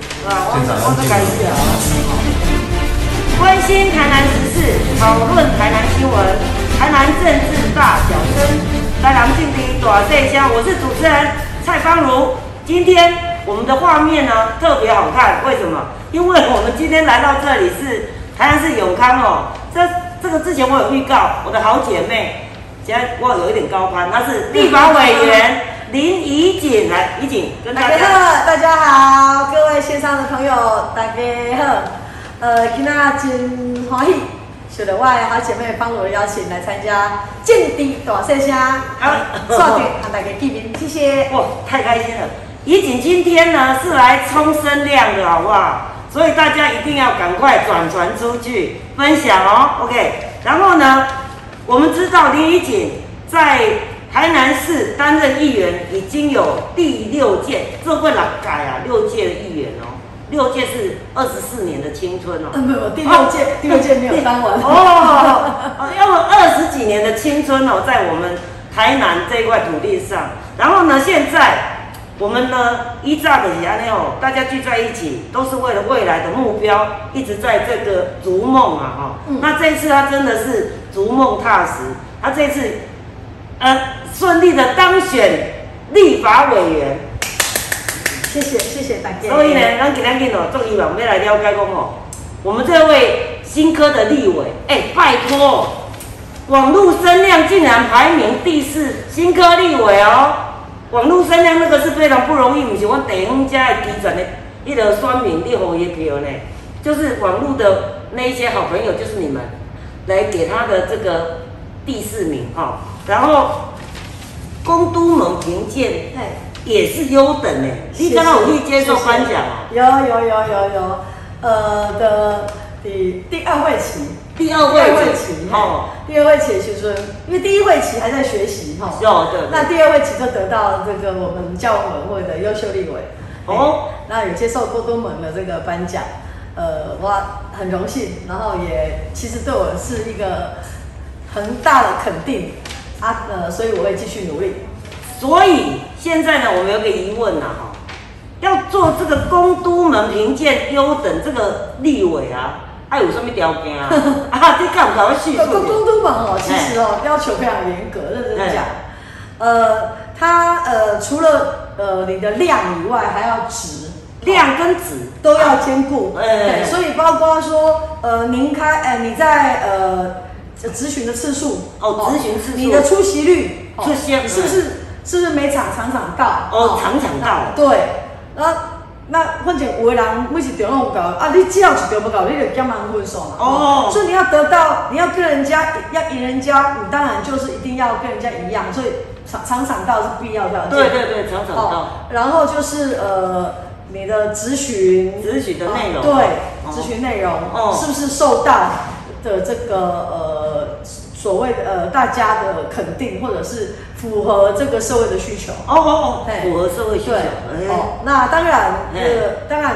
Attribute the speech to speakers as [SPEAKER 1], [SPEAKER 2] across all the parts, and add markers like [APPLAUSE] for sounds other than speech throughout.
[SPEAKER 1] 现场安静了。
[SPEAKER 2] 关心台南时事，讨论台南新闻，台南政治大小声，台南劲敌短这一我是主持人蔡芳如。今天我们的画面呢特别好看，为什么？因为我们今天来到这里是台南市永康哦。这这个之前我有预告，我的好姐妹，现在我有一点高攀，她是立法委员林怡锦，来怡锦跟大
[SPEAKER 3] 大家
[SPEAKER 2] 家。
[SPEAKER 3] 好，大家好，各位线上的朋友，大家好。呃，今仔真欢喜，受到我的好姐妹方罗的邀请来参加政治大细声，啊，刷屏和大家见面，谢谢。
[SPEAKER 2] 哇，太开心了！怡景今天呢是来冲声量的，好不好？所以大家一定要赶快转传出去，分享哦。OK，然后呢，我们知道林怡景在台南市担任议员已经有第六届，这会哪改啊？六届的议员哦，六届是二十四年的青春哦。
[SPEAKER 3] 嗯，没有，第六届，第六届没有当完。
[SPEAKER 2] 哦，哦要了二十几年的青春哦，在我们台南这一块土地上。然后呢，现在我们呢依照的安内哦，大家聚在一起，都是为了未来的目标，一直在这个逐梦啊哈、哦
[SPEAKER 3] 嗯
[SPEAKER 2] 那这一次他真的是逐梦踏实，他这次呃顺利的当选立法委员。
[SPEAKER 3] 谢谢，谢谢大家。
[SPEAKER 2] 所以呢，咱今天哦，众议员要来了解讲哦，我们这位新科的立委，哎、拜托哦，网络声量竟然排名第四，新科立委哦，网络声量那个是非常不容易，不是我地方家的基层的一个选民你红一票呢，E 就是网络的那一些好朋友，就是你们来给他的这个第四名哦，然后公都门评鉴
[SPEAKER 3] 哎，
[SPEAKER 2] 也是优等哎、你刚刚有去接受颁奖哦，
[SPEAKER 3] 谢谢有有有有有，呃的第第二会期，
[SPEAKER 2] 第二
[SPEAKER 3] 第二
[SPEAKER 2] 位
[SPEAKER 3] 会
[SPEAKER 2] 置
[SPEAKER 3] 期
[SPEAKER 2] 哦
[SPEAKER 3] 哦，，第二会期的学生，因为第一会期还在学习哈，
[SPEAKER 2] 是哦对对
[SPEAKER 3] 那第二会期就得到这个我们教委会的优秀立委
[SPEAKER 2] 哦
[SPEAKER 3] 哦，那有接受郭东门的这个颁奖，呃，我很荣幸，然后也其实对我是一个很大的肯定啊，呃，所以我会继续努力。
[SPEAKER 2] 所以现在呢，我们有个疑问呐、哈，要做这个公都门评鉴优等这个立委啊，哎有什么条
[SPEAKER 3] [LAUGHS]
[SPEAKER 2] 件啊？啊，你敢不敢我叙
[SPEAKER 3] 公
[SPEAKER 2] 述
[SPEAKER 3] 公
[SPEAKER 2] 一下？
[SPEAKER 3] 都网哦，其实哦要求非常严格，认真讲，呃，它呃除了呃你的量以外，还要值。
[SPEAKER 2] 量跟质
[SPEAKER 3] 都要兼顾，
[SPEAKER 2] 哎
[SPEAKER 3] 对，所以包括说，呃，您开，呃，你在呃咨询的次数，
[SPEAKER 2] 哦咨询次数
[SPEAKER 3] 你的出席率，哦
[SPEAKER 2] 出席率
[SPEAKER 3] 是不是是不是每场场场到？
[SPEAKER 2] 哦，常常到
[SPEAKER 3] 对，那那反正有的人每一场拢搞，啊，你只要一场不搞，你就减满分数嘛。
[SPEAKER 2] 哦
[SPEAKER 3] 所以你要得到，你要跟人家要赢人家，你当然就是一定要跟人家一样，所以场场场到是必要条件。
[SPEAKER 2] 对对对，常常
[SPEAKER 3] 哦
[SPEAKER 2] 到，
[SPEAKER 3] 然后就是呃，你的咨询
[SPEAKER 2] 咨询的内容
[SPEAKER 3] 哦
[SPEAKER 2] 哦
[SPEAKER 3] 对，咨询内容
[SPEAKER 2] 哦
[SPEAKER 3] 是不是受到的这个呃所谓的呃大家的肯定，或者是符合这个社会的需求？
[SPEAKER 2] 哦哦哦
[SPEAKER 3] 哎，
[SPEAKER 2] 符合社会需求，
[SPEAKER 3] 对，
[SPEAKER 2] 哎，
[SPEAKER 3] 哦，那当然，
[SPEAKER 2] 嗯
[SPEAKER 3] 呃，当然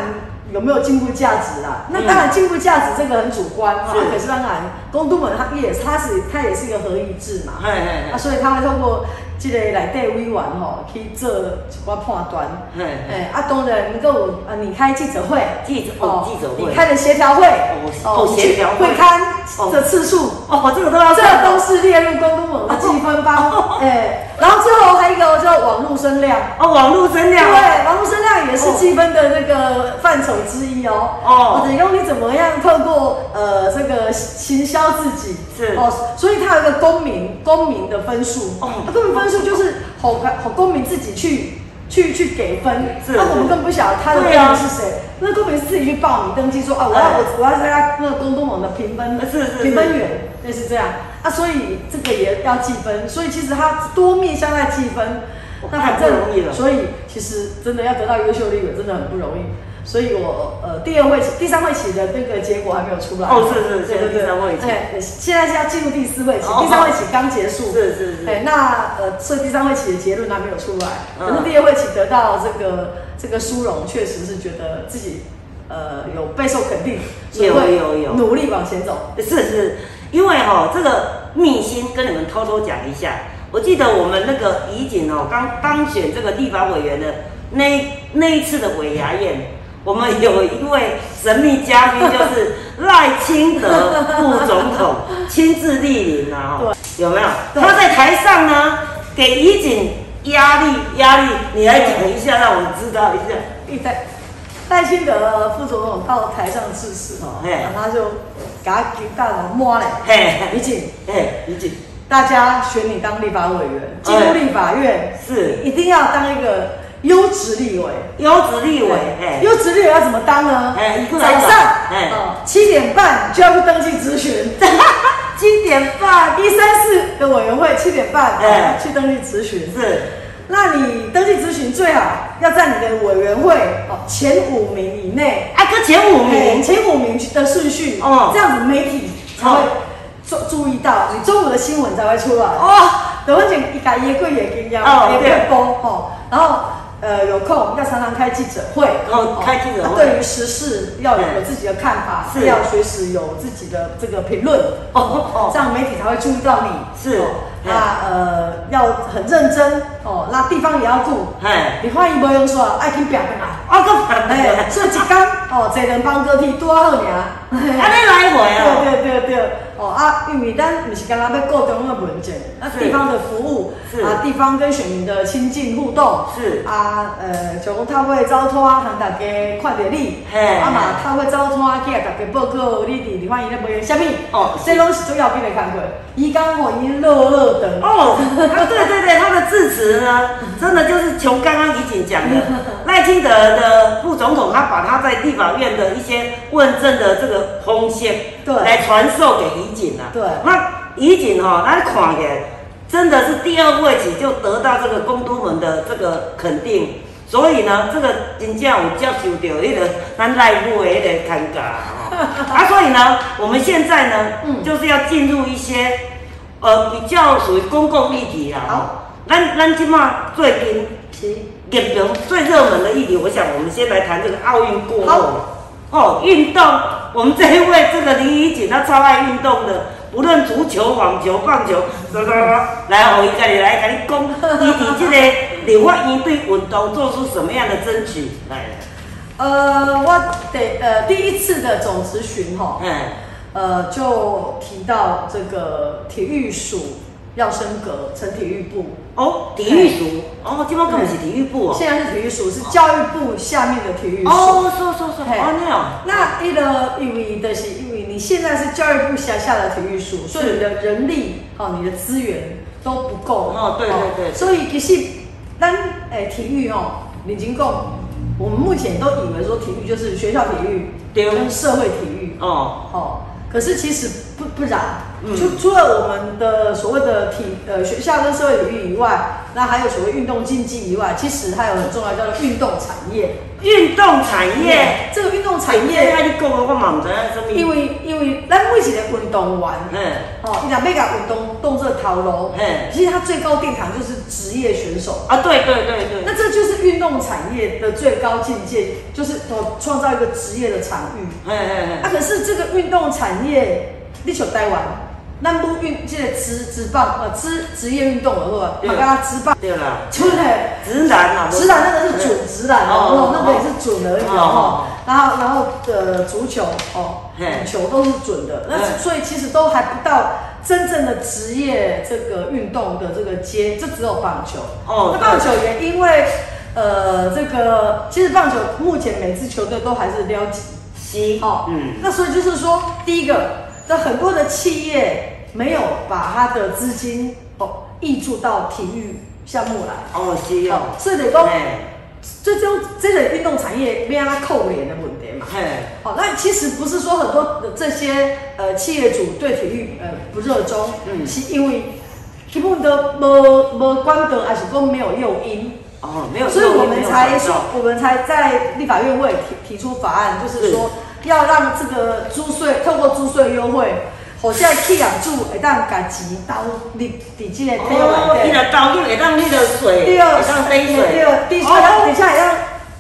[SPEAKER 3] 有没有进步价值啦？那当然，进步价值这个很主观哈、
[SPEAKER 2] 是
[SPEAKER 3] 可是当然，公都门它也它是它也是一个合议制嘛，
[SPEAKER 2] 哎哎
[SPEAKER 3] 啊，
[SPEAKER 2] 哎
[SPEAKER 3] 所以他会透过这个内底委员吼去做一寡判断。
[SPEAKER 2] 哎哎，
[SPEAKER 3] 哎，啊，当然，能够啊，你开记者会，
[SPEAKER 2] 记者哦记者会
[SPEAKER 3] 你开的协调会，
[SPEAKER 2] 哦协调会
[SPEAKER 3] 会刊的次数，
[SPEAKER 2] 哦，我这个都要
[SPEAKER 3] 这
[SPEAKER 2] 上
[SPEAKER 3] 都是列入公都门的积分包。哎，然后最后还有一个叫网络声量，
[SPEAKER 2] 哦，网络声量哦
[SPEAKER 3] 对，网络声量也是积分的那个范畴之一哦。
[SPEAKER 2] 哦
[SPEAKER 3] 或者用你怎么样透过呃这个行销自己
[SPEAKER 2] 是
[SPEAKER 3] 哦，所以它有一个公民公民的分数
[SPEAKER 2] 哦
[SPEAKER 3] 哦，公民分数就是好好公民自己去。去去给分，
[SPEAKER 2] 是
[SPEAKER 3] 那、
[SPEAKER 2] 是
[SPEAKER 3] 我们根本不晓得他的公
[SPEAKER 2] 对啊
[SPEAKER 3] 民是谁，那公民是自己去报名登记说啊，我要
[SPEAKER 2] 哎
[SPEAKER 3] 我我要参加那个公众网的评分
[SPEAKER 2] 是是是
[SPEAKER 3] 评分员，类似这样啊，所以这个也要计分，所以其实它多面向在计分，那反
[SPEAKER 2] 太不容易了
[SPEAKER 3] 正所以其实真的要得到优秀立委真的很不容易，所以我呃第二会期、第三会期的那个结果还没有出来。
[SPEAKER 2] 哦是是
[SPEAKER 3] 对对
[SPEAKER 2] 现在
[SPEAKER 3] 对，
[SPEAKER 2] 第三会期
[SPEAKER 3] 哎，现在是要进入第四会期
[SPEAKER 2] 哦，
[SPEAKER 3] 第三会期刚结束。
[SPEAKER 2] 是是是
[SPEAKER 3] 哎，那呃，所以第三会期的结论还没有出来，
[SPEAKER 2] 嗯
[SPEAKER 3] 可是第二会期得到这个这个殊荣，确实是觉得自己呃有备受肯定，所以
[SPEAKER 2] 有
[SPEAKER 3] 会
[SPEAKER 2] 有有
[SPEAKER 3] 努力往前走。
[SPEAKER 2] 是是，因为哈、这个秘辛跟你们偷偷讲一下，我记得我们那个怡景哦，刚当选这个立法委员的那那一次的尾牙宴，我们有一位神秘嘉宾，就是赖清德副总统亲自莅临啊，哦有没有？
[SPEAKER 3] 对
[SPEAKER 2] 他在台上呢，给怡景压力压力，你来讲一下，让我们知道一下。
[SPEAKER 3] 因为戴戴清德副总统到台上致辞哦，
[SPEAKER 2] 嘿
[SPEAKER 3] 然后他就给他给大佬摸嘞，
[SPEAKER 2] 嘿，
[SPEAKER 3] 李景，
[SPEAKER 2] 哎，怡景
[SPEAKER 3] 大家选你当立法委
[SPEAKER 2] 哎
[SPEAKER 3] 员，进入立法院
[SPEAKER 2] 是
[SPEAKER 3] 一定要当一个优质立委。
[SPEAKER 2] 优质立委，哎，
[SPEAKER 3] 优质立委要怎么当呢？
[SPEAKER 2] 哎一个
[SPEAKER 3] 早
[SPEAKER 2] 来
[SPEAKER 3] 上
[SPEAKER 2] 找哎
[SPEAKER 3] 哦七点半就要去登记咨询，
[SPEAKER 2] [LAUGHS] 七点半
[SPEAKER 3] 一三四的委员会七点半哦
[SPEAKER 2] 哎
[SPEAKER 3] 去登记咨询。
[SPEAKER 2] 是
[SPEAKER 3] 那你登记咨询最好要在你的委员会哦前五名以内，
[SPEAKER 2] 啊，搁前五
[SPEAKER 3] 哎
[SPEAKER 2] 名，
[SPEAKER 3] 前五名的顺序
[SPEAKER 2] 哦
[SPEAKER 3] 哦，这样子媒体才会
[SPEAKER 2] 哦
[SPEAKER 3] 注注意到，你中午的新闻才会出来。
[SPEAKER 2] 哦，
[SPEAKER 3] 等我讲一家也贵也跟
[SPEAKER 2] 哦
[SPEAKER 3] 要，也
[SPEAKER 2] 对
[SPEAKER 3] 贵播哦，然后呃有空要常常开记者会，
[SPEAKER 2] 哦开记者会
[SPEAKER 3] 啊对于时事要有自己的看法，
[SPEAKER 2] 是
[SPEAKER 3] 要随时有自己的这个评论
[SPEAKER 2] 哦哦
[SPEAKER 3] 哦，这样媒体才会注意到你
[SPEAKER 2] 是
[SPEAKER 3] 哦
[SPEAKER 2] 嗯
[SPEAKER 3] 那呃要很认真哦，那地方也要顾，
[SPEAKER 2] 哎，
[SPEAKER 3] 你欢迎不用说爱听表的嘛，
[SPEAKER 2] 啊，搁反
[SPEAKER 3] 哎，
[SPEAKER 2] 的，
[SPEAKER 3] 所以一天哦，一人帮个体多好尔。
[SPEAKER 2] 啊，你来回啊。
[SPEAKER 3] 对对对对，哦啊，因为咱不是刚刚要各种的文件，那
[SPEAKER 2] 是
[SPEAKER 3] 啊地方的服务
[SPEAKER 2] 是
[SPEAKER 3] 啊，地方跟选民的亲近互动
[SPEAKER 2] 是
[SPEAKER 3] 啊，呃，就讲透过招拖啊，让大家看到你，
[SPEAKER 2] 嘿
[SPEAKER 3] 啊嘛透过招拖啊，去给大家报告你伫你看伊咧卖的啥物，
[SPEAKER 2] 哦
[SPEAKER 3] 这拢是主要俾你看过，伊讲吼伊乐乐等，
[SPEAKER 2] 哦，啊对对对，他的致辞呢，真的就是从刚刚怡景
[SPEAKER 3] [LAUGHS]
[SPEAKER 2] 讲的，赖清德的副总统，他把他在立法院的一些问政的这个风险，
[SPEAKER 3] 对
[SPEAKER 2] 来传授给怡景啊。
[SPEAKER 3] 对
[SPEAKER 2] 那怡景哈、哦，他看起来真的是第二位起就得到这个公都门的这个肯定。所以呢，这个真正有接受到那个咱内部的那个尴尬哦，啊，所以呢，我们现在呢，
[SPEAKER 3] 嗯
[SPEAKER 2] 就是要进入一些呃，比较属于公共议题啦。哦
[SPEAKER 3] 好，
[SPEAKER 2] 咱咱即马最近
[SPEAKER 3] 是
[SPEAKER 2] 热门最热门的议题，我想我们先来谈这个奥运过后
[SPEAKER 3] 好。
[SPEAKER 2] 哦，运动，我们这一位这个林怡景，她超爱运动的，不论足球、网球、棒球， [LAUGHS] 什么什么，来，我一个你来跟你讲，伊伫这个立法院对运动做出什么样的争取？来，
[SPEAKER 3] 呃，我得呃第一次的总咨询吼，
[SPEAKER 2] 哎，
[SPEAKER 3] 呃，就提到这个体育署要升格成体育部，
[SPEAKER 2] 哦，体育署，哦，这边根本是体育部哦，
[SPEAKER 3] 现在是体育署是教育部下面的体育署。
[SPEAKER 2] 哦，说说说，
[SPEAKER 3] 嘿
[SPEAKER 2] 哦，那样。
[SPEAKER 3] 那一个因为的是因为你现在是教育部辖下的体育署，所以你的人力哦，你的资源都不够
[SPEAKER 2] 哦对对对
[SPEAKER 3] 所以其实单诶体育哦，已经够。我们目前都以为说体育就是学校体育
[SPEAKER 2] 对
[SPEAKER 3] 跟社会体育，
[SPEAKER 2] 哦，
[SPEAKER 3] 哦，可是其实不不然，
[SPEAKER 2] 嗯
[SPEAKER 3] 除除了我们的所谓的体呃学校跟社会体育以外，那还有所谓运动竞技以外，其实还有很重要叫做运动产业。
[SPEAKER 2] 运动产业，
[SPEAKER 3] 这个运动
[SPEAKER 2] 产
[SPEAKER 3] 产
[SPEAKER 2] 业，
[SPEAKER 3] 业，
[SPEAKER 2] 啊，你讲的我嘛唔知影什
[SPEAKER 3] 因
[SPEAKER 2] 么。
[SPEAKER 3] 为因为咱每一个运动员，
[SPEAKER 2] 嗯，
[SPEAKER 3] 哦，你讲要甲运动动这头颅
[SPEAKER 2] 嘿，
[SPEAKER 3] 其实他最高殿堂就是职业选手。
[SPEAKER 2] 啊，对对对对，
[SPEAKER 3] 那这就是运动产业的最高境界，就是哦创造一个职业的场域。
[SPEAKER 2] 嘿嘿
[SPEAKER 3] 啊，
[SPEAKER 2] 嘿，
[SPEAKER 3] 可是这个运动产业，你像台湾，咱不运这个职职棒呃职职业运动的话，
[SPEAKER 2] 对
[SPEAKER 3] 马甲职棒，
[SPEAKER 2] 对
[SPEAKER 3] [LAUGHS]
[SPEAKER 2] 啦，
[SPEAKER 3] 对不对？
[SPEAKER 2] 直男啊，
[SPEAKER 3] 直男那个是准直男
[SPEAKER 2] 哦
[SPEAKER 3] 哦，那个也是准而已
[SPEAKER 2] 哦
[SPEAKER 3] 哦。然后然后呃足球哦，
[SPEAKER 2] 嘿
[SPEAKER 3] 羽球都是准的，那
[SPEAKER 2] 嘿
[SPEAKER 3] 所以其实都还不到真正的职业这个运动的这个阶，这只有棒球。
[SPEAKER 2] 哦
[SPEAKER 3] 那棒球也因为呃这个，其实棒球目前每支球队都还是撩起。
[SPEAKER 2] 西，
[SPEAKER 3] 哦，
[SPEAKER 2] 嗯，
[SPEAKER 3] 那所以就是说，第一个，那很多的企业没有把它的资金哦挹注到体育项目来，
[SPEAKER 2] 哦是哦，
[SPEAKER 3] 所以得讲，
[SPEAKER 2] 嘿，
[SPEAKER 3] 最终这个运动产业被它扣连的问题嘛。
[SPEAKER 2] 嘿，
[SPEAKER 3] 哦，那其实不是说很多的这些呃企业主对体育呃不热衷，
[SPEAKER 2] 嗯
[SPEAKER 3] 是因为基本都没没关的，还是说没有诱因。
[SPEAKER 2] 哦，没有，
[SPEAKER 3] 所以我们才
[SPEAKER 2] 没有哦
[SPEAKER 3] 说，我们才在立法院会提提出法案，就是说要让这个租税透过租税优惠，好像去养猪会当家钱投入底这个体
[SPEAKER 2] 哦，伊
[SPEAKER 3] 内底，
[SPEAKER 2] 若倒去会当迄个水，
[SPEAKER 3] 第二
[SPEAKER 2] 会当飞
[SPEAKER 3] 第二，底
[SPEAKER 2] 水，哦
[SPEAKER 3] 下底下会当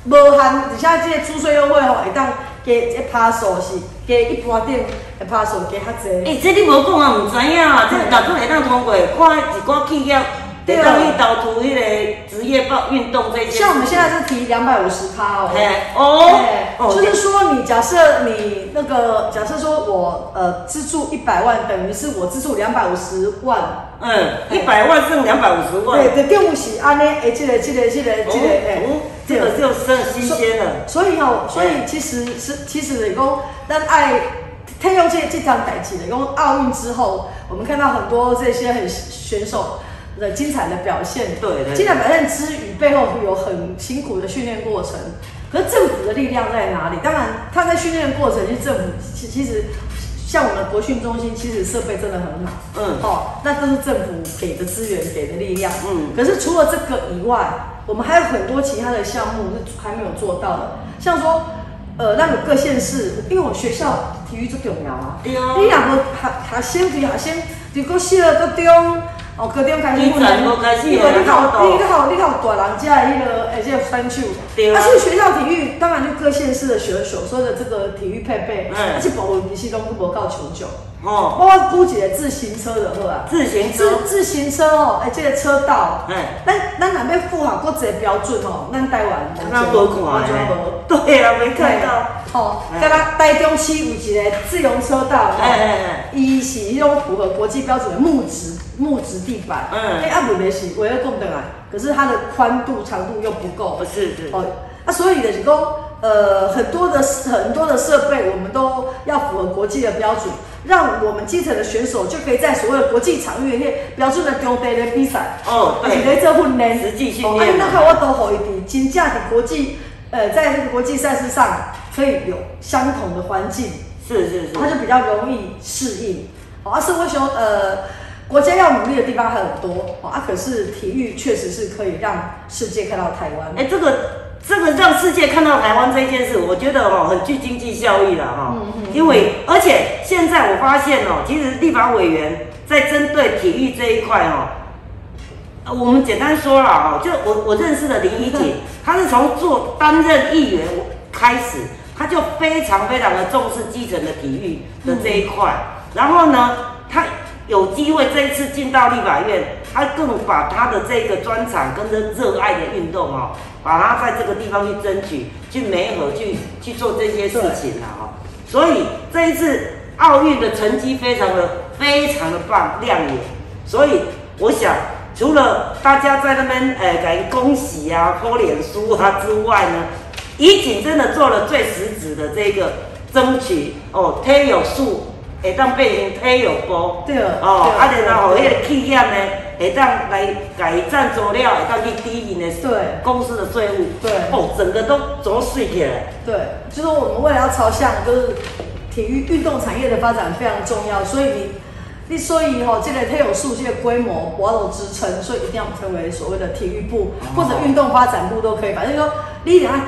[SPEAKER 3] 无限底下这个租税优惠吼会当加一趴数是加一般顶一趴数加较济。嗯
[SPEAKER 2] 哎，这你无讲啊，唔知影啊，这若果会当通过看一寡企业得当去导读迄个职业报运动这些。
[SPEAKER 3] 像我们现在是提两百五十趴哦。
[SPEAKER 2] 哎
[SPEAKER 3] 对
[SPEAKER 2] 哦，
[SPEAKER 3] 就是说，你假设你那个，假设说我呃资助一百万，等于是我资助两百五十万，
[SPEAKER 2] 嗯，一百万剩两百五十万，
[SPEAKER 3] 对，对，第五是安尼，哎，这个这个这个这个，哎
[SPEAKER 2] 哦，哦，这个就算新鲜了。
[SPEAKER 3] 所以吼、所以其实是其实就是讲，咱爱利用这这场代志，就是讲奥运之后，我们看到很多这些很选手的精彩的表现，
[SPEAKER 2] 对对
[SPEAKER 3] 精彩表现之余，背后有很辛苦的训练过程。可是政府的力量在哪里？当然，他在训练的过程，其实政府其其实像我们国训中心，其实设备真的很好，
[SPEAKER 2] 嗯
[SPEAKER 3] 哦，那都是政府给的资源、给的力量。
[SPEAKER 2] 嗯
[SPEAKER 3] 可是除了这个以外，我们还有很多其他的项目是还没有做到的，像说，呃，那个各县市，因为我学校体育就重要啊，
[SPEAKER 2] 对哦
[SPEAKER 3] 你若无下下先去下先，如果小个中，哦，高中开始
[SPEAKER 2] 你全部开始啊
[SPEAKER 3] 你无你
[SPEAKER 2] 有人
[SPEAKER 3] 靠
[SPEAKER 2] 教
[SPEAKER 3] 你靠你靠大人家的迄个诶，哎这个分手，
[SPEAKER 2] 对啊
[SPEAKER 3] 所以学校体育当然就各县市的选手所有的这个体育配备，
[SPEAKER 2] 嗯
[SPEAKER 3] 而且保温比系拢无够求救。
[SPEAKER 2] 哦，
[SPEAKER 3] 包括估计的自行车的好啊，
[SPEAKER 2] 自行车
[SPEAKER 3] 自，自行车哦，哎，这个车道，
[SPEAKER 2] 哎，
[SPEAKER 3] 咱咱若要符合国际标准哦，咱台湾
[SPEAKER 2] 那多看
[SPEAKER 3] 完全无。
[SPEAKER 2] 哎，对啊，没看到，
[SPEAKER 3] 吼，
[SPEAKER 2] 哎
[SPEAKER 3] 敢若台中市有一个自由车道，
[SPEAKER 2] 哎哎
[SPEAKER 3] 伊是迄种符合国际标准的木质木质地板，
[SPEAKER 2] 嗯
[SPEAKER 3] 哎，啊，问题是我要讲等来，可是它的宽度长度又不够
[SPEAKER 2] 哎，，是是，
[SPEAKER 3] 哦，啊，所以就是讲，呃，很多的很多的设备，我们都要符合国际的标准，让我们基层的选手就可以在所谓的国际场域内标准的中队的比赛，
[SPEAKER 2] 哦，
[SPEAKER 3] 而且
[SPEAKER 2] 对，
[SPEAKER 3] 在这训练，
[SPEAKER 2] 实际训
[SPEAKER 3] 哦
[SPEAKER 2] 练嘛
[SPEAKER 3] 啊那看我都好一点，金价的国际，呃，在这个国际赛事上可以有相同的环境，
[SPEAKER 2] 是是
[SPEAKER 3] 他
[SPEAKER 2] 是，
[SPEAKER 3] 就比较容易适应。哦，啊，社会熊呃，国家要努力的地方还很多哦，啊，可是体育确实是可以让世界看到台湾。
[SPEAKER 2] 哎，这个。这个让世界看到台湾这件事，我觉得哦很具经济效益了哈、因为而且现在我发现哦，其实立法委员在针对体育这一块哦，呃我们简单说了哦，就我我认识的林怡姐，她是从做担任议员开始，她就非常非常的重视基层的体育的这一块。然后呢，她有机会这一次进到立法院，她更把她的这个专长跟着热爱的运动哦，把它在这个地方去争取、去媒合、去去做这些事情了哦。所以这一次奥运的成绩非常的非常的棒亮眼，所以我想除了大家在那边呃敢恭喜啊、泼脸书啊之外呢，怡景真的做了最实质的这个争取哦，推有数会当变成推有波，
[SPEAKER 3] 对
[SPEAKER 2] 哦，
[SPEAKER 3] 对
[SPEAKER 2] 啊然后迄个企业呢会当来改赞助了，会当去抵因的
[SPEAKER 3] 对
[SPEAKER 2] 公司的税务，
[SPEAKER 3] 对
[SPEAKER 2] 哦，整个都着水起来。
[SPEAKER 3] 对，就是我们未来要朝向就是体育运动产业的发展非常重要，所以你，你所以吼、这个它有数，这个规模我有支撑，所以一定要成为所谓的体育部或者运动发展部都可以，反正说你等下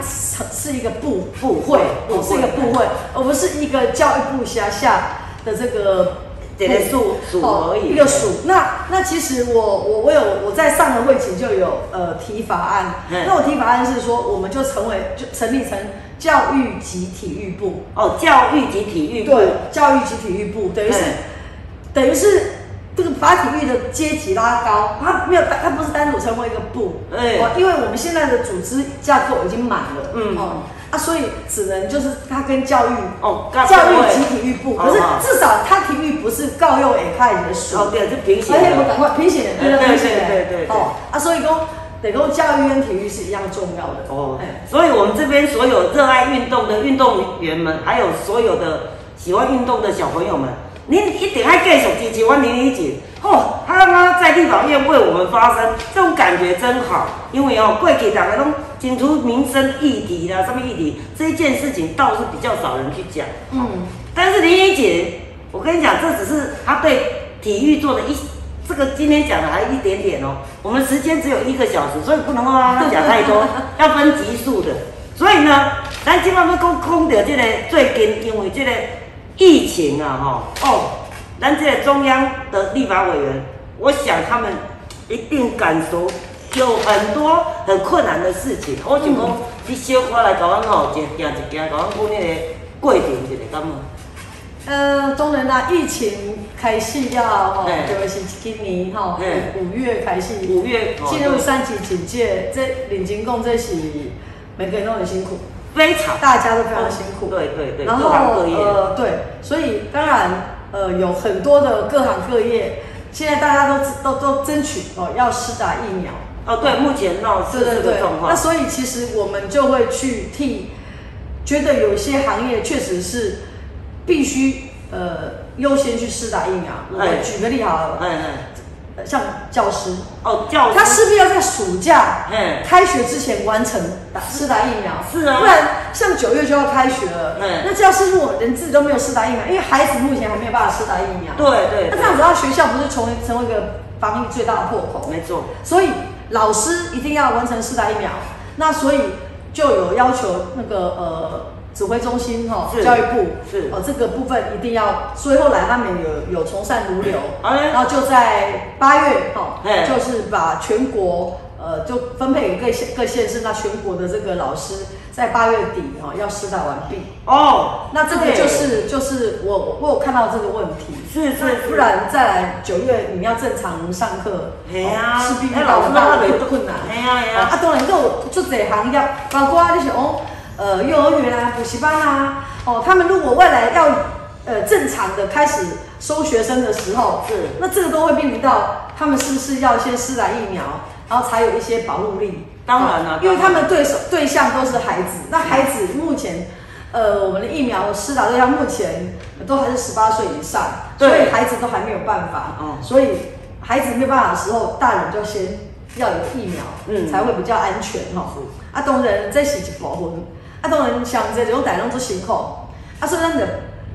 [SPEAKER 3] 是一个部部会，
[SPEAKER 2] 部会
[SPEAKER 3] 哦是一个部会，而不是一个教育部辖下的这个。哦
[SPEAKER 2] 这个署署而已
[SPEAKER 3] 一个署。那那其实我我我有我在上个会期就有呃提法案，
[SPEAKER 2] 嗯
[SPEAKER 3] 那我提法案是说，我们就成为就成立成教育及体育部，
[SPEAKER 2] 哦，教育及体育部，
[SPEAKER 3] 对，教育及体育部，等于是、
[SPEAKER 2] 嗯
[SPEAKER 3] 等于是这个把体育的阶级拉高，它没有它它不是单独成为一个部，
[SPEAKER 2] 嗯
[SPEAKER 3] 哦，因为我们现在的组织架构已经满了，
[SPEAKER 2] 嗯
[SPEAKER 3] 哦，啊，所以只能就是它跟教育。
[SPEAKER 2] 哦，
[SPEAKER 3] 教育及体育部，可是
[SPEAKER 2] 哦哦
[SPEAKER 3] 至少它体育不是教育下开的属，
[SPEAKER 2] 哦，对，就平行
[SPEAKER 3] 而哎且我赶
[SPEAKER 2] 的，
[SPEAKER 3] 快平行人，对
[SPEAKER 2] 哎对
[SPEAKER 3] 对对
[SPEAKER 2] 对
[SPEAKER 3] 对
[SPEAKER 2] 对对
[SPEAKER 3] 对。哦，啊，所以讲，得讲教育跟体育是一样重要的。
[SPEAKER 2] 哦
[SPEAKER 3] 哎，
[SPEAKER 2] 所以我们这边所有热爱运动的运动员们，还有所有的喜欢运动的小朋友们，您一定要继续支持我林怡姐。哦，她让她在立法院为我们发声，这种感觉真好。因为哦，过去大家都仅除民生议题啦，什么议题，这件事情倒是比较少人去讲。
[SPEAKER 3] 嗯，
[SPEAKER 2] 但是林怡姐，我跟你讲，这只是她对体育做的一这个今天讲的还一点点哦。我们时间只有一个小时，所以不能够让她讲太多，要分级数的。所以呢，咱今晚要讲讲到这个最近因为这个疫情啊，吼哦，咱这个中央的立法委员，我想他们一定感受有很多很困难的事情。我想讲，你小可来甲阮吼，一行一行，甲阮讲迄个过程一下，敢无？
[SPEAKER 3] 呃，当然啦，疫情开始了吼，
[SPEAKER 2] 嘿
[SPEAKER 3] 就是今年吼
[SPEAKER 2] 嘿，
[SPEAKER 3] 五月开始，
[SPEAKER 2] 哎五月哦
[SPEAKER 3] 进入三级警戒，这领金共这是每个人都很辛苦，
[SPEAKER 2] 非常
[SPEAKER 3] 大家都非常辛苦。
[SPEAKER 2] 哦对对对，
[SPEAKER 3] 然
[SPEAKER 2] 各
[SPEAKER 3] 后
[SPEAKER 2] 行各业，
[SPEAKER 3] 呃，对，所以当然呃，有很多的各行各业，现在大家都都都争取哦，要施打疫苗。
[SPEAKER 2] 哦，对，目前闹是
[SPEAKER 3] 对
[SPEAKER 2] 这
[SPEAKER 3] 对
[SPEAKER 2] 个
[SPEAKER 3] 对
[SPEAKER 2] 状，
[SPEAKER 3] 那
[SPEAKER 2] 况，
[SPEAKER 3] 所以其实我们就会去替，觉得有些行业确实是必须呃优先去施打疫苗。
[SPEAKER 2] 哎
[SPEAKER 3] 我举个例好了，
[SPEAKER 2] 嗯嗯，
[SPEAKER 3] 呃像教师，
[SPEAKER 2] 哦，教
[SPEAKER 3] 呃他
[SPEAKER 2] 师，
[SPEAKER 3] 势必要在暑假
[SPEAKER 2] 嗯，
[SPEAKER 3] 开学之前完成打施打疫苗，
[SPEAKER 2] 是啊
[SPEAKER 3] 不然像九月就要开学了，
[SPEAKER 2] 嗯
[SPEAKER 3] 那教师如果连自己都没有施打疫苗，因为孩子目前还没有办法施打疫苗，
[SPEAKER 2] 对对
[SPEAKER 3] 那这
[SPEAKER 2] 对，
[SPEAKER 3] 样子的话，学校不是成为成为一个防疫最大的破口？
[SPEAKER 2] 没错，
[SPEAKER 3] 所以老师一定要完成四打疫苗。那所以就有要求那个呃指挥中心哈、
[SPEAKER 2] 是
[SPEAKER 3] 教育部
[SPEAKER 2] 是
[SPEAKER 3] 哦这个部分一定要，所以后来他们有有从善如流，
[SPEAKER 2] 哎
[SPEAKER 3] 然后就在八月哈、
[SPEAKER 2] 嘿
[SPEAKER 3] 就是把全国。呃，就分配给各县各县市，那全国的这个老师在八月底哈、要施打完毕。
[SPEAKER 2] 哦，
[SPEAKER 3] 那这个
[SPEAKER 2] 对
[SPEAKER 3] 就是就是我我我有看到这个问题，
[SPEAKER 2] 是是
[SPEAKER 3] 那
[SPEAKER 2] 是
[SPEAKER 3] 不然再来九月你要正常上课，
[SPEAKER 2] 嘿啊
[SPEAKER 3] 哦势必遇
[SPEAKER 2] 哎
[SPEAKER 3] 到
[SPEAKER 2] 老师
[SPEAKER 3] 很
[SPEAKER 2] 那
[SPEAKER 3] 大
[SPEAKER 2] 个
[SPEAKER 3] 的
[SPEAKER 2] 人
[SPEAKER 3] 困难。
[SPEAKER 2] 嘿啊嘿啊
[SPEAKER 3] 啊，当然都有就这行业，包括那些哦，呃，幼儿园啊、补习班啊，哦，他们如果未来要呃正常的开始收学生的时候，
[SPEAKER 2] 是
[SPEAKER 3] 那这个都会面临到他们是不是要先施打疫苗，然后才有一些保护力。
[SPEAKER 2] 当然啦
[SPEAKER 3] 哦因为
[SPEAKER 2] 当然啊嗯
[SPEAKER 3] 他们。对手对象都是孩子，那孩子目前，呃，我们的疫苗施打对象目前都还是十八岁以上，所
[SPEAKER 2] 对
[SPEAKER 3] 以孩子都还没有办法，
[SPEAKER 2] 嗯
[SPEAKER 3] 所以孩子没有办法的时候，大人就先要有疫苗，
[SPEAKER 2] 嗯
[SPEAKER 3] 才会比较安全哈、哦。啊，当然这是一部分，啊，当然像这种代拢做辛苦，啊，所以咱就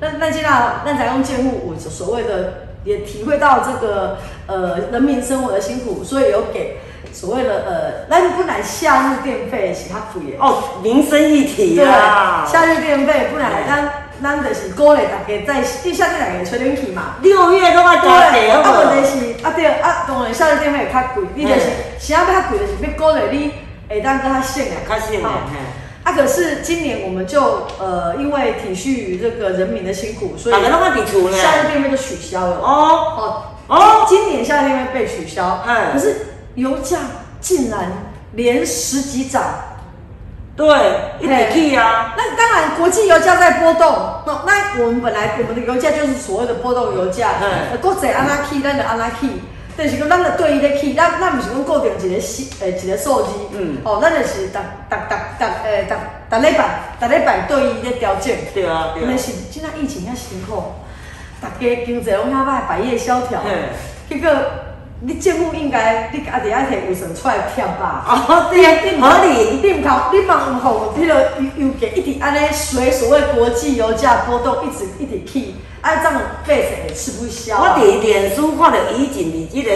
[SPEAKER 3] 咱咱今啊，咱才用建护我所谓的。也体会到这个呃人民生活的辛苦，所以有给所谓的呃，咱本来夏日电费是较贵的，
[SPEAKER 2] 哦，啊民生议题
[SPEAKER 3] 对啊
[SPEAKER 2] 啦，，
[SPEAKER 3] 夏日电费本来咱咱就是鼓励大家在地下这两个吹冷气嘛。
[SPEAKER 2] 六月都要加
[SPEAKER 3] 对，
[SPEAKER 2] 钱哦
[SPEAKER 3] 啊
[SPEAKER 2] 好不好？
[SPEAKER 3] 问题是啊对啊，当然夏日电费会较贵，你就是啥要较贵，就是要鼓励你会当跟较省的，
[SPEAKER 2] 较省的
[SPEAKER 3] 哦
[SPEAKER 2] 嘿
[SPEAKER 3] 啊，可是今年我们就呃，因为体恤这个人民的辛苦，所以
[SPEAKER 2] 大家拢要伫厝呢
[SPEAKER 3] 夏日电费就取消了。
[SPEAKER 2] 哦，
[SPEAKER 3] 啊哦
[SPEAKER 2] 哦
[SPEAKER 3] 哦，今年夏天会被取消，
[SPEAKER 2] 嗯
[SPEAKER 3] 可是油价竟然连十几涨，
[SPEAKER 2] 对，一
[SPEAKER 3] 嘿
[SPEAKER 2] 起去啊，
[SPEAKER 3] 那当然国际油价在波动，那那我们本来我们的油价就是所谓的波动油价
[SPEAKER 2] 嗯，
[SPEAKER 3] 呃国际安拉去，咱就安拉去。但是讲，咱就对伊咧去，咱咱毋是讲固定一个数，诶、一个数字，
[SPEAKER 2] 嗯
[SPEAKER 3] 哦，咱就是逐逐逐逐，诶，逐逐礼拜，逐礼拜对伊咧调整。
[SPEAKER 2] 对啊对
[SPEAKER 3] 因为
[SPEAKER 2] 啊，
[SPEAKER 3] 是即阵疫情遐辛苦，大家经济拢遐歹，百业萧条
[SPEAKER 2] 嘿。
[SPEAKER 3] 结果你政府应该你家己爱摕卫生出来贴吧？
[SPEAKER 2] 哦
[SPEAKER 3] 你
[SPEAKER 2] 对，合理，
[SPEAKER 3] 你唔靠，你嘛唔互迄个油油价一直安尼随所谓国际油价波动一直一直起，啊，这样百姓会吃不消
[SPEAKER 2] 我
[SPEAKER 3] 啊。
[SPEAKER 2] 伫脸书看到以前伫即个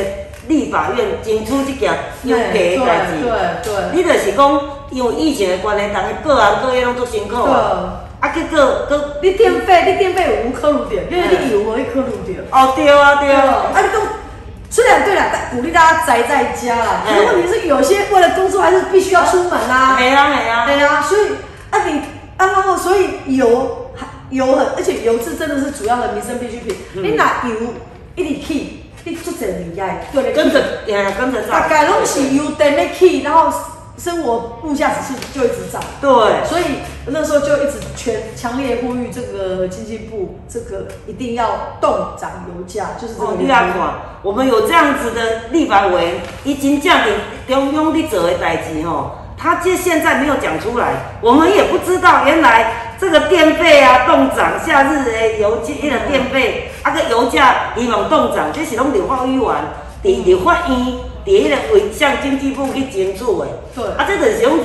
[SPEAKER 2] 立法院争取即件有价
[SPEAKER 3] 对
[SPEAKER 2] 的代
[SPEAKER 3] 对
[SPEAKER 2] 志，
[SPEAKER 3] 对
[SPEAKER 2] 你就是讲因为疫情的关系，大家各行各业拢足辛苦啊，
[SPEAKER 3] 对，
[SPEAKER 2] 啊结果搁
[SPEAKER 3] 你电费你电费有无考虑到？因为你油无去考虑到。
[SPEAKER 2] 哦对啊对
[SPEAKER 3] 对
[SPEAKER 2] 啊
[SPEAKER 3] 啊，，你都虽然对啦，但鼓励大家宅在家啦。可
[SPEAKER 2] 嗯
[SPEAKER 3] 是问题是，有些为了工作还是必须要出门啊。
[SPEAKER 2] 系啊系啊，
[SPEAKER 3] 对啊，所以啊你啊然后所以油还油很，而且油是真的是主要的民生必需品。
[SPEAKER 2] 嗯
[SPEAKER 3] 你拿油一直起，你做这物件对嘞，
[SPEAKER 2] 跟着哎跟着
[SPEAKER 3] 大
[SPEAKER 2] 上，
[SPEAKER 3] 概拢是油等的起，然后生活物价指数就一直涨。
[SPEAKER 2] 对。
[SPEAKER 3] 所以那时候就一直全强烈呼吁这个经济部，这个一定要动涨油价，就是这个
[SPEAKER 2] 哦，
[SPEAKER 3] 原
[SPEAKER 2] 你
[SPEAKER 3] 因。
[SPEAKER 2] 来看，我们有这样子的立法委员，已经这样子中庸的做的代志吼，他这现在没有讲出来，我们也不知道原来这个电费啊动涨，夏日的油价那个电费，啊个油价以往动涨，这是拢立法委员、
[SPEAKER 3] 嗯
[SPEAKER 2] 伫立法院、伫迄个委向经济部去争取的。
[SPEAKER 3] 对
[SPEAKER 2] 啊，这个是用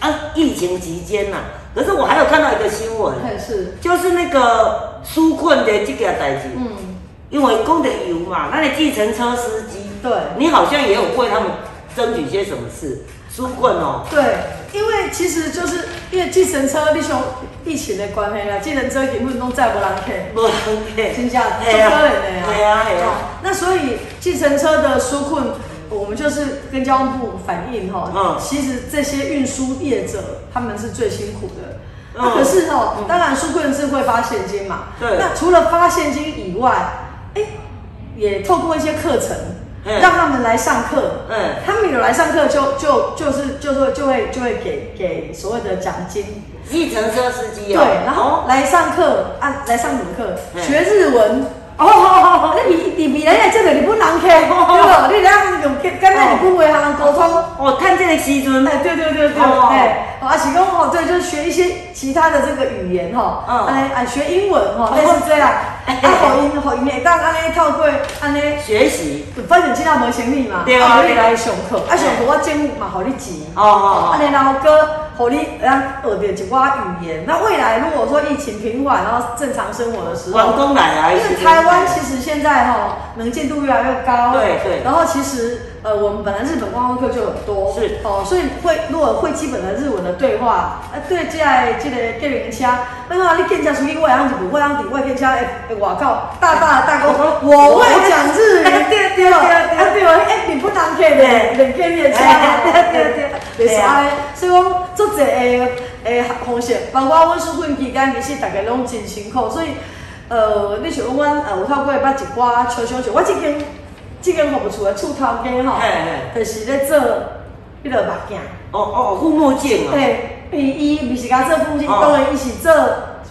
[SPEAKER 2] 啊疫情期间呐、可是我还有看到一个新闻，
[SPEAKER 3] 但是，
[SPEAKER 2] 就是那个纾困的这件代志。
[SPEAKER 3] 嗯，
[SPEAKER 2] 因为供的油嘛，那你计程车司机，
[SPEAKER 3] 对
[SPEAKER 2] 你好像也有为他们争取些什么事，纾困哦，
[SPEAKER 3] 对，因为其实就是因为计程车，你像疫情的关系啦，计程车根本都载不人客，
[SPEAKER 2] 不对，
[SPEAKER 3] 真正
[SPEAKER 2] 嘿
[SPEAKER 3] 做可
[SPEAKER 2] 啊
[SPEAKER 3] 能的啊。
[SPEAKER 2] 嘿啊嘿啊
[SPEAKER 3] 哦那所以计程车的纾困，我们就是跟交通部反映哈、
[SPEAKER 2] 嗯
[SPEAKER 3] 其实这些运输业者他们是最辛苦的。那可是哦，当然纾困是会发现金嘛。
[SPEAKER 2] 嗯对
[SPEAKER 3] 那除了发现金以外，哎，也透过一些课程，
[SPEAKER 2] 嗯
[SPEAKER 3] 让他们来上课。
[SPEAKER 2] 嗯
[SPEAKER 3] 他们有来上课就，就就是就是就会就会给给所谓的奖金。
[SPEAKER 2] 计程车司机
[SPEAKER 3] 对，
[SPEAKER 2] 哦，
[SPEAKER 3] 然后
[SPEAKER 2] 哦
[SPEAKER 3] 来上课啊，来上什么课？
[SPEAKER 2] 嗯
[SPEAKER 3] 学日文。哦哦哦，你比你比人家这个你不难开，对不？你人家用刚才你不会还能沟通。
[SPEAKER 2] 哦，看这个时阵，
[SPEAKER 3] 哎，对对对对，
[SPEAKER 2] 哦
[SPEAKER 3] 哎，哦，而且讲哦，对，就是学一些其他的这个语言哈，
[SPEAKER 2] 嗯
[SPEAKER 3] 哎哎，学英文哈，类似这样，哎，好英好英，当安尼透过安尼，
[SPEAKER 2] 学习
[SPEAKER 3] 反正今仔无生理嘛，
[SPEAKER 2] 对啊
[SPEAKER 3] 你来上课，啊上课我政府嘛，互你钱，
[SPEAKER 2] 哦哦
[SPEAKER 3] 啊
[SPEAKER 2] 哦，
[SPEAKER 3] 然后哥，互你咱学着一寡语言，那未来如果说疫情平缓，然后正常生活的时候，
[SPEAKER 2] 广东来啊，
[SPEAKER 3] 因为台湾其
[SPEAKER 2] 实
[SPEAKER 3] 实现在哈、能见度越来越高，
[SPEAKER 2] 对对
[SPEAKER 3] 然后其实呃，我们本来日本观光客就很多，
[SPEAKER 2] 是
[SPEAKER 3] 哦，所以会如果会基本的日文的对话，啊，对这个这个给人家，那么你更加出去外行就不会让底外更加哎哎，我靠，大大大哥，我会讲日语，
[SPEAKER 2] 哦 [LAUGHS] 对对对对
[SPEAKER 3] 啊对哦，哎，你不当客人，人给你的家
[SPEAKER 2] 哎，对对对
[SPEAKER 3] 对，
[SPEAKER 2] 对
[SPEAKER 3] 是
[SPEAKER 2] 啊
[SPEAKER 3] 安尼，所以讲做者诶诶方式，包括阮纾困期间，其实大家拢真辛苦，所以呃，你想讲阮呃有透过捌一寡小小小，我即间即间服务处诶厝头间吼
[SPEAKER 2] 嘿嘿，
[SPEAKER 3] 就是咧做迄落目镜，
[SPEAKER 2] 哦哦护目镜哦，
[SPEAKER 3] 诶，伊伊毋是甲做附近，
[SPEAKER 2] 哦
[SPEAKER 3] 当然伊是做。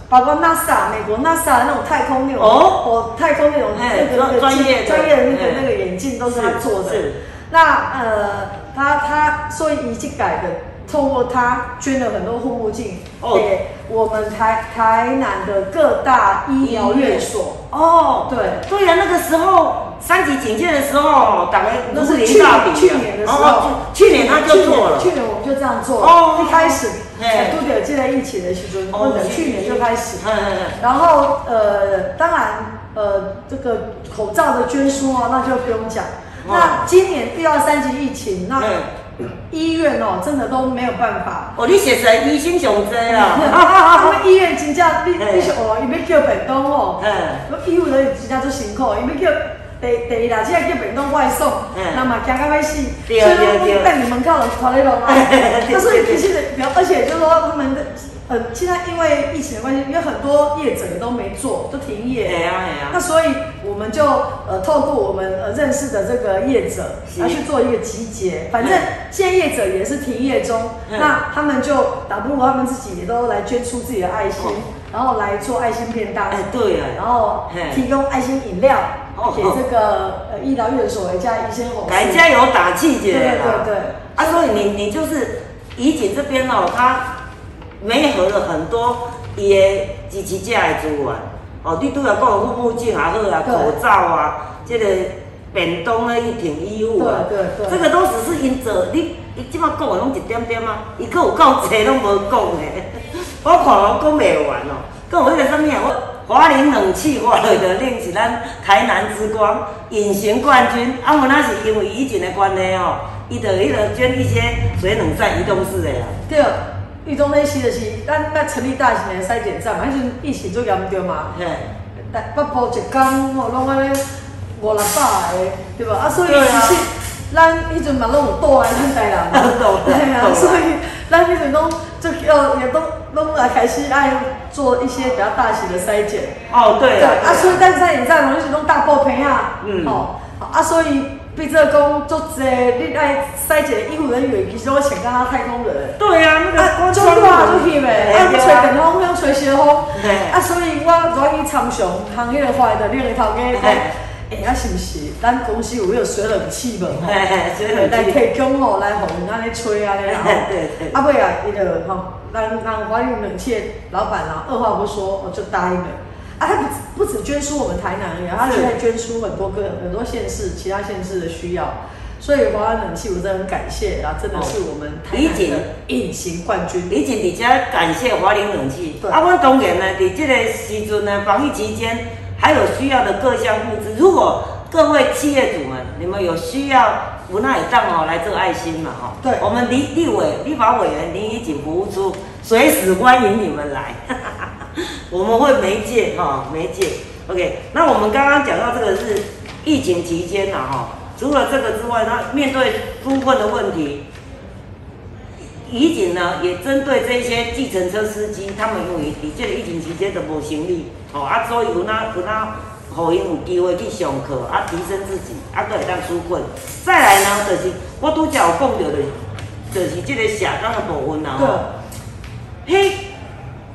[SPEAKER 3] 包括 NASA 美国 NASA 那种太空那种
[SPEAKER 2] 哦
[SPEAKER 3] 哦，太空那种
[SPEAKER 2] 哎
[SPEAKER 3] 那个那个
[SPEAKER 2] 专专业的
[SPEAKER 3] 专业的那个
[SPEAKER 2] 哎
[SPEAKER 3] 那个眼镜都是他做的。
[SPEAKER 2] 是
[SPEAKER 3] 那呃，他他所以仪器改的，透过他捐了很多护目镜
[SPEAKER 2] 哦
[SPEAKER 3] 给我们台台南的各大医疗院所。
[SPEAKER 2] 哦，
[SPEAKER 3] 对，
[SPEAKER 2] 对呀，那个时候三级警戒的时候，打个
[SPEAKER 3] 那是
[SPEAKER 2] 如
[SPEAKER 3] 去
[SPEAKER 2] 临大敌啊
[SPEAKER 3] 去年的时候，
[SPEAKER 2] 哦去去年他就做了
[SPEAKER 3] 去，年我们就这样做了。
[SPEAKER 2] 哦
[SPEAKER 3] 一开始
[SPEAKER 2] 嘿
[SPEAKER 3] 才都得记得疫情的时候，
[SPEAKER 2] 哦
[SPEAKER 3] 或者去年就开始。
[SPEAKER 2] 嗯嗯嗯，
[SPEAKER 3] 然后呃，当然呃，这个口罩的捐书啊，那就不用讲。那今年遇到三级疫情，那
[SPEAKER 2] 哦嗯
[SPEAKER 3] 医院哦，真的都没有办法。
[SPEAKER 2] [LAUGHS] 哦，你写成医心雄真
[SPEAKER 3] 他 [LAUGHS]
[SPEAKER 2] 啦，
[SPEAKER 3] 们医院真正你
[SPEAKER 2] 嘿
[SPEAKER 3] 你是哦，伊要叫便当哦，
[SPEAKER 2] 嗯，
[SPEAKER 3] 医护人员真正足辛苦，伊要叫第第二啦，只要叫便当外送
[SPEAKER 2] 嗯，
[SPEAKER 3] 那嘛惊到要死，
[SPEAKER 2] 对
[SPEAKER 3] 所以
[SPEAKER 2] 对
[SPEAKER 3] 我
[SPEAKER 2] 对
[SPEAKER 3] 们等你门口就拖咧落啊
[SPEAKER 2] [LAUGHS] 嘿嘿嘿。
[SPEAKER 3] 那所以其实，而且就是说他们的呃，现在因为疫情的关系，因为很多业者也都没做，都停业。
[SPEAKER 2] 哎呀哎呀
[SPEAKER 3] 那，所以我们就呃透过我们呃认识的这个业者，
[SPEAKER 2] 是
[SPEAKER 3] 然后去做一个集结。反正现在业者也是停业中，
[SPEAKER 2] 嗯
[SPEAKER 3] 那他们就打不如他们自己也都来捐出自己的爱心，
[SPEAKER 2] 哦
[SPEAKER 3] 然后来做爱心便当，
[SPEAKER 2] 哎对呀，
[SPEAKER 3] 然后
[SPEAKER 2] 嘿
[SPEAKER 3] 提供爱心饮料
[SPEAKER 2] 哦
[SPEAKER 3] 给这个呃医疗院所的加医生伙
[SPEAKER 2] 来加油打气
[SPEAKER 3] 对
[SPEAKER 2] 姐
[SPEAKER 3] 对
[SPEAKER 2] 啦
[SPEAKER 3] 对。对，
[SPEAKER 2] 啊，所以你你就是怡景这边哦，它媒合了很多伊的支持者的资源。哦，你拄要讲护目镜也好啊，
[SPEAKER 3] 对
[SPEAKER 2] 口罩啊，这个便当的一挺衣物啊，
[SPEAKER 3] 对对对
[SPEAKER 2] 这个都只是因做，你你即摆讲的拢一点点啊，伊佫有够济拢无讲的， [LAUGHS] 我看我讲袂完哦。佫有迄个什物啊？我华林冷气我来的令是咱台南之光隐形冠军，啊，我那是因为以前的关系哦，伊就迄个捐一些水冷扇移动式的啦。
[SPEAKER 3] 第二。狱中那些就是，咱咱成立大型的筛检站嘛，那时候疫情最严重嘛，
[SPEAKER 2] 嘿，
[SPEAKER 3] 北北部一天吼，拢安尼五六百个，对吧？啊，所以
[SPEAKER 2] 对
[SPEAKER 3] 其
[SPEAKER 2] 啊
[SPEAKER 3] 实咱迄阵嘛拢有倒来咱台
[SPEAKER 2] [LAUGHS]
[SPEAKER 3] 南
[SPEAKER 2] 倒来
[SPEAKER 3] 对
[SPEAKER 2] 倒
[SPEAKER 3] 啊，
[SPEAKER 2] 来
[SPEAKER 3] [LAUGHS] 所以咱迄阵拢就呃也都拢来开始爱做一些比较大型的筛检，
[SPEAKER 2] 哦，对啦，
[SPEAKER 3] 啊，所以咱筛检站拢是拢大爆棚啊，
[SPEAKER 2] 嗯
[SPEAKER 3] 吼，啊，所以变做讲做者你爱筛检的医护人员，其实拢请到他太空人。
[SPEAKER 2] [LAUGHS] 对呀、那个
[SPEAKER 3] 啊，
[SPEAKER 2] 光
[SPEAKER 3] 中
[SPEAKER 2] 窗户
[SPEAKER 3] 大出去呗，啊，
[SPEAKER 2] 嘿
[SPEAKER 3] 吹
[SPEAKER 2] 对啊
[SPEAKER 3] 电风，向吹
[SPEAKER 2] [LAUGHS]
[SPEAKER 3] 西风
[SPEAKER 2] 嘿，
[SPEAKER 3] 啊，所以我愿意参详行业的话，就恁个
[SPEAKER 2] [LAUGHS]
[SPEAKER 3] 头家讲
[SPEAKER 2] 嘿，
[SPEAKER 3] 哎，啊，是不是咱公司有迄个水冷气无？吼
[SPEAKER 2] [LAUGHS] 嘿嘿水冷气
[SPEAKER 3] 来提供吼，来互人安尼吹安尼啦。吼
[SPEAKER 2] 嘿对对
[SPEAKER 3] 啊，尾啊，伊就吼，咱咱华润冷气的老板啊，二话不说，我就答应了。啊，他不不只捐出我们台南而已，他
[SPEAKER 2] 是
[SPEAKER 3] 现在捐出很多个很多县市，其他县市的需要。所以华润冷气，我真的很感谢啊，真的是我们台
[SPEAKER 2] 理
[SPEAKER 3] 南
[SPEAKER 2] 解
[SPEAKER 3] 的隐形冠军。
[SPEAKER 2] 以前伫遮感谢华林冷气
[SPEAKER 3] 对，
[SPEAKER 2] 啊，我当然呢，伫这个时阵呢，防疫期间还有需要的各项物资，如果各位企业主们，你们有需要，无奈当哦来做爱心嘛哈、哦，
[SPEAKER 3] 对
[SPEAKER 2] 我们立立委、立法委员林以景服务处随时欢迎你们来， [LAUGHS] 我们会媒介哈、媒介。OK，那我们刚刚讲到这个是疫情期间呐哈，除了这个之外，那面对纾困的问题，疫情呢，也针对这些计程车司机，他们因为伫这个疫情期间都无行李，吼、啊，所以有哪有哪，互因有机会去上课，啊，提升自己，啊，都会当纾困。再来呢，就是我拄则有讲到的，就是这个社工的部分啊啦，吼、迄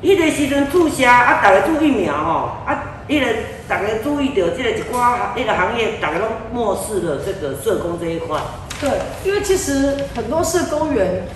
[SPEAKER 2] 迄个时阵注射啊，逐个注疫苗吼，啊，迄、个逐个注意到即个一寡迄个行业，逐个都漠视了这个社工这一块。
[SPEAKER 3] 对，因为其实很多社工员，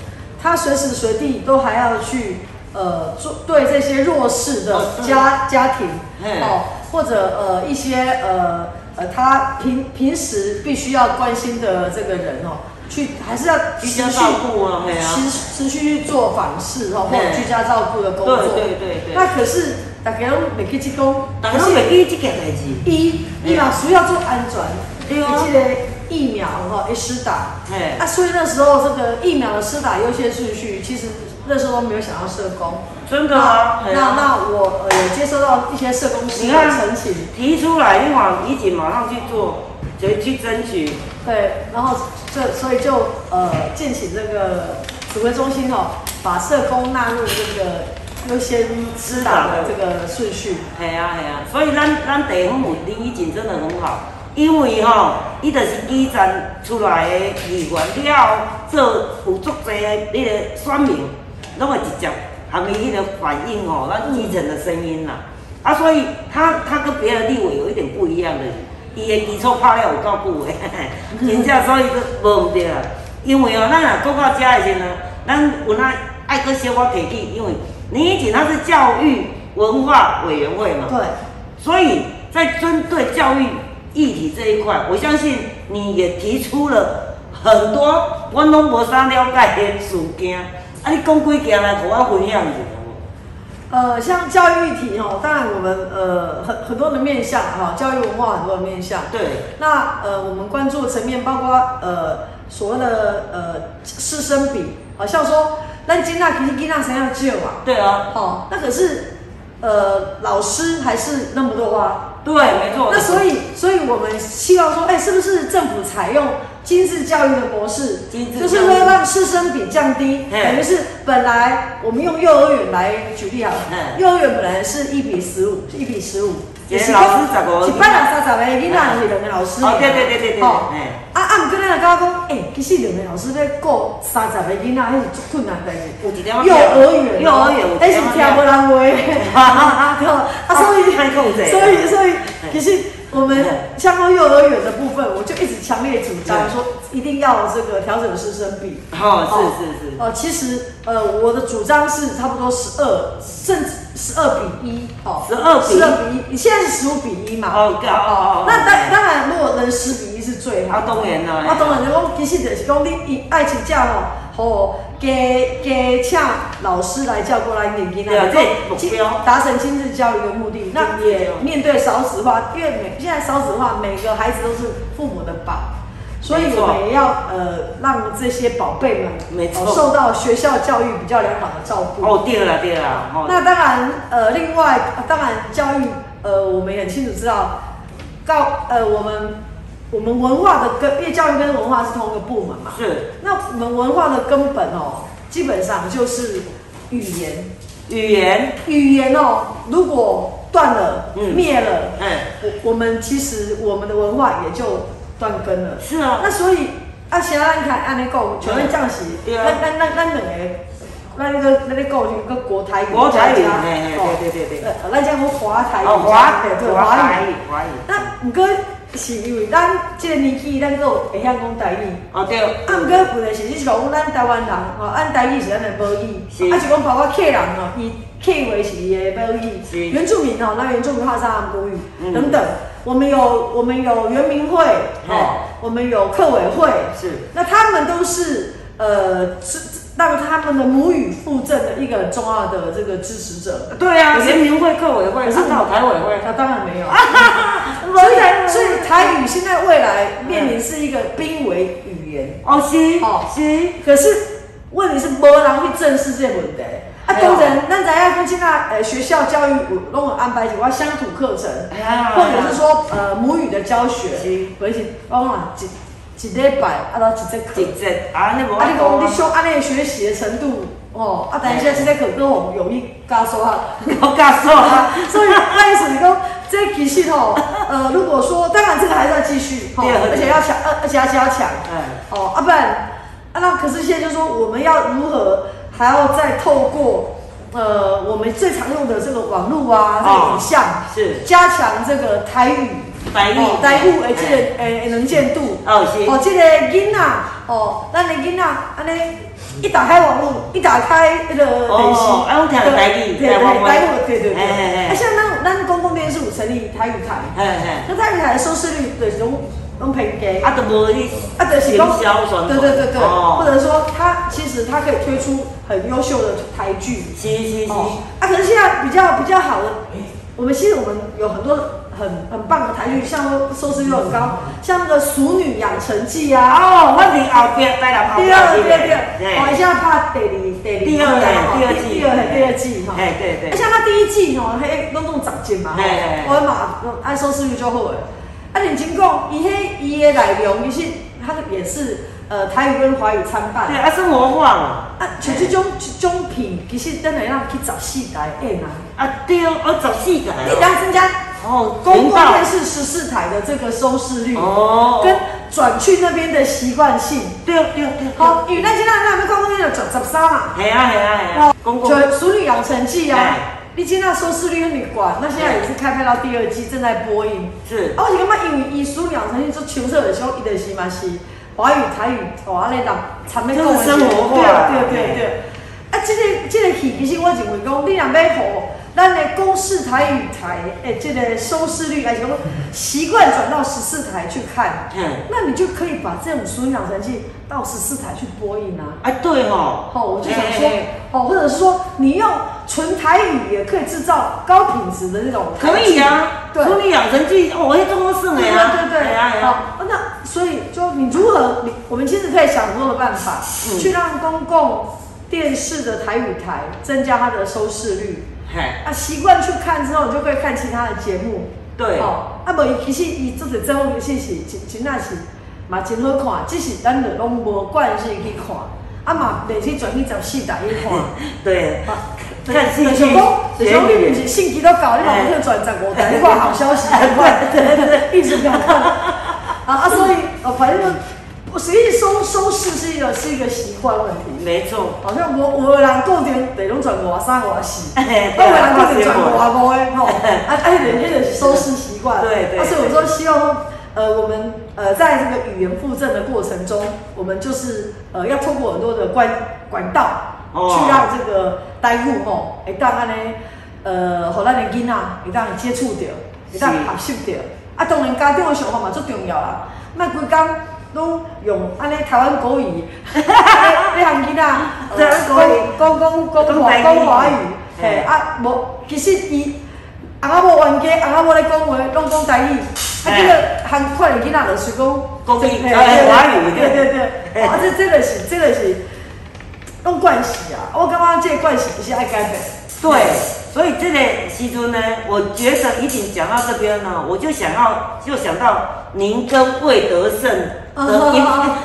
[SPEAKER 3] 他随时随地都还要去呃做对这些弱势
[SPEAKER 2] 哦
[SPEAKER 3] 的
[SPEAKER 2] 对
[SPEAKER 3] 家、家庭
[SPEAKER 2] 嘿
[SPEAKER 3] 哦，或者呃一些呃呃他平平时必须要关心的这个人哦，去还是要
[SPEAKER 2] 居
[SPEAKER 3] 持续
[SPEAKER 2] 家照顾啊，嘿啊，
[SPEAKER 3] 持持续去做访视哦，
[SPEAKER 2] 嘿
[SPEAKER 3] 或者居家照顾的工
[SPEAKER 2] 对
[SPEAKER 3] 作。
[SPEAKER 2] 对对对，
[SPEAKER 3] 那可是大家都每个职工，
[SPEAKER 2] 大家拢袂记即件代志，
[SPEAKER 3] 一，你嘛需要做安全，
[SPEAKER 2] 对啊
[SPEAKER 3] 你这个疫苗哈，会施打。
[SPEAKER 2] 嘿，
[SPEAKER 3] 啊，所以那时候这个疫苗的施打优先顺序，其实那时候都没有想到社工。
[SPEAKER 2] 真的啊，
[SPEAKER 3] 那
[SPEAKER 2] 嘿
[SPEAKER 3] 那
[SPEAKER 2] 啊，
[SPEAKER 3] 那我呃有接收到一些社工师
[SPEAKER 2] 你
[SPEAKER 3] 的
[SPEAKER 2] 看
[SPEAKER 3] 陈情，
[SPEAKER 2] 提出来，你往以前马上去做，就去争取，
[SPEAKER 3] 对，然后这所以就呃建请这个指挥中心哦，把社工纳入这个优先施打的这个顺序。
[SPEAKER 2] 系啊系啊，所以咱咱地方有林以前真的很好，因为吼、伊就是基层出来的议员了后，做有足侪的迄个选民，拢会直接含伊迄个反映吼、咱基层的声音啦。啊，所以他他跟别的立委有一点不一样的，伊的基础拍了有够久的， [LAUGHS] 真正所以都无毋对啦。因为哦，咱若讲到遮的时呢，咱有那爱搁小可提起，因为你以前他是教育文化委员会嘛，
[SPEAKER 3] 对，
[SPEAKER 2] 所以在针对教育议题这一块，我相信你也提出了很多我拢无啥了解的事件，啊，你讲几件来给我分享一下无？
[SPEAKER 3] 呃，像教育议题哦，当然我们呃很很多的面向哈、教育文化很多的面向。
[SPEAKER 2] 对，
[SPEAKER 3] 那呃，我们关注的层面包括呃所谓的呃师生比，好像说那金娜肯定金娜谁要救啊？
[SPEAKER 2] 对啊，
[SPEAKER 3] 哦，那可是呃老师还是那么多啊。
[SPEAKER 2] 对，没错。
[SPEAKER 3] 那所以，所以我们希望说，哎、是不是政府采用精致教育的模式，
[SPEAKER 2] 精致教育
[SPEAKER 3] 就是说让师生比降低，
[SPEAKER 2] 嘿
[SPEAKER 3] 等于是本来我们用幼儿园来举例好了，
[SPEAKER 2] 嗯
[SPEAKER 3] 幼儿园本来是一比十五，一比十五，
[SPEAKER 2] 一个老师15个
[SPEAKER 3] 一班人三十个，你那是两个老师尔，
[SPEAKER 2] 哦，对对对对对，
[SPEAKER 3] 哦
[SPEAKER 2] 哎，
[SPEAKER 3] 啊啊！毋过咱来甲我讲，诶、其实两个老师要顾三十个囡仔，迄是足困难的代志。
[SPEAKER 2] 有一点仔
[SPEAKER 3] 幼儿园，
[SPEAKER 2] 幼儿园有一
[SPEAKER 3] 迄
[SPEAKER 2] 点
[SPEAKER 3] 是
[SPEAKER 2] 仔
[SPEAKER 3] 听无人
[SPEAKER 2] [LAUGHS]
[SPEAKER 3] 话。 [LAUGHS] 啊，对啊，所以
[SPEAKER 2] 太控制
[SPEAKER 3] 所以所以，其实我们
[SPEAKER 2] 哎
[SPEAKER 3] 像说幼儿园的部分，我就一直强烈主张
[SPEAKER 2] 哎
[SPEAKER 3] 说，一定要这个调整师生比。
[SPEAKER 2] 哦，是是是，
[SPEAKER 3] 哦，其实呃，我的主张是差不多十二，甚至十二比一。哦，
[SPEAKER 2] 12比一
[SPEAKER 3] 十二比一，你现在是十五比一嘛？
[SPEAKER 2] 哦，对哦哦哦，
[SPEAKER 3] 那当当然，如果能十比一是最好
[SPEAKER 2] 啊
[SPEAKER 3] 的。
[SPEAKER 2] 当然啦，
[SPEAKER 3] 啊，当然，我其实就是讲，你伊爱请假吼，吼加加请老师来照顾咱的囡
[SPEAKER 2] 对啊
[SPEAKER 3] 仔，
[SPEAKER 2] 这目
[SPEAKER 3] 亲
[SPEAKER 2] 标
[SPEAKER 3] 达成亲子教育的目的。那
[SPEAKER 2] 真的
[SPEAKER 3] 也
[SPEAKER 2] 哦
[SPEAKER 3] 面对少子化，因为每现在少子化，每个孩子都是父母的宝，所以
[SPEAKER 2] 没错
[SPEAKER 3] 我们也要呃让这些宝贝们
[SPEAKER 2] 没错
[SPEAKER 3] 哦受到学校教育比较良好的照顾。
[SPEAKER 2] 哦，对了对了，哦，
[SPEAKER 3] 那当然，呃，另外，呃当然教育，呃，我们也很清楚知道，告，呃，我们我们文化的根，因为教育跟文化是同一个部门嘛。
[SPEAKER 2] 是
[SPEAKER 3] 那我们文化的根本哦，基本上就是语言，
[SPEAKER 2] 语言，
[SPEAKER 3] 语言哦，如果断了、
[SPEAKER 2] 嗯
[SPEAKER 3] 灭了，
[SPEAKER 2] 嗯，
[SPEAKER 3] 我我们其实我们的文化也就断根了。
[SPEAKER 2] 是啊，
[SPEAKER 3] 那所以啊，现在咱看安尼讲，全面降息，
[SPEAKER 2] 对啊
[SPEAKER 3] 咱咱咱咱两个，咱那个咱咧讲就个国台语，
[SPEAKER 2] 国台语
[SPEAKER 3] 加加
[SPEAKER 2] 嘿嘿
[SPEAKER 3] 哦
[SPEAKER 2] 对对对对
[SPEAKER 3] 呃咱讲华台语，
[SPEAKER 2] 哦，华
[SPEAKER 3] 对
[SPEAKER 2] 华
[SPEAKER 3] 华
[SPEAKER 2] 台
[SPEAKER 3] 语。
[SPEAKER 2] 语华语，
[SPEAKER 3] 那毋过是因为咱即个年纪，咱个有会晓讲台语。
[SPEAKER 2] 哦对，
[SPEAKER 3] 啊，毋过有的是你是讲咱台湾人吼，按台语是咱的母
[SPEAKER 2] 是
[SPEAKER 3] 语，啊，是讲包括客人吼，伊客话是伊的母
[SPEAKER 2] 是
[SPEAKER 3] 语，原住民吼，那原住民话是他们母语、
[SPEAKER 2] 嗯
[SPEAKER 3] 等等。我们有我们有原民会，哦，我们有客委会，
[SPEAKER 2] 是
[SPEAKER 3] 那他们都是呃是让他们的母语附赠的一个很重要的这个支持者。
[SPEAKER 2] 对啊，
[SPEAKER 3] 可是
[SPEAKER 2] 人民会、客委会、
[SPEAKER 3] 可是
[SPEAKER 2] 上岛台委会，
[SPEAKER 3] 那当然没有，啊所以所以台语现在未来面临是一个濒危语言。
[SPEAKER 2] 哦是
[SPEAKER 3] 哦
[SPEAKER 2] 是，
[SPEAKER 3] 可是问题是无人去正视这个问题。
[SPEAKER 2] 哎
[SPEAKER 3] 啊，当然，咱知影讲，即啊，呃，学校教育有拢有安排一寡乡土课程，
[SPEAKER 2] 哎呀
[SPEAKER 3] 或者是说呃母语的教学
[SPEAKER 2] 是，
[SPEAKER 3] 而且往往一一礼拜啊，然后一节课。
[SPEAKER 2] 一节啊，那无
[SPEAKER 3] 啊，你讲你上安尼学习的程度，哦，啊，但是这
[SPEAKER 2] 哎
[SPEAKER 3] 个可跟我们有一加说啊，
[SPEAKER 2] 我告诉啊， [LAUGHS]
[SPEAKER 3] 所以那意思你讲，这其实吼，呃，如果说，当然这个还是要继续，哦
[SPEAKER 2] 对啊，
[SPEAKER 3] 而且要强，而而且而且要强，
[SPEAKER 2] 嗯，
[SPEAKER 3] 哦，啊不然，啊那可是现在就说我们要如何，还要再透过，呃，我们最常用的这个网络啊，这个影像，
[SPEAKER 2] 哦是
[SPEAKER 3] 加强这个台语，
[SPEAKER 2] 台语哎
[SPEAKER 3] 哦台语诶，这个诶能见度，
[SPEAKER 2] 哦是
[SPEAKER 3] 哦，这个囡仔，哦，咱的囡仔，安尼一打开网络，一打开那个电视，
[SPEAKER 2] 哦啊我听台语
[SPEAKER 3] 对对
[SPEAKER 2] 台湾话
[SPEAKER 3] 台语，对对对
[SPEAKER 2] 哎哎哎，
[SPEAKER 3] 啊，像咱咱公共电视有成立台语台，
[SPEAKER 2] 嘿嘿，
[SPEAKER 3] 那台语台的收视率就是拢拢平低，
[SPEAKER 2] 啊，
[SPEAKER 3] 啊，
[SPEAKER 2] 都无你
[SPEAKER 3] 就是
[SPEAKER 2] 行
[SPEAKER 3] 讲
[SPEAKER 2] 销宣传，
[SPEAKER 3] 对对对对，或
[SPEAKER 2] 哦，
[SPEAKER 3] 者说它其实它可以推出很优秀的台剧，
[SPEAKER 2] 是是是，
[SPEAKER 3] 哦，啊，可是现在比较比较好的，我们其实我们有很多很很棒的台剧，像收视率很高，像那个《熟女养成记》
[SPEAKER 2] 嗯
[SPEAKER 3] 啊，
[SPEAKER 2] 哦，我伫后壁再来跑
[SPEAKER 3] 第二第二第二，我
[SPEAKER 2] 嘿
[SPEAKER 3] 一下怕第二第二
[SPEAKER 2] 哎第二
[SPEAKER 3] 季啊
[SPEAKER 2] 季第二季哎
[SPEAKER 3] 第二第二季哦哈。
[SPEAKER 2] 嘿对
[SPEAKER 3] 而
[SPEAKER 2] 对，
[SPEAKER 3] 且它第一季吼，嘿，拢弄长进嘛，
[SPEAKER 2] 嘿
[SPEAKER 3] 吼
[SPEAKER 2] 嘿嘿
[SPEAKER 3] 我嘛，按收视率就好诶。啊，认真讲，伊迄伊的内容，伊是它也是呃台语跟华语参半
[SPEAKER 2] 对。啊，生活化嘛，
[SPEAKER 3] 啊，像这种这种片，其实等下咱去十四台演啊。
[SPEAKER 2] 啊对，我十四个，
[SPEAKER 3] 你当增加
[SPEAKER 2] 哦，
[SPEAKER 3] 公
[SPEAKER 2] 公
[SPEAKER 3] 共
[SPEAKER 2] 道
[SPEAKER 3] 电，视十四台的这个收视率，
[SPEAKER 2] 哦，
[SPEAKER 3] 跟转去那边的习惯性。
[SPEAKER 2] 对对对，好，
[SPEAKER 3] 好，因为咱现在咱们公共电视转十三嘛，
[SPEAKER 2] 系啊系啊系啊
[SPEAKER 3] 哦，，
[SPEAKER 2] 公
[SPEAKER 3] 就
[SPEAKER 2] 共，
[SPEAKER 3] 《熟女养成记》啊
[SPEAKER 2] 哎，
[SPEAKER 3] 你今天收视率很管，那现在也是开拍到第二季，正在播映。
[SPEAKER 2] 是
[SPEAKER 3] 啊，我是感觉因为伊《熟女养成记》做求色的时候，伊就是嘛是华语、台语，哦，安尼人掺咧
[SPEAKER 2] 就是生活化哎
[SPEAKER 3] 对对对对。啊，这个这个戏其实我认为讲，你若要互咱的公视台语台诶，这个收视率，而且讲习惯转到十四台去看，
[SPEAKER 2] 嗯，
[SPEAKER 3] 那你就可以把这种《熟女养成记》到十四台去播映啊。
[SPEAKER 2] 啊对吼，
[SPEAKER 3] 哦，我就想
[SPEAKER 2] 嘿
[SPEAKER 3] 说，哦，或者是说你用纯台语也可以制造高品质的那种台
[SPEAKER 2] 可以
[SPEAKER 3] 剧，
[SPEAKER 2] 啊，
[SPEAKER 3] 对
[SPEAKER 2] 从你养成记，哦，迄种我算
[SPEAKER 3] 对
[SPEAKER 2] 的
[SPEAKER 3] 对
[SPEAKER 2] 啊，
[SPEAKER 3] 对对，
[SPEAKER 2] 系啊系啊，
[SPEAKER 3] 好，那所以就你如何，你我们其实可以想很多的办法，
[SPEAKER 2] 嗯
[SPEAKER 3] 去让公共电视的台语台增加它的收视率。
[SPEAKER 2] 嘿，
[SPEAKER 3] 啊，习惯去看之后，你就会看其他的节目。
[SPEAKER 2] 对，
[SPEAKER 3] 哦，啊，无伊其实伊做者节目其实是真真正是嘛真好看，只是咱就拢无惯性去看，啊嘛袂去转去十四台去看。
[SPEAKER 2] 对，看戏
[SPEAKER 3] 就是
[SPEAKER 2] 剧
[SPEAKER 3] 讲，就是
[SPEAKER 2] 学
[SPEAKER 3] 讲你
[SPEAKER 2] 语
[SPEAKER 3] 不，是信息都搞，你老不去转转我台挂好消息，对对对，一直不要看。啊啊，所以呃，反正我实际收收视是一个是一个习惯问题。
[SPEAKER 2] 没错。
[SPEAKER 3] 好像我有的人固定得拢转我三我
[SPEAKER 2] [LAUGHS]
[SPEAKER 3] 四，
[SPEAKER 2] 哎
[SPEAKER 3] 我有的人固定转我五的吼， [LAUGHS] 啊啊，迄个迄个是收视习惯。
[SPEAKER 2] 对对
[SPEAKER 3] 啊，所以我说希望说呃我们呃在这个语言附赠的过程中，我们就是呃要透过很多的管管道，
[SPEAKER 2] 哦
[SPEAKER 3] 去让这个待户吼，会当安尼呃，互咱的囡仔会当接触着，会当学习着。啊，当然家长的想法嘛足重要啦，莫规工拢用安尼台湾国语， [LAUGHS] 你
[SPEAKER 2] 台湾
[SPEAKER 3] 项囡仔呃
[SPEAKER 2] 国语
[SPEAKER 3] 讲讲讲讲
[SPEAKER 2] 讲
[SPEAKER 3] 华
[SPEAKER 2] 台语
[SPEAKER 3] 讲华语，嘿
[SPEAKER 2] 嘿
[SPEAKER 3] 啊无，其实伊。翁仔某冤家，翁仔某咧讲话拢讲台语，啊，
[SPEAKER 2] 嘿
[SPEAKER 3] 这个韩国的囡仔就是讲
[SPEAKER 2] 讲
[SPEAKER 3] 这
[SPEAKER 2] 英
[SPEAKER 3] 嘿
[SPEAKER 2] 哎
[SPEAKER 3] 对
[SPEAKER 2] 华语
[SPEAKER 3] 对
[SPEAKER 2] 对
[SPEAKER 3] 对对，啊，这这个是这个是用惯习啊，我感觉这个惯习不是爱改变，
[SPEAKER 2] 对，所以这个时钟呢，我觉得一婷讲到这边呢，我就想要就想到您跟魏德胜的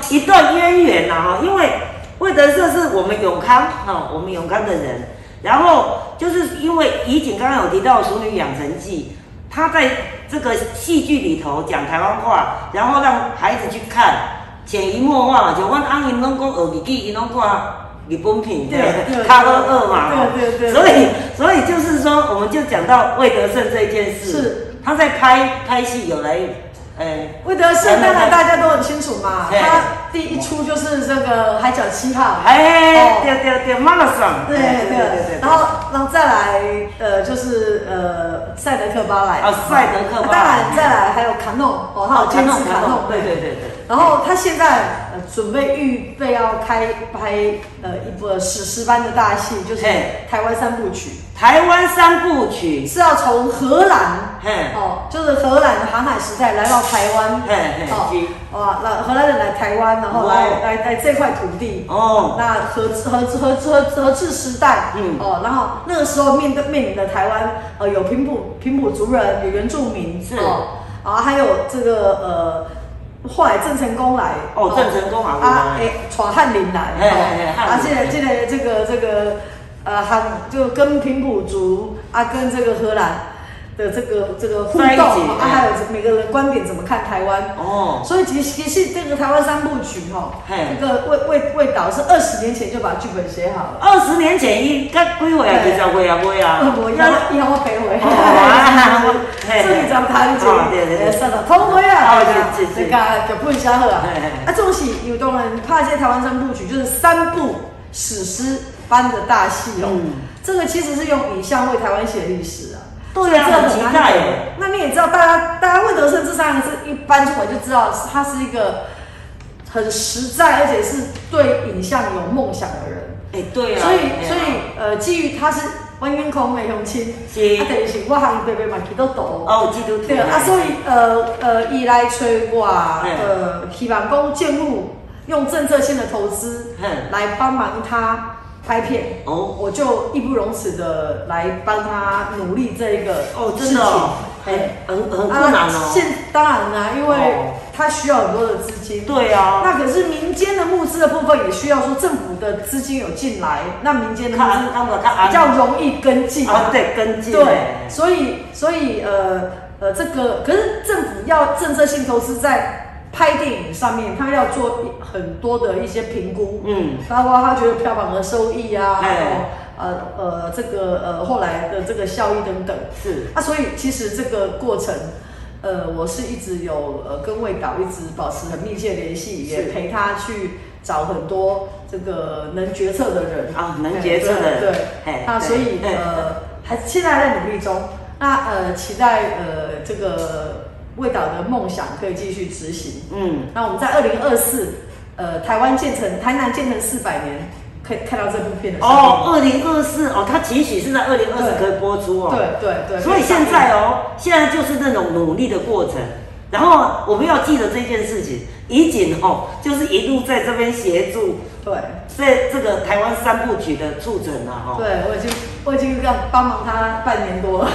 [SPEAKER 2] 一、一段渊源啦、哈，因为魏德胜是我们永康哈、我们永康的人，然后就是因为怡景刚刚有提到《熟女养成记》，他在这个戏剧里头讲台湾话，然后让孩子去看，潜移默化嘛，就阮翁因拢讲学日语，因拢看日本片，
[SPEAKER 3] 对对
[SPEAKER 2] 卡都二嘛，哈
[SPEAKER 3] 对对对
[SPEAKER 2] 所以所以就是说，我们就讲到魏德胜这件事，
[SPEAKER 3] 是
[SPEAKER 2] 他在拍拍戏有来，呃，
[SPEAKER 3] 魏德胜当然大家都很清楚嘛，
[SPEAKER 2] 嘿
[SPEAKER 3] 他第一出就是这个《海角七号》，
[SPEAKER 2] 哎
[SPEAKER 3] 哦，
[SPEAKER 2] 对对对，马拉松，
[SPEAKER 3] 对
[SPEAKER 2] 哎
[SPEAKER 3] 对对，然后然后再来呃就是呃塞德克巴莱，啊
[SPEAKER 2] 哦塞德克巴莱
[SPEAKER 3] 当然再来还有卡诺，哦，还有
[SPEAKER 2] 卡
[SPEAKER 3] 坚
[SPEAKER 2] 弄
[SPEAKER 3] 持卡
[SPEAKER 2] 卡
[SPEAKER 3] 诺
[SPEAKER 2] 弄，，对对对对，
[SPEAKER 3] 然后他现在呃准备预备要开拍呃一部史诗般的大戏，就是
[SPEAKER 2] 嘿
[SPEAKER 3] 台湾三部曲，
[SPEAKER 2] 台湾三部曲，
[SPEAKER 3] 是要从荷兰
[SPEAKER 2] 嘿，
[SPEAKER 3] 哦，就是荷兰的航海时代来到台湾，
[SPEAKER 2] 嘿嘿
[SPEAKER 3] 哦
[SPEAKER 2] 是，
[SPEAKER 3] 哇，那荷兰人来台湾，然后
[SPEAKER 2] 哇
[SPEAKER 3] 来来来这块土地。
[SPEAKER 2] 哦，
[SPEAKER 3] 那和和和和和治时代，
[SPEAKER 2] 嗯
[SPEAKER 3] 哦，然后那个时候面对面临的台湾，呃，有平埔平埔族人，有原住民，
[SPEAKER 2] 是
[SPEAKER 3] 哦，然后还有这个呃后来郑成功来，
[SPEAKER 2] 哦郑成功也有
[SPEAKER 3] 啊
[SPEAKER 2] 来，
[SPEAKER 3] 诶，带翰林来，
[SPEAKER 2] 嘿嘿嘿
[SPEAKER 3] 啊
[SPEAKER 2] 翰，
[SPEAKER 3] 这
[SPEAKER 2] 林
[SPEAKER 3] 个这个这个这个，呃，汉就跟平埔族啊，跟这个荷兰的这个这个互
[SPEAKER 2] 在一起
[SPEAKER 3] 动啊，
[SPEAKER 2] 哎
[SPEAKER 3] 还有每个人观点怎么看台湾，
[SPEAKER 2] 哦，
[SPEAKER 3] 所以其实其实这个台湾三部曲哈、
[SPEAKER 2] 嘿
[SPEAKER 3] 这个魏魏魏导是二十年前就把剧本写好了，
[SPEAKER 2] 二十年前伊甲几岁啊？二十岁啊，袂啊？
[SPEAKER 3] 呃我要要我陪我，
[SPEAKER 2] 哦啊
[SPEAKER 3] [LAUGHS]
[SPEAKER 2] 嘿嘿
[SPEAKER 3] 所以咱谈起
[SPEAKER 2] 哦对对，对
[SPEAKER 3] 呃，算了，通回啊，
[SPEAKER 2] 哦是是是
[SPEAKER 3] 这个就不能瞎喝啊
[SPEAKER 2] 嘿嘿。
[SPEAKER 3] 啊，这种戏有当然怕这些台湾三部曲，就是三部史诗般的大戏哦
[SPEAKER 2] 嗯。
[SPEAKER 3] 这个其实是用影像为台湾写历史啊。
[SPEAKER 2] 对啊
[SPEAKER 3] 所以这个
[SPEAKER 2] 很期待耶
[SPEAKER 3] 难得那你也知道，大家大家魏德胜这三个字一搬出来就知道，他是一个很实在，而且是对影像有梦想的人。
[SPEAKER 2] 哎，对啊。
[SPEAKER 3] 所以
[SPEAKER 2] 哎呀
[SPEAKER 3] 所以呃，基于他是弯跟空的乡亲，
[SPEAKER 2] 是
[SPEAKER 3] 啊，等于是我行辈辈嘛，去都懂。
[SPEAKER 2] 哦，基督徒
[SPEAKER 3] 对啊，所以呃呃，伊来催我，呃，希望公建入用政策性的投资
[SPEAKER 2] 嗯
[SPEAKER 3] 来帮忙他拍片，
[SPEAKER 2] 哦
[SPEAKER 3] 我就义不容辞的来帮他努力这一个
[SPEAKER 2] 哦，
[SPEAKER 3] 事
[SPEAKER 2] 真
[SPEAKER 3] 情
[SPEAKER 2] 的哦，
[SPEAKER 3] 嘿
[SPEAKER 2] 很很很困难
[SPEAKER 3] 啊
[SPEAKER 2] 哦。
[SPEAKER 3] 现当然啦、因为
[SPEAKER 2] 哦
[SPEAKER 3] 他需要很多的资金。
[SPEAKER 2] 对啊，
[SPEAKER 3] 那可是民间的募资的部分也需要说政府的资金有进来，那民间的募
[SPEAKER 2] 看
[SPEAKER 3] 资
[SPEAKER 2] 他们看
[SPEAKER 3] 比较容易跟进嘛
[SPEAKER 2] 啊，对，跟进
[SPEAKER 3] 对，所以所以呃呃，这个可是政府要政策性投资在拍电影上面，他要做一很多的一些评估，
[SPEAKER 2] 嗯，
[SPEAKER 3] 包括他觉得票房的收益啊，
[SPEAKER 2] 哎
[SPEAKER 3] 然后呃呃这个呃后来的这个效益等等。
[SPEAKER 2] 是
[SPEAKER 3] 啊，所以其实这个过程，呃，我是一直有呃跟魏导一直保持很密切联系，也
[SPEAKER 2] 是
[SPEAKER 3] 陪他去找很多这个能决策的人哎
[SPEAKER 2] 啊能决策的人
[SPEAKER 3] 对对
[SPEAKER 2] 嘿，
[SPEAKER 3] 那
[SPEAKER 2] 对
[SPEAKER 3] 所以
[SPEAKER 2] 嘿
[SPEAKER 3] 呃还现在还在努力中，那呃期待呃这个魏导的梦想可以继续执行。
[SPEAKER 2] 嗯，
[SPEAKER 3] 那我们在二零二四，呃，台湾建成台南建成四百年，可以看到这部片的上映
[SPEAKER 2] 哦，，二零二四哦，它期许是在二零二四可以播出哦。
[SPEAKER 3] 对对对，
[SPEAKER 2] 所以现在哦，现在就是那种努力的过程。然后我们要记得这件事情，怡景哦，就是一路在这边协助
[SPEAKER 3] 对。
[SPEAKER 2] 在这个台湾三部曲的促成啊，哈、哦。
[SPEAKER 3] 对，我已经我已经让帮忙他半年多了。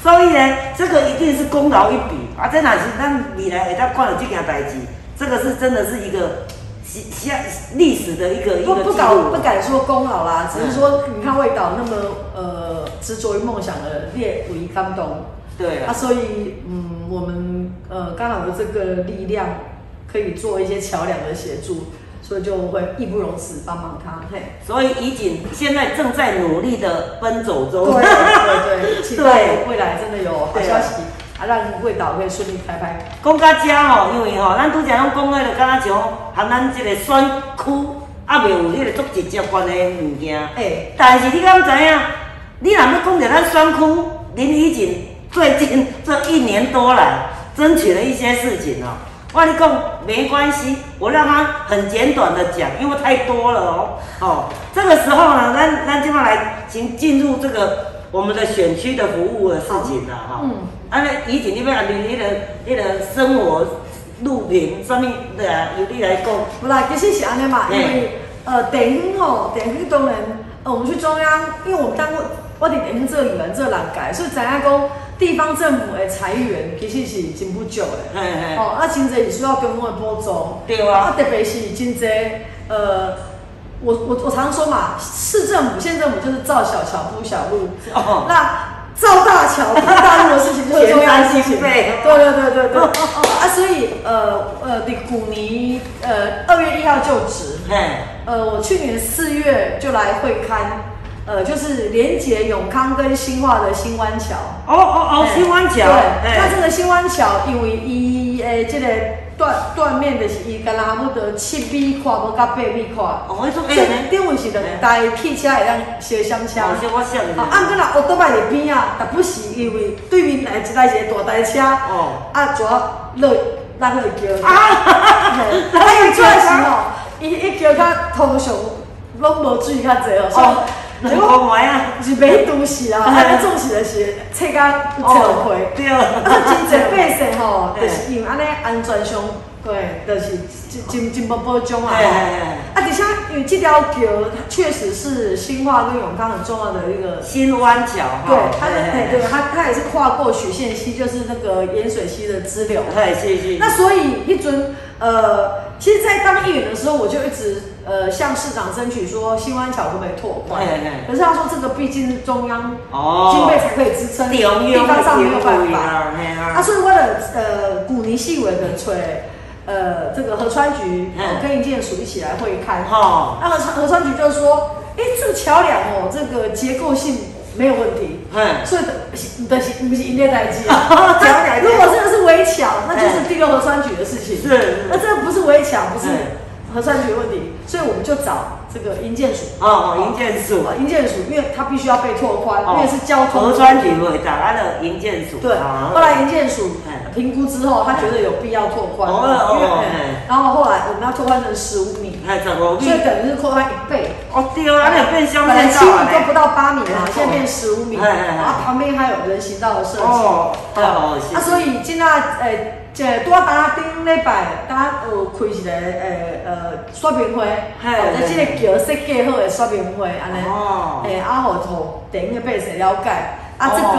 [SPEAKER 2] 所以呢，这个一定是功劳一笔啊！这哪是咱未来会当看了这件代志，这个是真的是一个是是历史的一个一
[SPEAKER 3] 不
[SPEAKER 2] 个
[SPEAKER 3] 不
[SPEAKER 2] 哎记
[SPEAKER 3] 搞
[SPEAKER 2] 录
[SPEAKER 3] 不。敢说功劳啦，只是说你看魏导那么呃执着于梦想的列五一感动
[SPEAKER 2] 对
[SPEAKER 3] 啊，
[SPEAKER 2] 啊，
[SPEAKER 3] 所以嗯我们呃刚好有这个力量可以做一些桥梁的协助，所以就会义不容辞帮忙他。嘿，
[SPEAKER 2] 所以怡景现在正在努力的奔走
[SPEAKER 3] 对啊
[SPEAKER 2] 中。
[SPEAKER 3] 对对，期待
[SPEAKER 2] 哦对
[SPEAKER 3] 未来真的有好
[SPEAKER 2] 对
[SPEAKER 3] 消息啊，让魏导可以顺利开拍。
[SPEAKER 2] [LAUGHS] 讲到遮吼，因为吼，咱拄则拢讲迄个，敢若像含咱即个选区啊，未有迄个足直接关的物件。
[SPEAKER 3] 哎，
[SPEAKER 2] 但是你敢知影？你若要讲着咱选区林以前最近这一年多来争取了一些事情哦，我跟你讲没关系，我让他很简短的讲，因为太多了哦。哦，这个时候呢，咱咱今晚来进进入这个我们的选区的服务的事情了哈、哦。
[SPEAKER 3] 嗯
[SPEAKER 2] 啊，那以前你要按你迄个迄个生活路平什么的啊，由你来讲。
[SPEAKER 3] 不啦，哦其实是安尼嘛，因
[SPEAKER 2] 嘿
[SPEAKER 3] 为呃，电影吼，电影当然，呃，我们去中央，因为我们当过我伫电影做演员做人改，所以知影讲地方政府的裁员其实是真不少的。
[SPEAKER 2] 嘿嘿，
[SPEAKER 3] 哦，啊，真侪是需要中央的补助。
[SPEAKER 2] 对啊
[SPEAKER 3] 特别是真侪呃，我我我常说嘛，市政府、县政府就是造小桥铺小路，
[SPEAKER 2] 哦，
[SPEAKER 3] 那造大桥、铺大路的事情就是中央的事
[SPEAKER 2] 简
[SPEAKER 3] 情。
[SPEAKER 2] 单心肺
[SPEAKER 3] 对对对对对。啊，所以呃呃，你古尼呃二月一号就职，
[SPEAKER 2] 嘿。
[SPEAKER 3] 呃，我去年四月就来会刊，呃，就是连接永康跟新化的新湾桥。
[SPEAKER 2] 哦哦哦，新湾桥，
[SPEAKER 3] 哎对，那这
[SPEAKER 2] 哎，
[SPEAKER 3] 个新湾桥因为伊诶，这个断断面就是伊干那差不多七米宽，无到八米宽。
[SPEAKER 2] 哦，我说
[SPEAKER 3] 所
[SPEAKER 2] 哎
[SPEAKER 3] 以
[SPEAKER 2] 呢，
[SPEAKER 3] 顶位是着台汽车会当烧香车。
[SPEAKER 2] 哦，是我想
[SPEAKER 3] 啊，啊，
[SPEAKER 2] 的，
[SPEAKER 3] 搁若乌托邦伫边啊，但不是因为对面来一台一个大台车，
[SPEAKER 2] 哦，
[SPEAKER 3] 啊，主要落咱落桥。 [LAUGHS] 啊，还有最是哦，伊伊桥较通常拢无水较济哦
[SPEAKER 2] 哦，，
[SPEAKER 3] 所以
[SPEAKER 2] 人
[SPEAKER 3] 结果
[SPEAKER 2] 工买啊，
[SPEAKER 3] 是买都市啊，啊，咱总是就是册哦甲有册亏。
[SPEAKER 2] 哦对，
[SPEAKER 3] 啊啊，真侪百姓吼，就是因为安尼安全上对，就是真真无保障啊
[SPEAKER 2] 哎。哎
[SPEAKER 3] 啊，底下因为这条桥它确实是新化跟永康很重要的一个
[SPEAKER 2] 哎，新湾桥哈，
[SPEAKER 3] 对，它是哎，对
[SPEAKER 2] 对，
[SPEAKER 3] 它它也是跨过许县溪，就是那个盐水溪的支流。
[SPEAKER 2] 哎是是，
[SPEAKER 3] 那所以一尊呃，其实，在当议员的时候，我就一直呃向市长争取说，新湾桥可不可以拓宽
[SPEAKER 2] 哎哎？
[SPEAKER 3] 可是他说这个毕竟是中央
[SPEAKER 2] 哦
[SPEAKER 3] 经费才可以支撑，
[SPEAKER 2] 中央
[SPEAKER 3] 地方上没有办法。
[SPEAKER 2] 嘿
[SPEAKER 3] 啊，
[SPEAKER 2] 啊，
[SPEAKER 3] 所以为了呃古尼细尾的吹，呃这个河川局、
[SPEAKER 2] 嗯
[SPEAKER 3] 呃跟营建署一起来会看哈。
[SPEAKER 2] 吼，
[SPEAKER 3] 那河川河川局就说，哎、这个桥梁哦，这个结构性没有问题。
[SPEAKER 2] 嗯，
[SPEAKER 3] 所以的是的是不是营业代机
[SPEAKER 2] 哦 [LAUGHS] 桥梁
[SPEAKER 3] 如果这个是围墙，那就是第六河川局的事情。
[SPEAKER 2] 是
[SPEAKER 3] 那这个不是围墙，不是
[SPEAKER 2] 嗯
[SPEAKER 3] 河川局的问题，所以我们就找这个营建署。
[SPEAKER 2] 哦，营建署，
[SPEAKER 3] 营建署，因为它必须要被拓宽，
[SPEAKER 2] 哦
[SPEAKER 3] 因为是交通。
[SPEAKER 2] 河川局会打他的营建署，
[SPEAKER 3] 对，
[SPEAKER 2] 啊
[SPEAKER 3] 后来营建署
[SPEAKER 2] 嗯
[SPEAKER 3] 哎评估之后，他觉得有必要拓宽，
[SPEAKER 2] 哦哦
[SPEAKER 3] 因为
[SPEAKER 2] 哦
[SPEAKER 3] 嗯然后后来我们要拓宽成十五米，
[SPEAKER 2] 哎，十五
[SPEAKER 3] 所
[SPEAKER 2] 米
[SPEAKER 3] 以，等于是拓宽一倍。
[SPEAKER 2] 哦对啊，那变乡
[SPEAKER 3] 本
[SPEAKER 2] 村
[SPEAKER 3] 来七米
[SPEAKER 2] 道
[SPEAKER 3] 都不
[SPEAKER 2] 嘞，
[SPEAKER 3] 到八米嘛
[SPEAKER 2] 哎，
[SPEAKER 3] 现在变十五米，
[SPEAKER 2] 哎哎哎
[SPEAKER 3] 然后旁边还有人行道的设计。
[SPEAKER 2] 哦，太好了，
[SPEAKER 3] 啊，所以今仔诶，即拄啊，当顶礼拜，当有呃开一个诶呃说明会，
[SPEAKER 2] 嘿
[SPEAKER 3] 或者即个桥设计好的说明会，安尼，
[SPEAKER 2] 哦
[SPEAKER 3] 诶，啊，互互顶个百姓了解，啊，这
[SPEAKER 2] 哦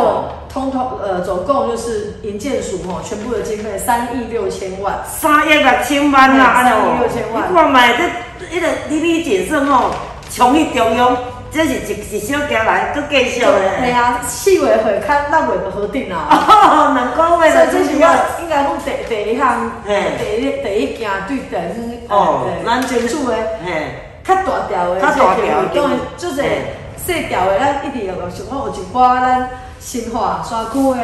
[SPEAKER 3] 个通通呃，总共就是营建署吼，全部的经费三亿六千万，
[SPEAKER 2] 三亿六千万啦，
[SPEAKER 3] 嗯
[SPEAKER 2] 安尼
[SPEAKER 3] 三亿
[SPEAKER 2] 哦，
[SPEAKER 3] 六千万
[SPEAKER 2] 你看卖这迄个李李景胜吼，冲去中央，这是一一小行来，佫继续
[SPEAKER 3] 对
[SPEAKER 2] 咧。
[SPEAKER 3] 啊，四月会较六月就核定啊
[SPEAKER 2] [LAUGHS]
[SPEAKER 3] 啦。
[SPEAKER 2] 哦，难怪
[SPEAKER 3] 所
[SPEAKER 2] 为
[SPEAKER 3] 以
[SPEAKER 2] 了
[SPEAKER 3] 这
[SPEAKER 2] 这
[SPEAKER 3] 是
[SPEAKER 2] 是
[SPEAKER 3] 我
[SPEAKER 2] 我，
[SPEAKER 3] 应该讲第第一项，
[SPEAKER 2] 嘿
[SPEAKER 3] 第一第一件对等
[SPEAKER 2] 哦咱
[SPEAKER 3] 政府的。
[SPEAKER 2] 嘿，
[SPEAKER 3] 较大条的，
[SPEAKER 2] 较大条的
[SPEAKER 3] 当然就是细条的，咱一定要想讲有一寡咱新化山区的，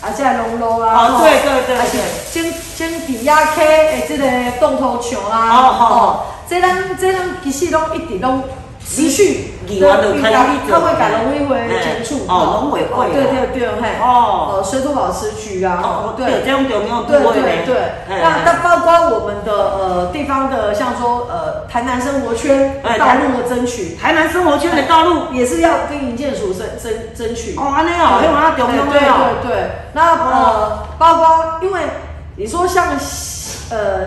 [SPEAKER 3] 啊，即个农路啊，
[SPEAKER 2] 哦对对对
[SPEAKER 3] 啊是整整地亚溪的即个动头墙啊，
[SPEAKER 2] 哦哦哦，
[SPEAKER 3] 这咱这咱其实拢一直拢持续，
[SPEAKER 2] 你你玩就看到你做
[SPEAKER 3] 他会改农委会接触
[SPEAKER 2] 哎，哦农委会哦
[SPEAKER 3] 对对对，嘿，
[SPEAKER 2] 哦，
[SPEAKER 3] 水土保持局啊，
[SPEAKER 2] 哦，
[SPEAKER 3] 对
[SPEAKER 2] 对，。这种中央部
[SPEAKER 3] 对
[SPEAKER 2] 位
[SPEAKER 3] 对对，
[SPEAKER 2] 哎
[SPEAKER 3] 那那包括我们的呃地方的，像说呃台南生活圈
[SPEAKER 2] 哎
[SPEAKER 3] 道路的争取，
[SPEAKER 2] 台南生活圈的道路，
[SPEAKER 3] 也是要跟营建署争争争取。哎
[SPEAKER 2] 哦，安尼哦，迄往中央
[SPEAKER 3] 对
[SPEAKER 2] 的哦，
[SPEAKER 3] 对对对，那呃包括因为你说像呃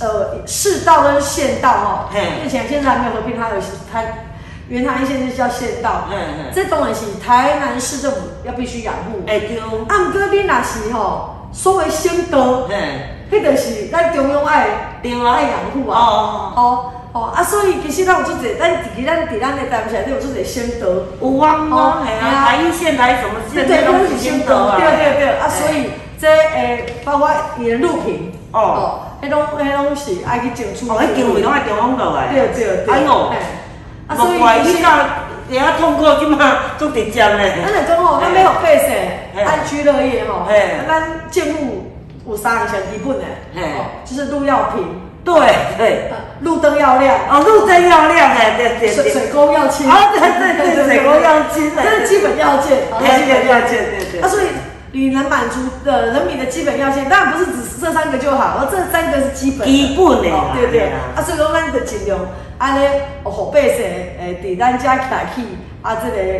[SPEAKER 3] 呃市道跟县道哦，
[SPEAKER 2] 嘿
[SPEAKER 3] 目前现在还没有合并，它有它原来现在叫县道，
[SPEAKER 2] 嗯嗯，
[SPEAKER 3] 这东西台南市政府要必须养护。
[SPEAKER 2] 哎对，
[SPEAKER 3] 啊，毋过你若是吼，所谓省道。
[SPEAKER 2] 嘿，
[SPEAKER 3] 迄就是咱中央爱
[SPEAKER 2] 对
[SPEAKER 3] 爱
[SPEAKER 2] 啊，
[SPEAKER 3] 养护啊，
[SPEAKER 2] 哦，
[SPEAKER 3] 哦哦啊，所以其实咱有做者，咱自己咱伫咱的台面有做者先得，
[SPEAKER 2] 有啊，
[SPEAKER 3] 哦
[SPEAKER 2] 我嘿
[SPEAKER 3] 对
[SPEAKER 2] 啊，
[SPEAKER 3] 啊
[SPEAKER 2] 台一线来什么
[SPEAKER 3] 对
[SPEAKER 2] 线，
[SPEAKER 3] 对，
[SPEAKER 2] 这
[SPEAKER 3] 拢
[SPEAKER 2] 都
[SPEAKER 3] 是
[SPEAKER 2] 是
[SPEAKER 3] 先
[SPEAKER 2] 先
[SPEAKER 3] 得
[SPEAKER 2] 导啊，
[SPEAKER 3] 对对对啊，
[SPEAKER 2] 哎
[SPEAKER 3] 所以这诶，包括伊的录屏，
[SPEAKER 2] 哦
[SPEAKER 3] 哦，迄种迄种是爱去争取，
[SPEAKER 2] 哦，迄经费拢爱中央落来，
[SPEAKER 3] 对对对，
[SPEAKER 2] 哎呦
[SPEAKER 3] 嘿，啊，所
[SPEAKER 2] 莫怪你
[SPEAKER 3] 以其实
[SPEAKER 2] 到，会晓痛苦，即马足直接
[SPEAKER 3] 咱
[SPEAKER 2] 咧。
[SPEAKER 3] 来讲吼，咱要有百
[SPEAKER 2] 嘿
[SPEAKER 3] 姓安居乐业吼啊
[SPEAKER 2] 嘿，
[SPEAKER 3] 咱政府有三个上基本的，
[SPEAKER 2] 嘿
[SPEAKER 3] 哦，就是路要平，
[SPEAKER 2] 对对，
[SPEAKER 3] 呃路灯要亮。
[SPEAKER 2] 哦，路真要亮诶，对对
[SPEAKER 3] 水
[SPEAKER 2] 对。
[SPEAKER 3] 水沟要清
[SPEAKER 2] 啊，对对对，水沟要清
[SPEAKER 3] 这
[SPEAKER 2] 诶
[SPEAKER 3] 是，基本要件，好
[SPEAKER 2] 对对对对对
[SPEAKER 3] 啊，。所以你能满足呃人民的基本要件，当然不是只是这三个就好，而这三个是基本的
[SPEAKER 2] 基本的啦
[SPEAKER 3] 哦对
[SPEAKER 2] 嘿
[SPEAKER 3] 对
[SPEAKER 2] 啦。
[SPEAKER 3] 啊，所以讲咱就尽量安尼，哦，好百姓诶，伫咱家起来去啊，这个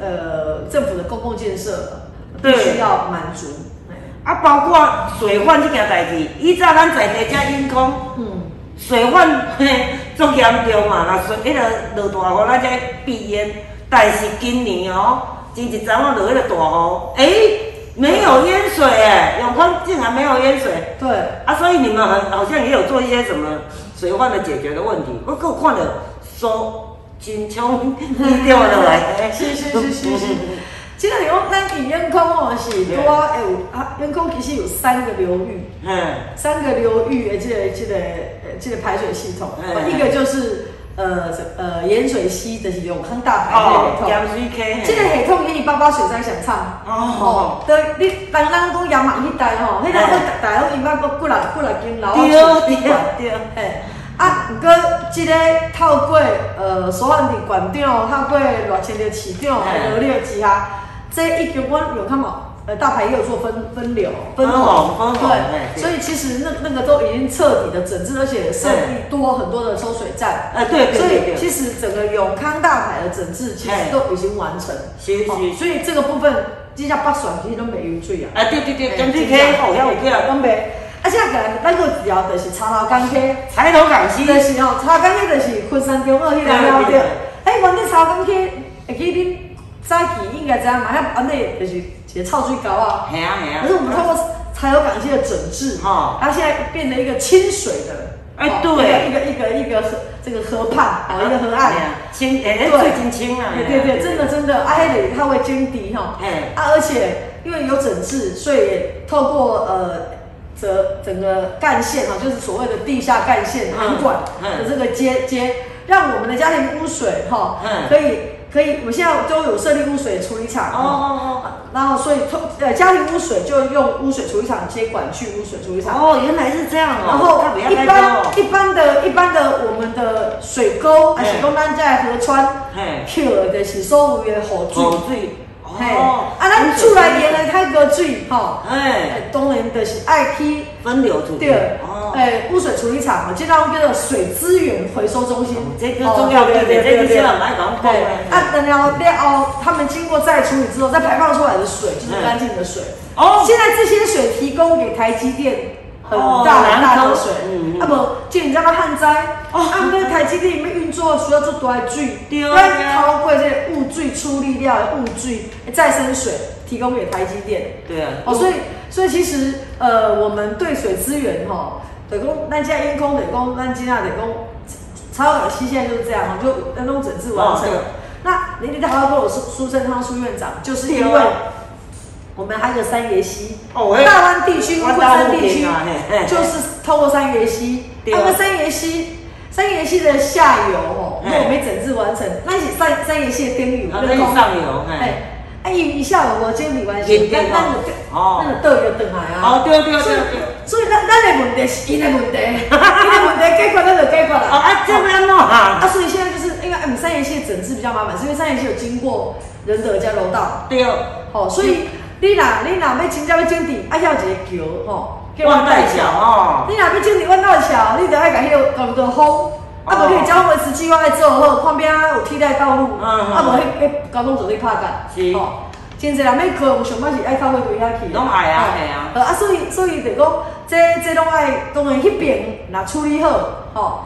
[SPEAKER 3] 呃政府的公共建设必
[SPEAKER 2] 对
[SPEAKER 3] 须要满足。
[SPEAKER 2] 啊，包括水患这件代志，以前咱在地遮因讲
[SPEAKER 3] 嗯，
[SPEAKER 2] 水患嘿足严重嘛，那水迄个落大雨，咱才闭淹。但是今年哦，前一阵我落迄个大雨，诶，没有淹水诶，永康竟然没有淹水。
[SPEAKER 3] 对，
[SPEAKER 2] 啊，所以你们很好像也有做一些什么水患的解决的问题，我给我看了说真冲低调的来，
[SPEAKER 3] 是是是是是。即个讲咱以员工哦是
[SPEAKER 2] 对
[SPEAKER 3] 多有啊，员工其实有三个流域。
[SPEAKER 2] 嗯，
[SPEAKER 3] 三个流域的这个这个呃这个排水系统，啊
[SPEAKER 2] 哎
[SPEAKER 3] 一个就是呃呃盐水溪，就是永康大排
[SPEAKER 2] 哦，
[SPEAKER 3] 这个系统。
[SPEAKER 2] 咸水溪，
[SPEAKER 3] 这个系统伊八八水灾想唱
[SPEAKER 2] 哦，
[SPEAKER 3] 对，你人人讲盐网迄带吼，迄个
[SPEAKER 2] 哎
[SPEAKER 3] 咱大大拢伊捌过几来几来间楼
[SPEAKER 2] 对对对，
[SPEAKER 3] 哦嘿，啊，毋过即个透过呃所汉的县长，哦透过偌清的市长，
[SPEAKER 2] 嘿
[SPEAKER 3] 罗列之下，这已经阮有看嘛，呃，大牌也有做分分流、
[SPEAKER 2] 分红分红哎对
[SPEAKER 3] 对，所以其实那那个都已经彻底的整治，而且设立多很多的抽水站。
[SPEAKER 2] 呃，对对
[SPEAKER 3] 所以
[SPEAKER 2] 对对，
[SPEAKER 3] 其实整个永康大牌的整治其实
[SPEAKER 2] 嘿
[SPEAKER 3] 都已经完成，
[SPEAKER 2] 是
[SPEAKER 3] 哦
[SPEAKER 2] 是，
[SPEAKER 3] 所以这个部分，这下北选其实都没有水啊。
[SPEAKER 2] 啊对对对，咸水溪
[SPEAKER 3] 真的
[SPEAKER 2] 好像有去啊，
[SPEAKER 3] 讲袂。啊，且个咱有一条就是茶头港溪，
[SPEAKER 2] 柴头港溪，
[SPEAKER 3] 就是吼茶头港溪就是昆山中二迄个了对。哎，原来茶头港溪，会记恁早起应该知影嘛？遐安尼就是一个臭水沟啊。
[SPEAKER 2] 嘿啊嘿啊
[SPEAKER 3] 可是我们通过柴油港溪的整治，
[SPEAKER 2] 哦
[SPEAKER 3] 哈，它现在变成一个清水的，
[SPEAKER 2] 哎
[SPEAKER 3] 哦
[SPEAKER 2] 对
[SPEAKER 3] 一个一个一个一个河这个河畔，哦，一个河
[SPEAKER 2] 嘿啊
[SPEAKER 3] 岸，
[SPEAKER 2] 清，哎，
[SPEAKER 3] 对
[SPEAKER 2] 最近清啊，
[SPEAKER 3] 对对对，真的真的，啊，黑的它会涓滴哈，
[SPEAKER 2] 哎
[SPEAKER 3] 啊，而且因为有整治，所以也透过呃。整整个干线哈，就是所谓的地下干线
[SPEAKER 2] 嗯
[SPEAKER 3] 涵管
[SPEAKER 2] 嗯
[SPEAKER 3] 的这个接接，让我们的家庭污水哈
[SPEAKER 2] 嗯，
[SPEAKER 3] 可以可以，我们现在都有设立污水处理厂
[SPEAKER 2] 哦哦
[SPEAKER 3] 然后所以通呃家庭污水就用污水处理厂接管去污水处理
[SPEAKER 2] 哦，
[SPEAKER 3] 厂。
[SPEAKER 2] 哦，原来是这样哦，
[SPEAKER 3] 然后
[SPEAKER 2] 那不要
[SPEAKER 3] 一
[SPEAKER 2] 再
[SPEAKER 3] 般
[SPEAKER 2] 多
[SPEAKER 3] 一般的一般的我们的水沟啊
[SPEAKER 2] 嘿
[SPEAKER 3] 水沟咱在河川
[SPEAKER 2] 嘿，
[SPEAKER 3] 捡的是所有的河水，
[SPEAKER 2] 哦对，
[SPEAKER 3] 嘿，
[SPEAKER 2] 哦
[SPEAKER 3] 啊，咱厝内淹的太多水吼，
[SPEAKER 2] 哎，
[SPEAKER 3] 哎当然就是爱去
[SPEAKER 2] 分流处理，
[SPEAKER 3] 对
[SPEAKER 2] 哦，，
[SPEAKER 3] 哎污水处理厂嘛，即咱叫做水资源回收中心
[SPEAKER 2] 哦，这个重要一点，这个千万不要讲过
[SPEAKER 3] 对，
[SPEAKER 2] 哎
[SPEAKER 3] 啊，等了了后，他们经过再处理之后，再排放出来的水就是干净的水。
[SPEAKER 2] 哦
[SPEAKER 3] 现在这些水提供给台积电很大
[SPEAKER 2] 哦
[SPEAKER 3] 很大
[SPEAKER 2] 南
[SPEAKER 3] 的
[SPEAKER 2] 科
[SPEAKER 3] 水
[SPEAKER 2] 嗯嗯，
[SPEAKER 3] 啊不，就你知道旱灾，
[SPEAKER 2] 哦
[SPEAKER 3] 啊，跟台积电里面运作需要做多少水，
[SPEAKER 2] 对啊对啊
[SPEAKER 3] 要超过这些物质处理掉的物质再生水提供给台积电。
[SPEAKER 2] 对啊，
[SPEAKER 3] 哦，所以所以其实呃，我们对水资源哈，得讲，咱现在因空得讲，咱今啊得讲，超港西现在就是这样哦，就那种整治完成。
[SPEAKER 2] 哦对
[SPEAKER 3] 那林林大华跟我苏苏贞昌苏院长，就是因
[SPEAKER 2] 对
[SPEAKER 3] 为
[SPEAKER 2] 哦
[SPEAKER 3] 我们还有个三爷溪，
[SPEAKER 2] 哦嘿
[SPEAKER 3] 大湾地区、
[SPEAKER 2] 我
[SPEAKER 3] 昆
[SPEAKER 2] 大湾
[SPEAKER 3] 山地
[SPEAKER 2] 地
[SPEAKER 3] 区
[SPEAKER 2] 区啊嘿嘿，
[SPEAKER 3] 就是透过三爷溪，啊
[SPEAKER 2] 对哦
[SPEAKER 3] 那个三爷溪。三爷溪的下游哦，如果没整治完成，那是三三爷溪的边缘，
[SPEAKER 2] 啊那是上游嘿
[SPEAKER 3] 哎，啊，伊伊下游无整理完成，
[SPEAKER 2] 认定
[SPEAKER 3] 咱咱就
[SPEAKER 2] 哦
[SPEAKER 3] 咱就倒就转来啊。
[SPEAKER 2] 哦对对
[SPEAKER 3] 所以
[SPEAKER 2] 对对，
[SPEAKER 3] 所以咱咱的问题是因的问题，因的问题解决咱就解决
[SPEAKER 2] 哦 [LAUGHS]
[SPEAKER 3] 了。
[SPEAKER 2] 啊，这边弄
[SPEAKER 3] 啊，
[SPEAKER 2] 啊，
[SPEAKER 3] 所以现在就是因为我们三元线整治比较麻烦，是因为三元线有经过仁德加柔道，
[SPEAKER 2] 对，
[SPEAKER 3] 吼、所
[SPEAKER 2] 嗯
[SPEAKER 3] 以你若你若要真正要整治，啊，遐有一个桥吼，叫
[SPEAKER 2] 万代小哦，
[SPEAKER 3] 你若要整理阮道桥，你就爱甲迄个搞个风，啊无迄个交通维持计划爱做好，看边仔有替代道路，
[SPEAKER 2] 嗯嗯
[SPEAKER 3] 啊无迄个交通绝对拍
[SPEAKER 2] 是
[SPEAKER 3] 干，吼。真侪人要可能上摆是爱靠迄位遐去，
[SPEAKER 2] 拢爱啊
[SPEAKER 3] 哦
[SPEAKER 2] 嘿啊
[SPEAKER 3] 呃啊，所以所以就讲，这这拢爱当然迄边若处理好，吼。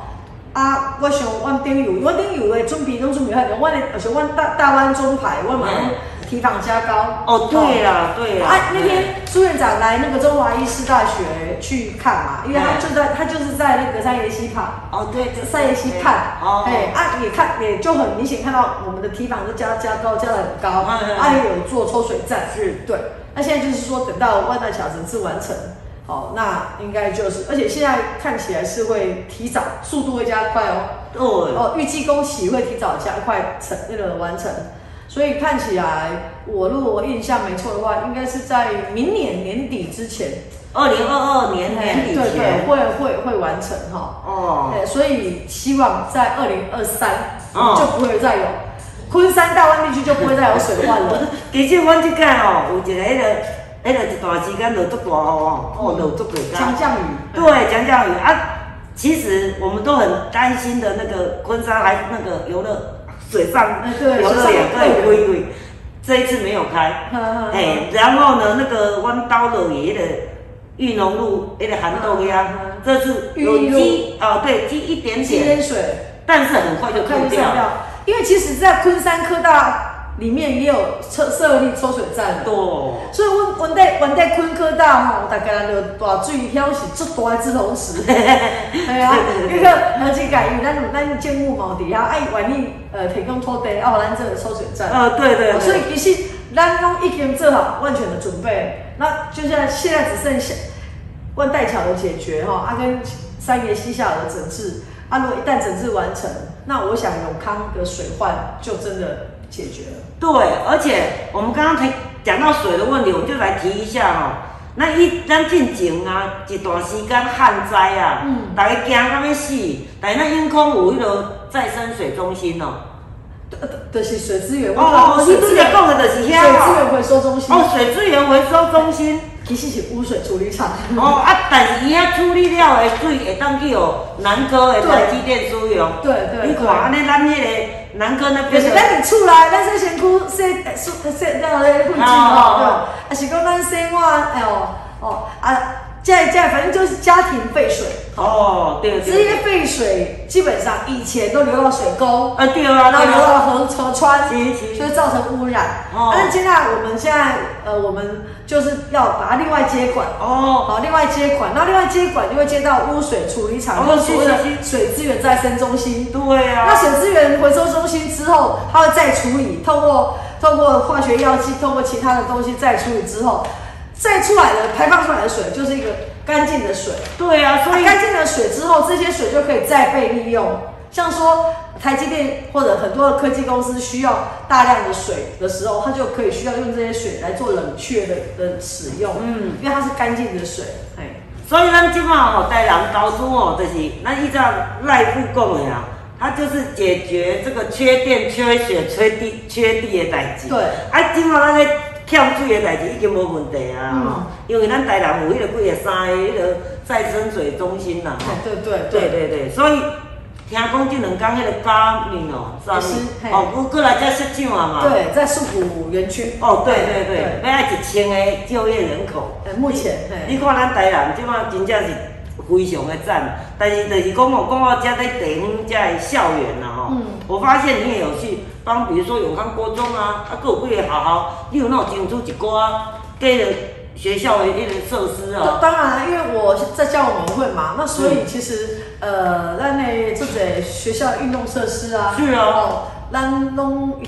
[SPEAKER 3] 啊，我想阮顶游，阮顶游的准备拢准备好了，阮的而且阮大大湾中牌，阮嘛拢提防加高。
[SPEAKER 2] 嗯哦对
[SPEAKER 3] 啦。
[SPEAKER 2] 啦对啦，
[SPEAKER 3] 啊，那天苏院长来那个中华医师大学去看嘛，因为他
[SPEAKER 2] 嗯
[SPEAKER 3] 就在他就是在那个三爷溪畔，
[SPEAKER 2] 哦对对，
[SPEAKER 3] 三爷溪畔，
[SPEAKER 2] 哦，
[SPEAKER 3] 哎啊也看也就很明显看到我们的堤防都加加高加的很高，
[SPEAKER 2] 嗯嗯嗯
[SPEAKER 3] 啊也有做抽水站，
[SPEAKER 2] 是
[SPEAKER 3] 对。那现在就是说等到万代小整治完成，好，那应该就是，而且现在看起来是会提早，速度会加快哦。
[SPEAKER 2] 哦，
[SPEAKER 3] 哦，预计工期会提早加快成那个完成，所以看起来我如果印象没错的话，应该是在明年年底之前，
[SPEAKER 2] 二零二二年年底
[SPEAKER 3] 对对，
[SPEAKER 2] 前，
[SPEAKER 3] 会会会完成哈。
[SPEAKER 2] 哦。
[SPEAKER 3] 哎，所以希望在二零二三
[SPEAKER 2] 哦
[SPEAKER 3] 就不会再有昆山大湾地区就不会再有水患
[SPEAKER 2] [LAUGHS]
[SPEAKER 3] 了。
[SPEAKER 2] 其实阮即届吼有一个迄、个，迄、个一段时间落足大雨吼，
[SPEAKER 3] 嗯
[SPEAKER 2] 哦落足几天
[SPEAKER 3] 强降雨，
[SPEAKER 2] 对，讲降雨啊。其实我们都很担心的那个昆山还那个游乐水上
[SPEAKER 3] 哎对
[SPEAKER 2] 游乐园
[SPEAKER 3] 水上啊乐园
[SPEAKER 2] 对归归，这一次没有开。
[SPEAKER 3] 呵呵呵
[SPEAKER 2] 哎，然后呢，那个弯刀乐园的玉龙路那个涵洞呀
[SPEAKER 3] 嗯嗯，
[SPEAKER 2] 这次
[SPEAKER 3] 玉
[SPEAKER 2] 有
[SPEAKER 3] 龙
[SPEAKER 2] 积哦，对，积一点
[SPEAKER 3] 今
[SPEAKER 2] 点，
[SPEAKER 3] 天水
[SPEAKER 2] 但是很快就
[SPEAKER 3] 快
[SPEAKER 2] 退
[SPEAKER 3] 就
[SPEAKER 2] 掉了。
[SPEAKER 3] 上掉，因为其实，在昆山科大里面也有设设立抽水站了。
[SPEAKER 2] 对，
[SPEAKER 3] 所以阮阮在阮在昆科大吼，大家就大水遐是足大的志同 [LAUGHS] 池，系啊，迄个何志改，因为咱有咱建物嘛伫遐，啊伊愿意呃提供土地，啊互咱这个抽水站，
[SPEAKER 2] 呃，对对对，
[SPEAKER 3] 哦所以其实咱拢已经做好万全的准备，那就像现在只剩下万代桥的解决哈，啊跟三爷西下的整治，啊如果一旦整治完成，那我想永康的水患就真的解决了。
[SPEAKER 2] 对，而且我们刚刚提讲到水的问题，我们就来提一下哦。那一咱进前啊，一段时间旱灾啊，
[SPEAKER 3] 嗯
[SPEAKER 2] 大家惊到要死。但是咱永康有迄个再生水中心哦，
[SPEAKER 3] 呃就是水资源，
[SPEAKER 2] 哦你拄则讲的就是遐
[SPEAKER 3] 水资源回收中心，
[SPEAKER 2] 哦，水资源回收中心，
[SPEAKER 3] 其实是污水处理厂。
[SPEAKER 2] 哦啊，但是伊遐处理了的水会当去哦南科的
[SPEAKER 3] 对
[SPEAKER 2] 台积电使用。
[SPEAKER 3] 对对
[SPEAKER 2] 你看，安尼咱迄个南科那
[SPEAKER 3] 就
[SPEAKER 2] 边
[SPEAKER 3] 是
[SPEAKER 2] 的，
[SPEAKER 3] 咱伫厝内，咱说身躯洗呃洗洗了咧附近
[SPEAKER 2] 哦
[SPEAKER 3] 吼，对，啊是讲咱洗碗哎哦哦啊，这这反正就是家庭废水。
[SPEAKER 2] 哦，对
[SPEAKER 3] 这
[SPEAKER 2] 对，
[SPEAKER 3] 些废水基本上以前都流到水沟，
[SPEAKER 2] 啊对啊，
[SPEAKER 3] 然后
[SPEAKER 2] 对
[SPEAKER 3] 流
[SPEAKER 2] 啊，
[SPEAKER 3] 到河河川，
[SPEAKER 2] 是是
[SPEAKER 3] 所以造成污染。啊
[SPEAKER 2] 哦
[SPEAKER 3] 但是现在我们现在呃，我们就是要把它另外接管。
[SPEAKER 2] 哦，
[SPEAKER 3] 好，另外接管，那另外接管就会接到污水处理厂，
[SPEAKER 2] 哦
[SPEAKER 3] 就是所谓的
[SPEAKER 2] 是是是
[SPEAKER 3] 水资源再生中心。
[SPEAKER 2] 对
[SPEAKER 3] 那
[SPEAKER 2] 啊，
[SPEAKER 3] 水资源回收中心之后，它会再处理，透过透过化学药剂，透过其他的东西再处理之后，再出来的排放出来的水就是一个干净的水。
[SPEAKER 2] 对啊，所以
[SPEAKER 3] 干净的水之后，这些水就可以再被利用。像说台积电或者很多的科技公司需要大量的水的时候，它就可以需要用这些水来做冷却的的使用，
[SPEAKER 2] 嗯
[SPEAKER 3] 嗯，因为它是干净的水，哎，
[SPEAKER 2] 所以咱即马吼，台人高中哦，就是咱依照赖副讲的啊，他就是解决这个缺电、缺血、缺地、缺地的代志。
[SPEAKER 3] 对
[SPEAKER 2] 啊，即马咱咧欠水的代志已经无问题啊，吼、
[SPEAKER 3] 嗯
[SPEAKER 2] 因为咱台人有迄个几个三个迄个再生水中心啦、
[SPEAKER 3] 哎
[SPEAKER 2] 吼、
[SPEAKER 3] 对对
[SPEAKER 2] 对
[SPEAKER 3] 对，
[SPEAKER 2] 对对，所以听讲即两天迄个嘉明哦，啥
[SPEAKER 3] 也是嘿
[SPEAKER 2] 物哦，又过来遮设厂啊嘛。。
[SPEAKER 3] 对，在树谷园区，
[SPEAKER 2] 哦，对对对，要爱一千个就业人口。
[SPEAKER 3] 哎，目前，哎
[SPEAKER 2] 你看咱台南即摆真正是非常的赞，但是就是讲哦，讲到遮在地方遮的校园啊吼，
[SPEAKER 3] 嗯
[SPEAKER 2] 我发现你也有去帮，比如说永康国中啊，啊，还有几个学校，你有那种争取一寡跟着学校的迄个设施啊，
[SPEAKER 3] 当然，因为我在教我们会嘛，那所
[SPEAKER 2] 嗯
[SPEAKER 3] 以其实、呃，咱的这个学校的运动设施啊，
[SPEAKER 2] 是啊
[SPEAKER 3] 哦，咱弄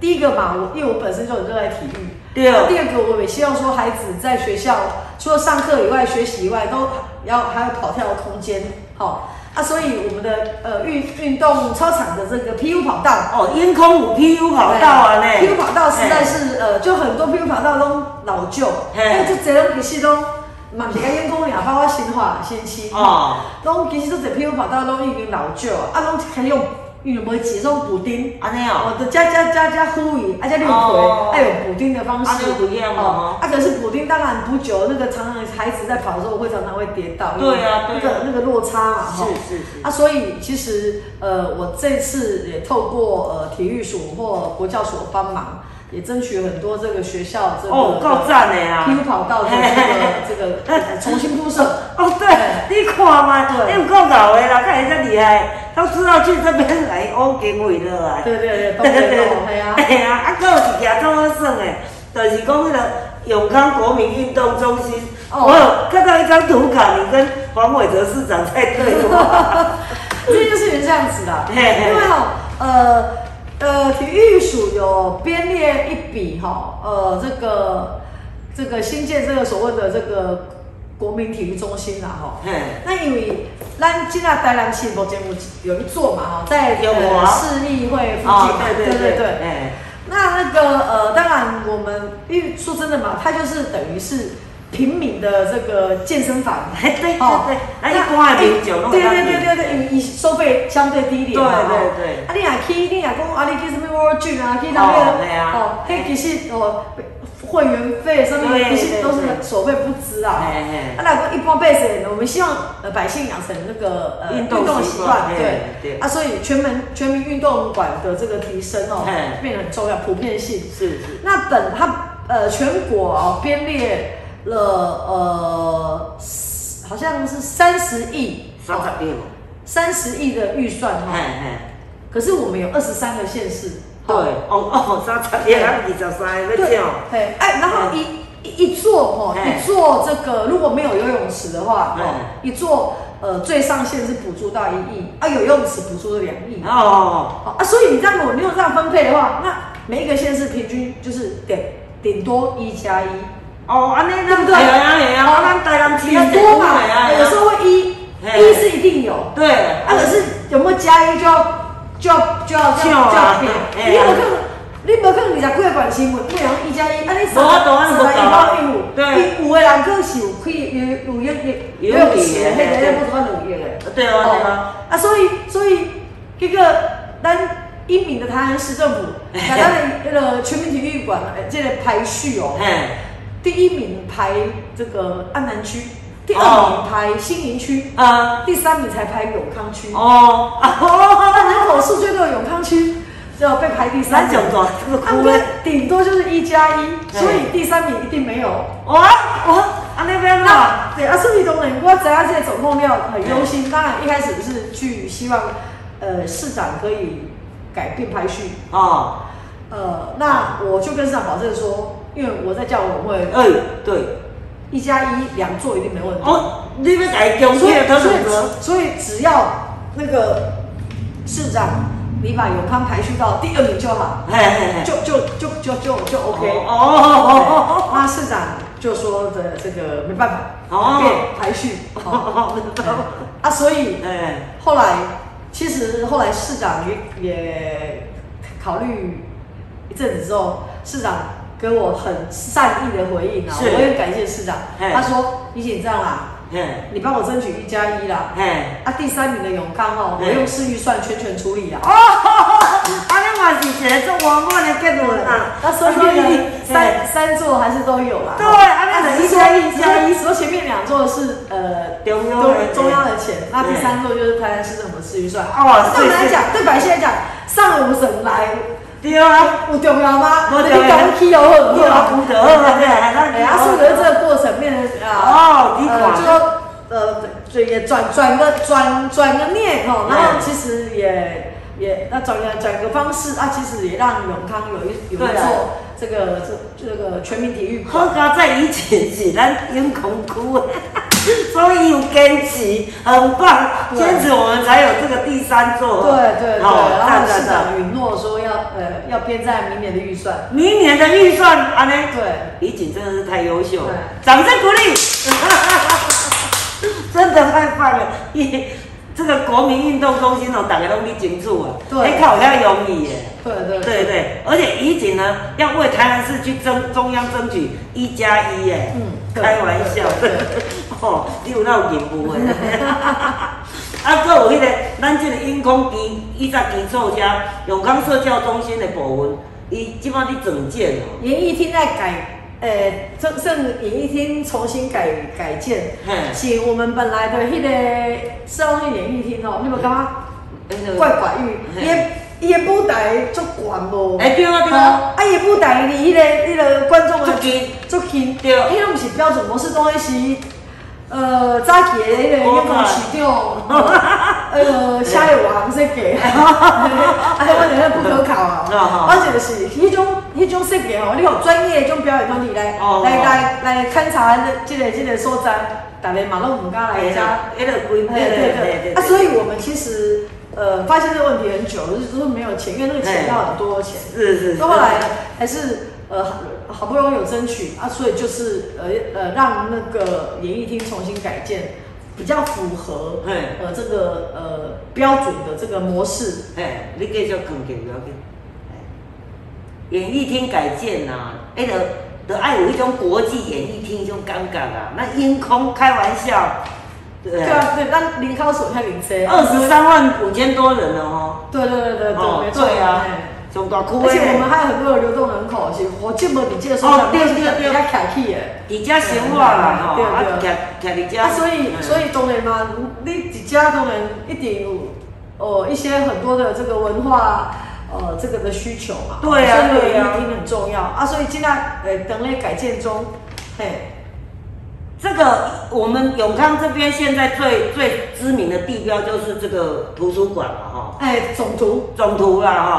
[SPEAKER 3] 第一个嘛，我因为我本身就很热爱体育，
[SPEAKER 2] 对啊
[SPEAKER 3] 那第二个我也希望说孩子在学校除了上课以外、学习以外，都要还有跑跳的空间，好、啊，所以我们的呃运运动操场的这个 PU 跑道，
[SPEAKER 2] 哦，烟空有 PU 跑道啊呢
[SPEAKER 3] ，PU 跑道实在是呃，就很多 PU 跑道都老旧，
[SPEAKER 2] 嘿
[SPEAKER 3] 因为这这拢其实都嘛是甲员工俩，包括新化、新期，
[SPEAKER 2] 哦，
[SPEAKER 3] 拢其实这这 PU 跑道拢已经老旧，啊，拢还用用无几种补丁。
[SPEAKER 2] 安尼哦，
[SPEAKER 3] 我的加加加加呼吁，啊加六
[SPEAKER 2] 哦
[SPEAKER 3] 回，还有补丁的方式
[SPEAKER 2] 啊，那个不一样哦
[SPEAKER 3] 啊，可是补丁当然补久，那个常常孩子在跑的时候会常常会跌倒，
[SPEAKER 2] 对啊
[SPEAKER 3] 那
[SPEAKER 2] 对啊
[SPEAKER 3] 个那个落差嘛，哈
[SPEAKER 2] 是是是
[SPEAKER 3] 啊，所以其实呃，我这次也透过呃体育署或国教署帮忙，也争取很多这个学校这个
[SPEAKER 2] 哦，够赞的啊！
[SPEAKER 3] PU 跑道的
[SPEAKER 2] 嘿嘿嘿
[SPEAKER 3] 这个
[SPEAKER 2] [LAUGHS]
[SPEAKER 3] 这个重新铺设。
[SPEAKER 2] 哦，对，你看嘛，
[SPEAKER 3] 对
[SPEAKER 2] 你有够搞的啦，看人家厉害，他知道去这边来哦，给我了啊。
[SPEAKER 3] 对对对，东北路，哎
[SPEAKER 2] [LAUGHS]
[SPEAKER 3] 呀，
[SPEAKER 2] 哎呀，啊，还有一件做好耍的，就是讲迄个永康国民运动中心，
[SPEAKER 3] 哦
[SPEAKER 2] 我有看到一张图卡，你跟黄伟哲市长在对
[SPEAKER 3] [LAUGHS]
[SPEAKER 2] 话。
[SPEAKER 3] 这件事情这样
[SPEAKER 2] [LAUGHS]
[SPEAKER 3] 子的，
[SPEAKER 2] 嘿嘿
[SPEAKER 3] 因为哦，呃呃，体育署有编列一笔哈、呃，这个这个新建这个所谓的这个国民体育中心啦哈、
[SPEAKER 2] 嘿，
[SPEAKER 3] 那因为咱今在台南市目前有有一座嘛哈，在
[SPEAKER 2] 有啊
[SPEAKER 3] 呃市议会附
[SPEAKER 2] 哦
[SPEAKER 3] 近，，
[SPEAKER 2] 对对对对，哎，
[SPEAKER 3] 那那个呃，当然我们因为说真的嘛，它就是等于是平民的这个健身房，
[SPEAKER 2] 对对对
[SPEAKER 3] 哦，
[SPEAKER 2] 那一般的民众拢
[SPEAKER 3] 对对对对对，以以收费相对低廉嘛，
[SPEAKER 2] 对对
[SPEAKER 3] 哦
[SPEAKER 2] 对
[SPEAKER 3] 啊，你啊去，你啊讲啊，你去什么 World Gym 啊，去哪个
[SPEAKER 2] 哦对啊
[SPEAKER 3] 哦，嘿，其实哦，会员费上
[SPEAKER 2] 对
[SPEAKER 3] 面
[SPEAKER 2] 对
[SPEAKER 3] 其实都是
[SPEAKER 2] 对
[SPEAKER 3] 所费不知啊。
[SPEAKER 2] 嘿嘿
[SPEAKER 3] 啊，那个一般百姓，我们希望呃百姓养成那个呃
[SPEAKER 2] 运动习惯嘿
[SPEAKER 3] 对
[SPEAKER 2] 对
[SPEAKER 3] 啊，所以全民全民运动馆的这个提升哦
[SPEAKER 2] 嘿，
[SPEAKER 3] 变得很重要，普遍性。
[SPEAKER 2] 是是，
[SPEAKER 3] 那等他呃全国哦编列了呃，好像是三十亿，
[SPEAKER 2] 三十
[SPEAKER 3] 哦
[SPEAKER 2] 六，
[SPEAKER 3] 三十亿的预算
[SPEAKER 2] 嘿
[SPEAKER 3] 哈、哦，
[SPEAKER 2] 嘿。
[SPEAKER 3] 可是我们有二十三个县市，
[SPEAKER 2] 对，
[SPEAKER 3] 哦
[SPEAKER 2] 哦哦，三十六啊，二十三个要
[SPEAKER 3] 对
[SPEAKER 2] 怎？，
[SPEAKER 3] 嘿，哎，然后
[SPEAKER 2] 嗯
[SPEAKER 3] 一一一座哦，
[SPEAKER 2] 嗯
[SPEAKER 3] 一座这个如果没有游泳池的话，哦，
[SPEAKER 2] 嗯
[SPEAKER 3] 一座呃最上限是补助到一亿，啊有游泳池补助两亿，
[SPEAKER 2] 哦，
[SPEAKER 3] 哦啊，所以你这样我用这样分配的话，那每一个县市平均就是顶顶多一加一。
[SPEAKER 2] 哦，安尼
[SPEAKER 3] 对
[SPEAKER 2] 咱
[SPEAKER 3] 不对
[SPEAKER 2] 会啊会啊，咱台南市
[SPEAKER 3] 很多嘛，有时候会一，
[SPEAKER 2] 嘿
[SPEAKER 3] 一是一定有，啊，
[SPEAKER 2] 对，
[SPEAKER 3] 可是有没有加一就要就要就要就
[SPEAKER 2] 笑
[SPEAKER 3] 要就
[SPEAKER 2] 啊
[SPEAKER 3] 要变，
[SPEAKER 2] 嘿
[SPEAKER 3] 你无可能，你无可能二十几个管新闻，不然一加一，啊你
[SPEAKER 2] 无法度啊
[SPEAKER 3] 三
[SPEAKER 2] 无法度
[SPEAKER 3] 五，
[SPEAKER 2] 对
[SPEAKER 3] 有的人更是有开有有有有有有钱，那个那不怎么有用的。
[SPEAKER 2] 对啊对啊，
[SPEAKER 3] 哦，啊，所以所以这个咱英明的台湾市政府，把咱的那个全民体育馆的这个排序哦。
[SPEAKER 2] 嘿，
[SPEAKER 3] 第一名排这个安南区，第二
[SPEAKER 2] 哦
[SPEAKER 3] 名排新营区，
[SPEAKER 2] 啊，
[SPEAKER 3] 第三名才排永康区。
[SPEAKER 2] 哦，啊
[SPEAKER 3] 那
[SPEAKER 2] 哦，
[SPEAKER 3] 人口数最多的永康区，就要被排第三
[SPEAKER 2] 咱
[SPEAKER 3] 名
[SPEAKER 2] 上。大这个
[SPEAKER 3] 啊，
[SPEAKER 2] 区
[SPEAKER 3] 对
[SPEAKER 2] 咧，，
[SPEAKER 3] 顶多就是一加一，
[SPEAKER 2] 对
[SPEAKER 3] 所以第三名一定没有。
[SPEAKER 2] 哇哇，安安尼边咯，
[SPEAKER 3] 那对啊，顺利东人，我只要这总共料很忧心。当然一开始不是去希望，呃，市长可以改变排序。
[SPEAKER 2] 哦，
[SPEAKER 3] 呃，那我就跟市长保证说，因为我在教委会，
[SPEAKER 2] 哎，对，
[SPEAKER 3] 一加一两做一定没问题。
[SPEAKER 2] 哦，你要改强
[SPEAKER 3] 所以
[SPEAKER 2] 烈的
[SPEAKER 3] 所
[SPEAKER 2] 什
[SPEAKER 3] 以
[SPEAKER 2] 么？
[SPEAKER 3] 所以只要那个市长你把永康排序到第二名就好，
[SPEAKER 2] 嘿嘿嘿，
[SPEAKER 3] 就就就就就就 OK。
[SPEAKER 2] 哦哦哦哦，
[SPEAKER 3] 那市长就说的这个没办法，
[SPEAKER 2] 哦
[SPEAKER 3] 变排序。哦啊，所以
[SPEAKER 2] 哎，
[SPEAKER 3] 后来其实后来市长也也考虑一阵子之后，市长给我很善意的回应啊，
[SPEAKER 2] 是
[SPEAKER 3] 我也感谢市长。
[SPEAKER 2] 哎
[SPEAKER 3] 他说：“李姐这样啦，
[SPEAKER 2] 嘿，
[SPEAKER 3] 你帮我争取一加一啦。”
[SPEAKER 2] 嘿，
[SPEAKER 3] 啊，第三名的永康哦，我
[SPEAKER 2] 哎
[SPEAKER 3] 用市预算全权处理啊。
[SPEAKER 2] 哦安尼嘛是一个做完满的结论啊。
[SPEAKER 3] 那所以呢，三三座还是都有啦。
[SPEAKER 2] 对
[SPEAKER 3] 哦
[SPEAKER 2] 啊那
[SPEAKER 3] 只是
[SPEAKER 2] 一加一一加一
[SPEAKER 3] 说前面两座是呃
[SPEAKER 2] 中央
[SPEAKER 3] 都
[SPEAKER 2] 的
[SPEAKER 3] 中央的钱，那第三座就是台南市政府的市预算。
[SPEAKER 2] 哦
[SPEAKER 3] 上
[SPEAKER 2] 是
[SPEAKER 3] 来
[SPEAKER 2] 是
[SPEAKER 3] 讲，对百姓来讲，上五省来
[SPEAKER 2] 对啊，
[SPEAKER 3] 有重要吗？ [LAUGHS]
[SPEAKER 2] 没重
[SPEAKER 3] 你
[SPEAKER 2] 要
[SPEAKER 3] 讲起哦，
[SPEAKER 2] 你老古德好啊，
[SPEAKER 3] 哎
[SPEAKER 2] 对，
[SPEAKER 3] 呀，顺着这个过程变得啊，
[SPEAKER 2] 哦，你
[SPEAKER 3] 呃，就
[SPEAKER 2] 看，
[SPEAKER 3] 说呃，就也转转个转转个念哦，然后其实也也那转个转个方式啊，其实也让永康有一有一
[SPEAKER 2] 对啊
[SPEAKER 3] 座这个这这个全民体育馆
[SPEAKER 2] 好。佳在以前是咱永康区的， [LAUGHS] 所以有坚持，很棒，坚持我们才有这个第三座。
[SPEAKER 3] 对对对，
[SPEAKER 2] 好，
[SPEAKER 3] 然
[SPEAKER 2] 赞
[SPEAKER 3] 后市
[SPEAKER 2] 赞赞。
[SPEAKER 3] 长允诺说要呃要编在明年的预算，
[SPEAKER 2] 明年的预算，安尼。
[SPEAKER 3] 对，
[SPEAKER 2] 李锦真的是太优秀了
[SPEAKER 3] 对，
[SPEAKER 2] 掌声鼓励！ [LAUGHS] 真的太棒了！ [LAUGHS] 一这个国民运动中心哦，大家都你清楚啊，
[SPEAKER 3] 对
[SPEAKER 2] 哎，靠，要容易耶。
[SPEAKER 3] 对对
[SPEAKER 2] 对对，而且怡景呢，要为台南市去争中央争取一加一耶，
[SPEAKER 3] 嗯对
[SPEAKER 2] 开玩笑
[SPEAKER 3] 对对，
[SPEAKER 2] [LAUGHS] 哦，你有那有任务的， [LAUGHS] 啊，搁有迄、个咱即个永康基伊在基础遮永康社教中心的部分，伊即摆伫整建哦，
[SPEAKER 3] 演艺厅在改，呃，正正演艺厅重新改改建，
[SPEAKER 2] 嘿，
[SPEAKER 3] 是我们本来的迄个市中演艺厅哦，你有感觉
[SPEAKER 2] 那个
[SPEAKER 3] 怪怪玉，
[SPEAKER 2] 嘿
[SPEAKER 3] 伊伊的舞台足悬无，
[SPEAKER 2] 哎对啊对啊，
[SPEAKER 3] 啊伊的舞台离迄个迄个观众啊
[SPEAKER 2] 足
[SPEAKER 3] 的
[SPEAKER 2] 近，
[SPEAKER 3] 足近，
[SPEAKER 2] 对
[SPEAKER 3] 迄种是标准模式，当然是呃早期的迄个
[SPEAKER 2] 哦
[SPEAKER 3] 运动市场，
[SPEAKER 2] [LAUGHS]
[SPEAKER 3] 呃下游王设计， [LAUGHS] 啊，我觉得不可靠
[SPEAKER 2] [LAUGHS]
[SPEAKER 3] 啊
[SPEAKER 2] 哦。
[SPEAKER 3] 我就是迄种迄种设计吼，你用专业迄种表演团体来
[SPEAKER 2] 哦
[SPEAKER 3] 来来来勘察即个即个所在，逐个嘛拢毋敢来
[SPEAKER 2] 哎
[SPEAKER 3] 遮。
[SPEAKER 2] 呀，迄个规哎
[SPEAKER 3] 对对对对。啊，所以我们其实呃发现这个问题很久，就是都是没有钱，因为那个钱
[SPEAKER 2] 哎
[SPEAKER 3] 要很多钱。
[SPEAKER 2] 是是，是
[SPEAKER 3] 到后来还是呃好好不容易有争取啊，所以就是呃呃让那个演艺厅重新改建，比较符合
[SPEAKER 2] 嘿
[SPEAKER 3] 呃这个呃标准的这个模式。
[SPEAKER 2] 哎，你继续讲紧不要紧。演艺厅改建呐、啊，哎，得得爱有一种国际演艺厅一种感觉啊。那音空开玩笑，对不
[SPEAKER 3] 对
[SPEAKER 2] 对？
[SPEAKER 3] 啊，对，让零高手太零车。
[SPEAKER 2] 二十三万五千多人了哦，
[SPEAKER 3] 对对对对对，没错。
[SPEAKER 2] 对啊
[SPEAKER 3] 哎，
[SPEAKER 2] 上大区
[SPEAKER 3] 而且我们
[SPEAKER 2] 的，
[SPEAKER 3] 还有很多的流动人口，是我这么你这个说
[SPEAKER 2] 哦对对对
[SPEAKER 3] 比较卡气的。
[SPEAKER 2] 伫遮生活啦吼，
[SPEAKER 3] 嗯对
[SPEAKER 2] 啊，
[SPEAKER 3] 对
[SPEAKER 2] 徛徛嗯伫遮，
[SPEAKER 3] 啊，所以所
[SPEAKER 2] 以
[SPEAKER 3] 以当然嘛，你一家当然一定有呃一些很多的这个文化呃这个的需求嘛，
[SPEAKER 2] 对啊
[SPEAKER 3] 所以
[SPEAKER 2] 对啊
[SPEAKER 3] 一定很重要啊，所以现在呃等类改建中，嘿，
[SPEAKER 2] 这个我们永康这边现在最最知名的地标就是这个图书馆了哈。
[SPEAKER 3] 哎总图
[SPEAKER 2] 总图啦吼、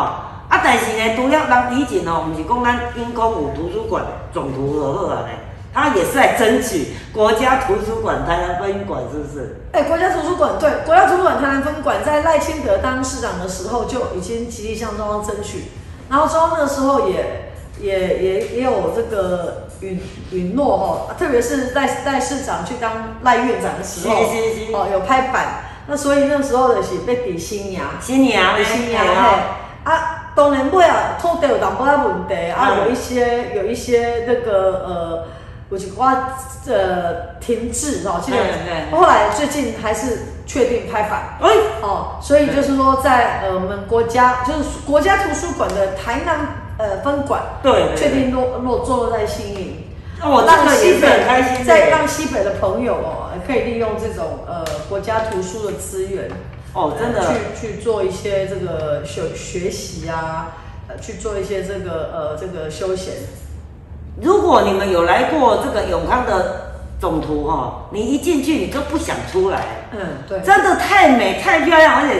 [SPEAKER 2] 啊，但是呢，除了人以前吼，毋是讲咱因公有图书馆总图就好啊呢，他也是在争取国家图书馆台南分馆，是不是？
[SPEAKER 3] 哎国家图书馆对国家图书馆台南分馆在赖清德当市长的时候就已经极力向中央争取，然后中央那个时候也。也也也有这个允允诺哈、特别是在在市长去当赖院长的时候，
[SPEAKER 2] 是是是，
[SPEAKER 3] 哦，有拍板，那所以那时候就是被底新娘，
[SPEAKER 2] 新娘
[SPEAKER 3] 被
[SPEAKER 2] 呢？
[SPEAKER 3] 新娘嘿，啊，当然尾啊，土地有淡薄仔问题，啊，
[SPEAKER 2] 嗯
[SPEAKER 3] 有一些有一些那个呃，有一寡呃停滞哦，现
[SPEAKER 2] 嗯嗯
[SPEAKER 3] 在后来最近还是确定拍板。
[SPEAKER 2] 哎，
[SPEAKER 3] 哦，所以就是说在，呃我们国家就是国家图书馆的台南呃分馆，
[SPEAKER 2] 对，
[SPEAKER 3] 确定落落坐落在新营，
[SPEAKER 2] 嗯哦，这
[SPEAKER 3] 让
[SPEAKER 2] 个也
[SPEAKER 3] 西
[SPEAKER 2] 是
[SPEAKER 3] 北
[SPEAKER 2] 很开心的。
[SPEAKER 3] 再让西北的朋友哦，可以利用这种呃国家图书的资源，
[SPEAKER 2] 哦，真的，
[SPEAKER 3] 呃去去做一些这个学学习啊，呃去做一些这个呃这个休闲。
[SPEAKER 2] 如果你们有来过这个永康的总图哈、你一进去你就不想出来，
[SPEAKER 3] 嗯，对，
[SPEAKER 2] 真的太美太漂亮，而且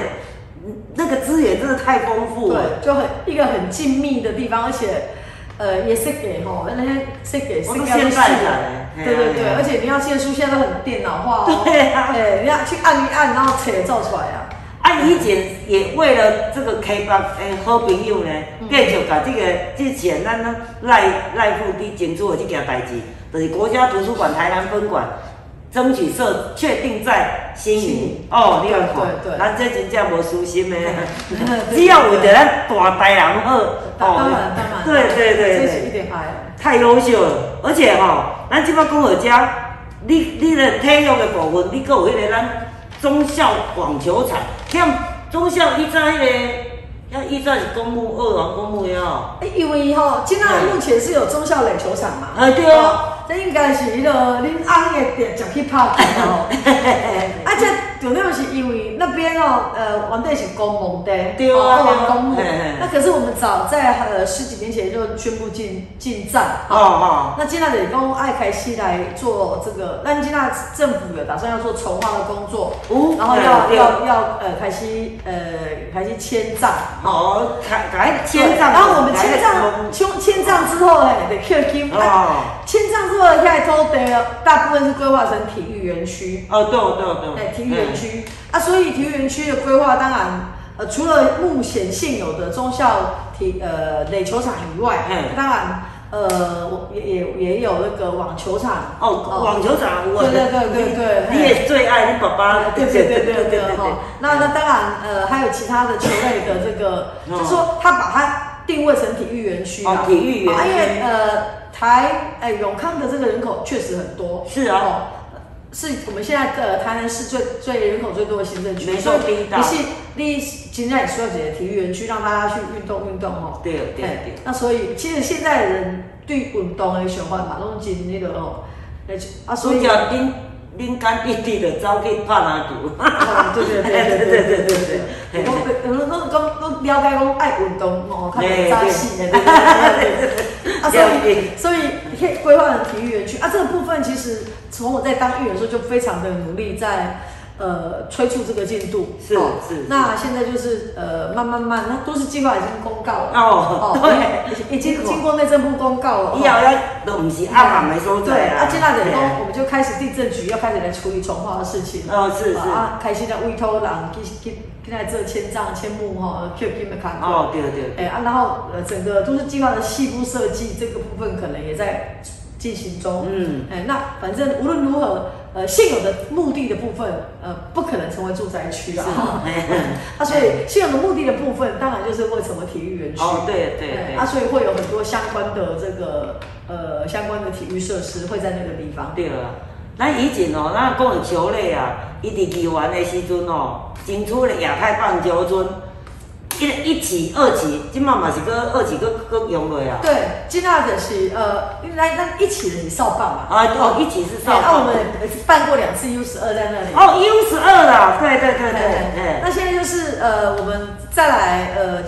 [SPEAKER 2] 嗯那个资源真的太丰富了。
[SPEAKER 3] 对，就很一个很静谧的地方，而且呃也是给吼那些是给
[SPEAKER 2] 我
[SPEAKER 3] 是
[SPEAKER 2] 都
[SPEAKER 3] 给
[SPEAKER 2] 先办了哎
[SPEAKER 3] 对对对，
[SPEAKER 2] 哎
[SPEAKER 3] 而且你要借书现在都很电脑化哦，
[SPEAKER 2] [LAUGHS] 对啊
[SPEAKER 3] 哎，你要去按一按，然后扯照出来啊，
[SPEAKER 2] 啊，以前也为了这个 K 八诶好朋友呢，
[SPEAKER 3] 嗯
[SPEAKER 2] 变就把这个之前咱咱赖赖副理检出的这件代志，就是国家图书馆台南分馆争取设确定在新
[SPEAKER 3] 新
[SPEAKER 2] 营
[SPEAKER 3] 营
[SPEAKER 2] 哦，你有看，
[SPEAKER 3] 对对
[SPEAKER 2] 咱这真正无私心的
[SPEAKER 3] [LAUGHS] 对对，对
[SPEAKER 2] 只要有着咱大台人好，哦
[SPEAKER 3] 当当然当然，
[SPEAKER 2] 对对对
[SPEAKER 3] 这是
[SPEAKER 2] 对
[SPEAKER 3] 一。点还
[SPEAKER 2] 太优秀了，而且吼、咱即摆讲到遮，你你的体育的部分，你搁有迄个咱中校网球场，像中校以前迄、个，遐以前是公墓二王公墓了哦，
[SPEAKER 3] 哎，因为吼，今在
[SPEAKER 2] 对
[SPEAKER 3] 目前是有中校垒球场嘛，
[SPEAKER 2] 哎对哦，
[SPEAKER 3] 这应该是迄个恁翁的店才去拍的
[SPEAKER 2] [LAUGHS]
[SPEAKER 3] 哦，啊，这主要是因为那边哦，呃，原地是公墓地，
[SPEAKER 2] 对啊
[SPEAKER 3] 哦
[SPEAKER 2] 对啊
[SPEAKER 3] 公墓
[SPEAKER 2] 嘿嘿。
[SPEAKER 3] 那可是我们早在呃十几年前就宣布进进站，
[SPEAKER 2] 哦哦，
[SPEAKER 3] 那今仔得公爱开西来做这个，那今仔政府有打算要做筹划的工作，
[SPEAKER 2] 哦
[SPEAKER 3] 然后
[SPEAKER 2] 对
[SPEAKER 3] 要
[SPEAKER 2] 对
[SPEAKER 3] 要要呃开始呃开始迁葬。
[SPEAKER 2] 哦，改改千丈，
[SPEAKER 3] 然后我们迁
[SPEAKER 2] 改
[SPEAKER 3] 葬，迁迁葬之后呢，得 Q Q
[SPEAKER 2] 哦
[SPEAKER 3] 迁葬之后现在都得大部分是规划成体育园区，
[SPEAKER 2] 哦，对哦对
[SPEAKER 3] 对
[SPEAKER 2] 哦，
[SPEAKER 3] 体育园区啊，所以体育园区的规划当然，呃，除了目前现有的中校体呃垒球场以外，
[SPEAKER 2] 嗯
[SPEAKER 3] 当然呃我也也也有那个网球场
[SPEAKER 2] 哦，网球场，我
[SPEAKER 3] 对对对对对，
[SPEAKER 2] 你
[SPEAKER 3] 嘿
[SPEAKER 2] 也最爱你爸爸，
[SPEAKER 3] 对对对对对哈。那那当然，呃，还有其他的球类的这个，
[SPEAKER 2] 哦
[SPEAKER 3] 就说他把它定位成体育园区啊
[SPEAKER 2] 哦，体育园区
[SPEAKER 3] 啊因为呃台哎永康的这个人口确实很多，
[SPEAKER 2] 是啊
[SPEAKER 3] 哦，是我们现在的台南市最最人口最多的行政区，
[SPEAKER 2] 没错
[SPEAKER 3] 所以
[SPEAKER 2] 第一大
[SPEAKER 3] 你是你现在也说几个体育园区让大家去运动运动哦，
[SPEAKER 2] 对对
[SPEAKER 3] 哎
[SPEAKER 2] 对
[SPEAKER 3] 那所以其实现在人对运动的想法嘛，拢真那个哦，那就啊
[SPEAKER 2] 所
[SPEAKER 3] 所
[SPEAKER 2] 以
[SPEAKER 3] 以。
[SPEAKER 2] 叫恁恁干弟弟就走去拍篮球。
[SPEAKER 3] 啊对对对对对对对对，
[SPEAKER 2] 嘿
[SPEAKER 3] 我我我我我了解讲爱运动哦，较袂扎死的，对对对。啊，所以所以你可以规划成体育园区啊，这个部分其实从我在当议员的时候就非常的努力在。呃，催促这个进度
[SPEAKER 2] 是是是
[SPEAKER 3] 那现在就是呃，慢慢慢，那都市计划已经公告了
[SPEAKER 2] 哦对
[SPEAKER 3] 已经已经经过内政部公告了。哦
[SPEAKER 2] 以后咱都毋是暗暗的所
[SPEAKER 3] 对
[SPEAKER 2] 在
[SPEAKER 3] 啊，今大点
[SPEAKER 2] 嘿
[SPEAKER 3] 工，我们就开始地震局要开始来处理重化的事情。
[SPEAKER 2] 哦是是
[SPEAKER 3] 啊，开心的委托人去去去来做迁葬、迁墓哈，Q Q 的看
[SPEAKER 2] 哦，对对对，
[SPEAKER 3] 哎啊，然后呃，整个都市计划的细部设计这个部分可能也在进行中。
[SPEAKER 2] 嗯，
[SPEAKER 3] 哎，那反正无论如何，呃，现有的目的的部分，呃，不可能成为住宅区啊。 [LAUGHS] 啊，所以现有的目的的部分，当然就是会成为体育园区。
[SPEAKER 2] 哦对对
[SPEAKER 3] 对
[SPEAKER 2] 对
[SPEAKER 3] 啊，，所以会有很多相关的这个呃相关的体育设施会在那个地方。
[SPEAKER 2] 对啊。咱以前哦，咱讲的球类啊，伊伫球员的时阵哦，争取了亚太棒球村，一一期、二期，即满嘛是搁二期搁搁用落啊。
[SPEAKER 3] 对，今那的是呃，因为那那一起的是少棒嘛，
[SPEAKER 2] 啊哦，一期是
[SPEAKER 3] 对
[SPEAKER 2] 少
[SPEAKER 3] 啊，
[SPEAKER 2] 棒。
[SPEAKER 3] 我们也办过两次 U 十二在那里。哎
[SPEAKER 2] 哦，U 十二啦，对对对对，哎
[SPEAKER 3] 那现在就是呃，我们再来呃，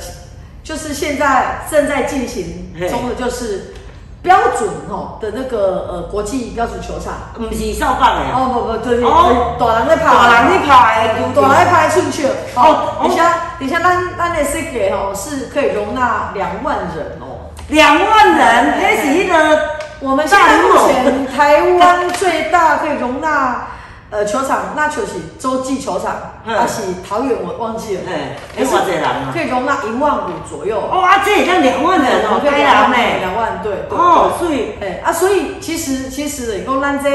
[SPEAKER 3] 就是现在正在进行中的就是标准哦的那个呃国际标准球场。
[SPEAKER 2] 嗯，毋是少棒的啊，
[SPEAKER 3] 哦不不，对对，
[SPEAKER 2] 哦
[SPEAKER 3] 大人在拍，
[SPEAKER 2] 大人在拍的
[SPEAKER 3] 大人在拍出去。
[SPEAKER 2] 哦
[SPEAKER 3] 哦，等一下等一下，咱咱的这个哦是可以容纳两万人哦。
[SPEAKER 2] 两万人，迄是迄个
[SPEAKER 3] 我们现在目前台湾最大可以容纳呃球场，那就是洲际球场，
[SPEAKER 2] 嗯
[SPEAKER 3] 啊是桃园我忘记了，
[SPEAKER 2] 哎
[SPEAKER 3] 可是
[SPEAKER 2] 哎多少人啊
[SPEAKER 3] 可以容纳一万五左右。
[SPEAKER 2] 哦啊，这也当两万人哦，
[SPEAKER 3] 对
[SPEAKER 2] 该人呢。
[SPEAKER 3] 两万对。对
[SPEAKER 2] 哦，所以
[SPEAKER 3] 哎啊，所以其实其实你讲咱这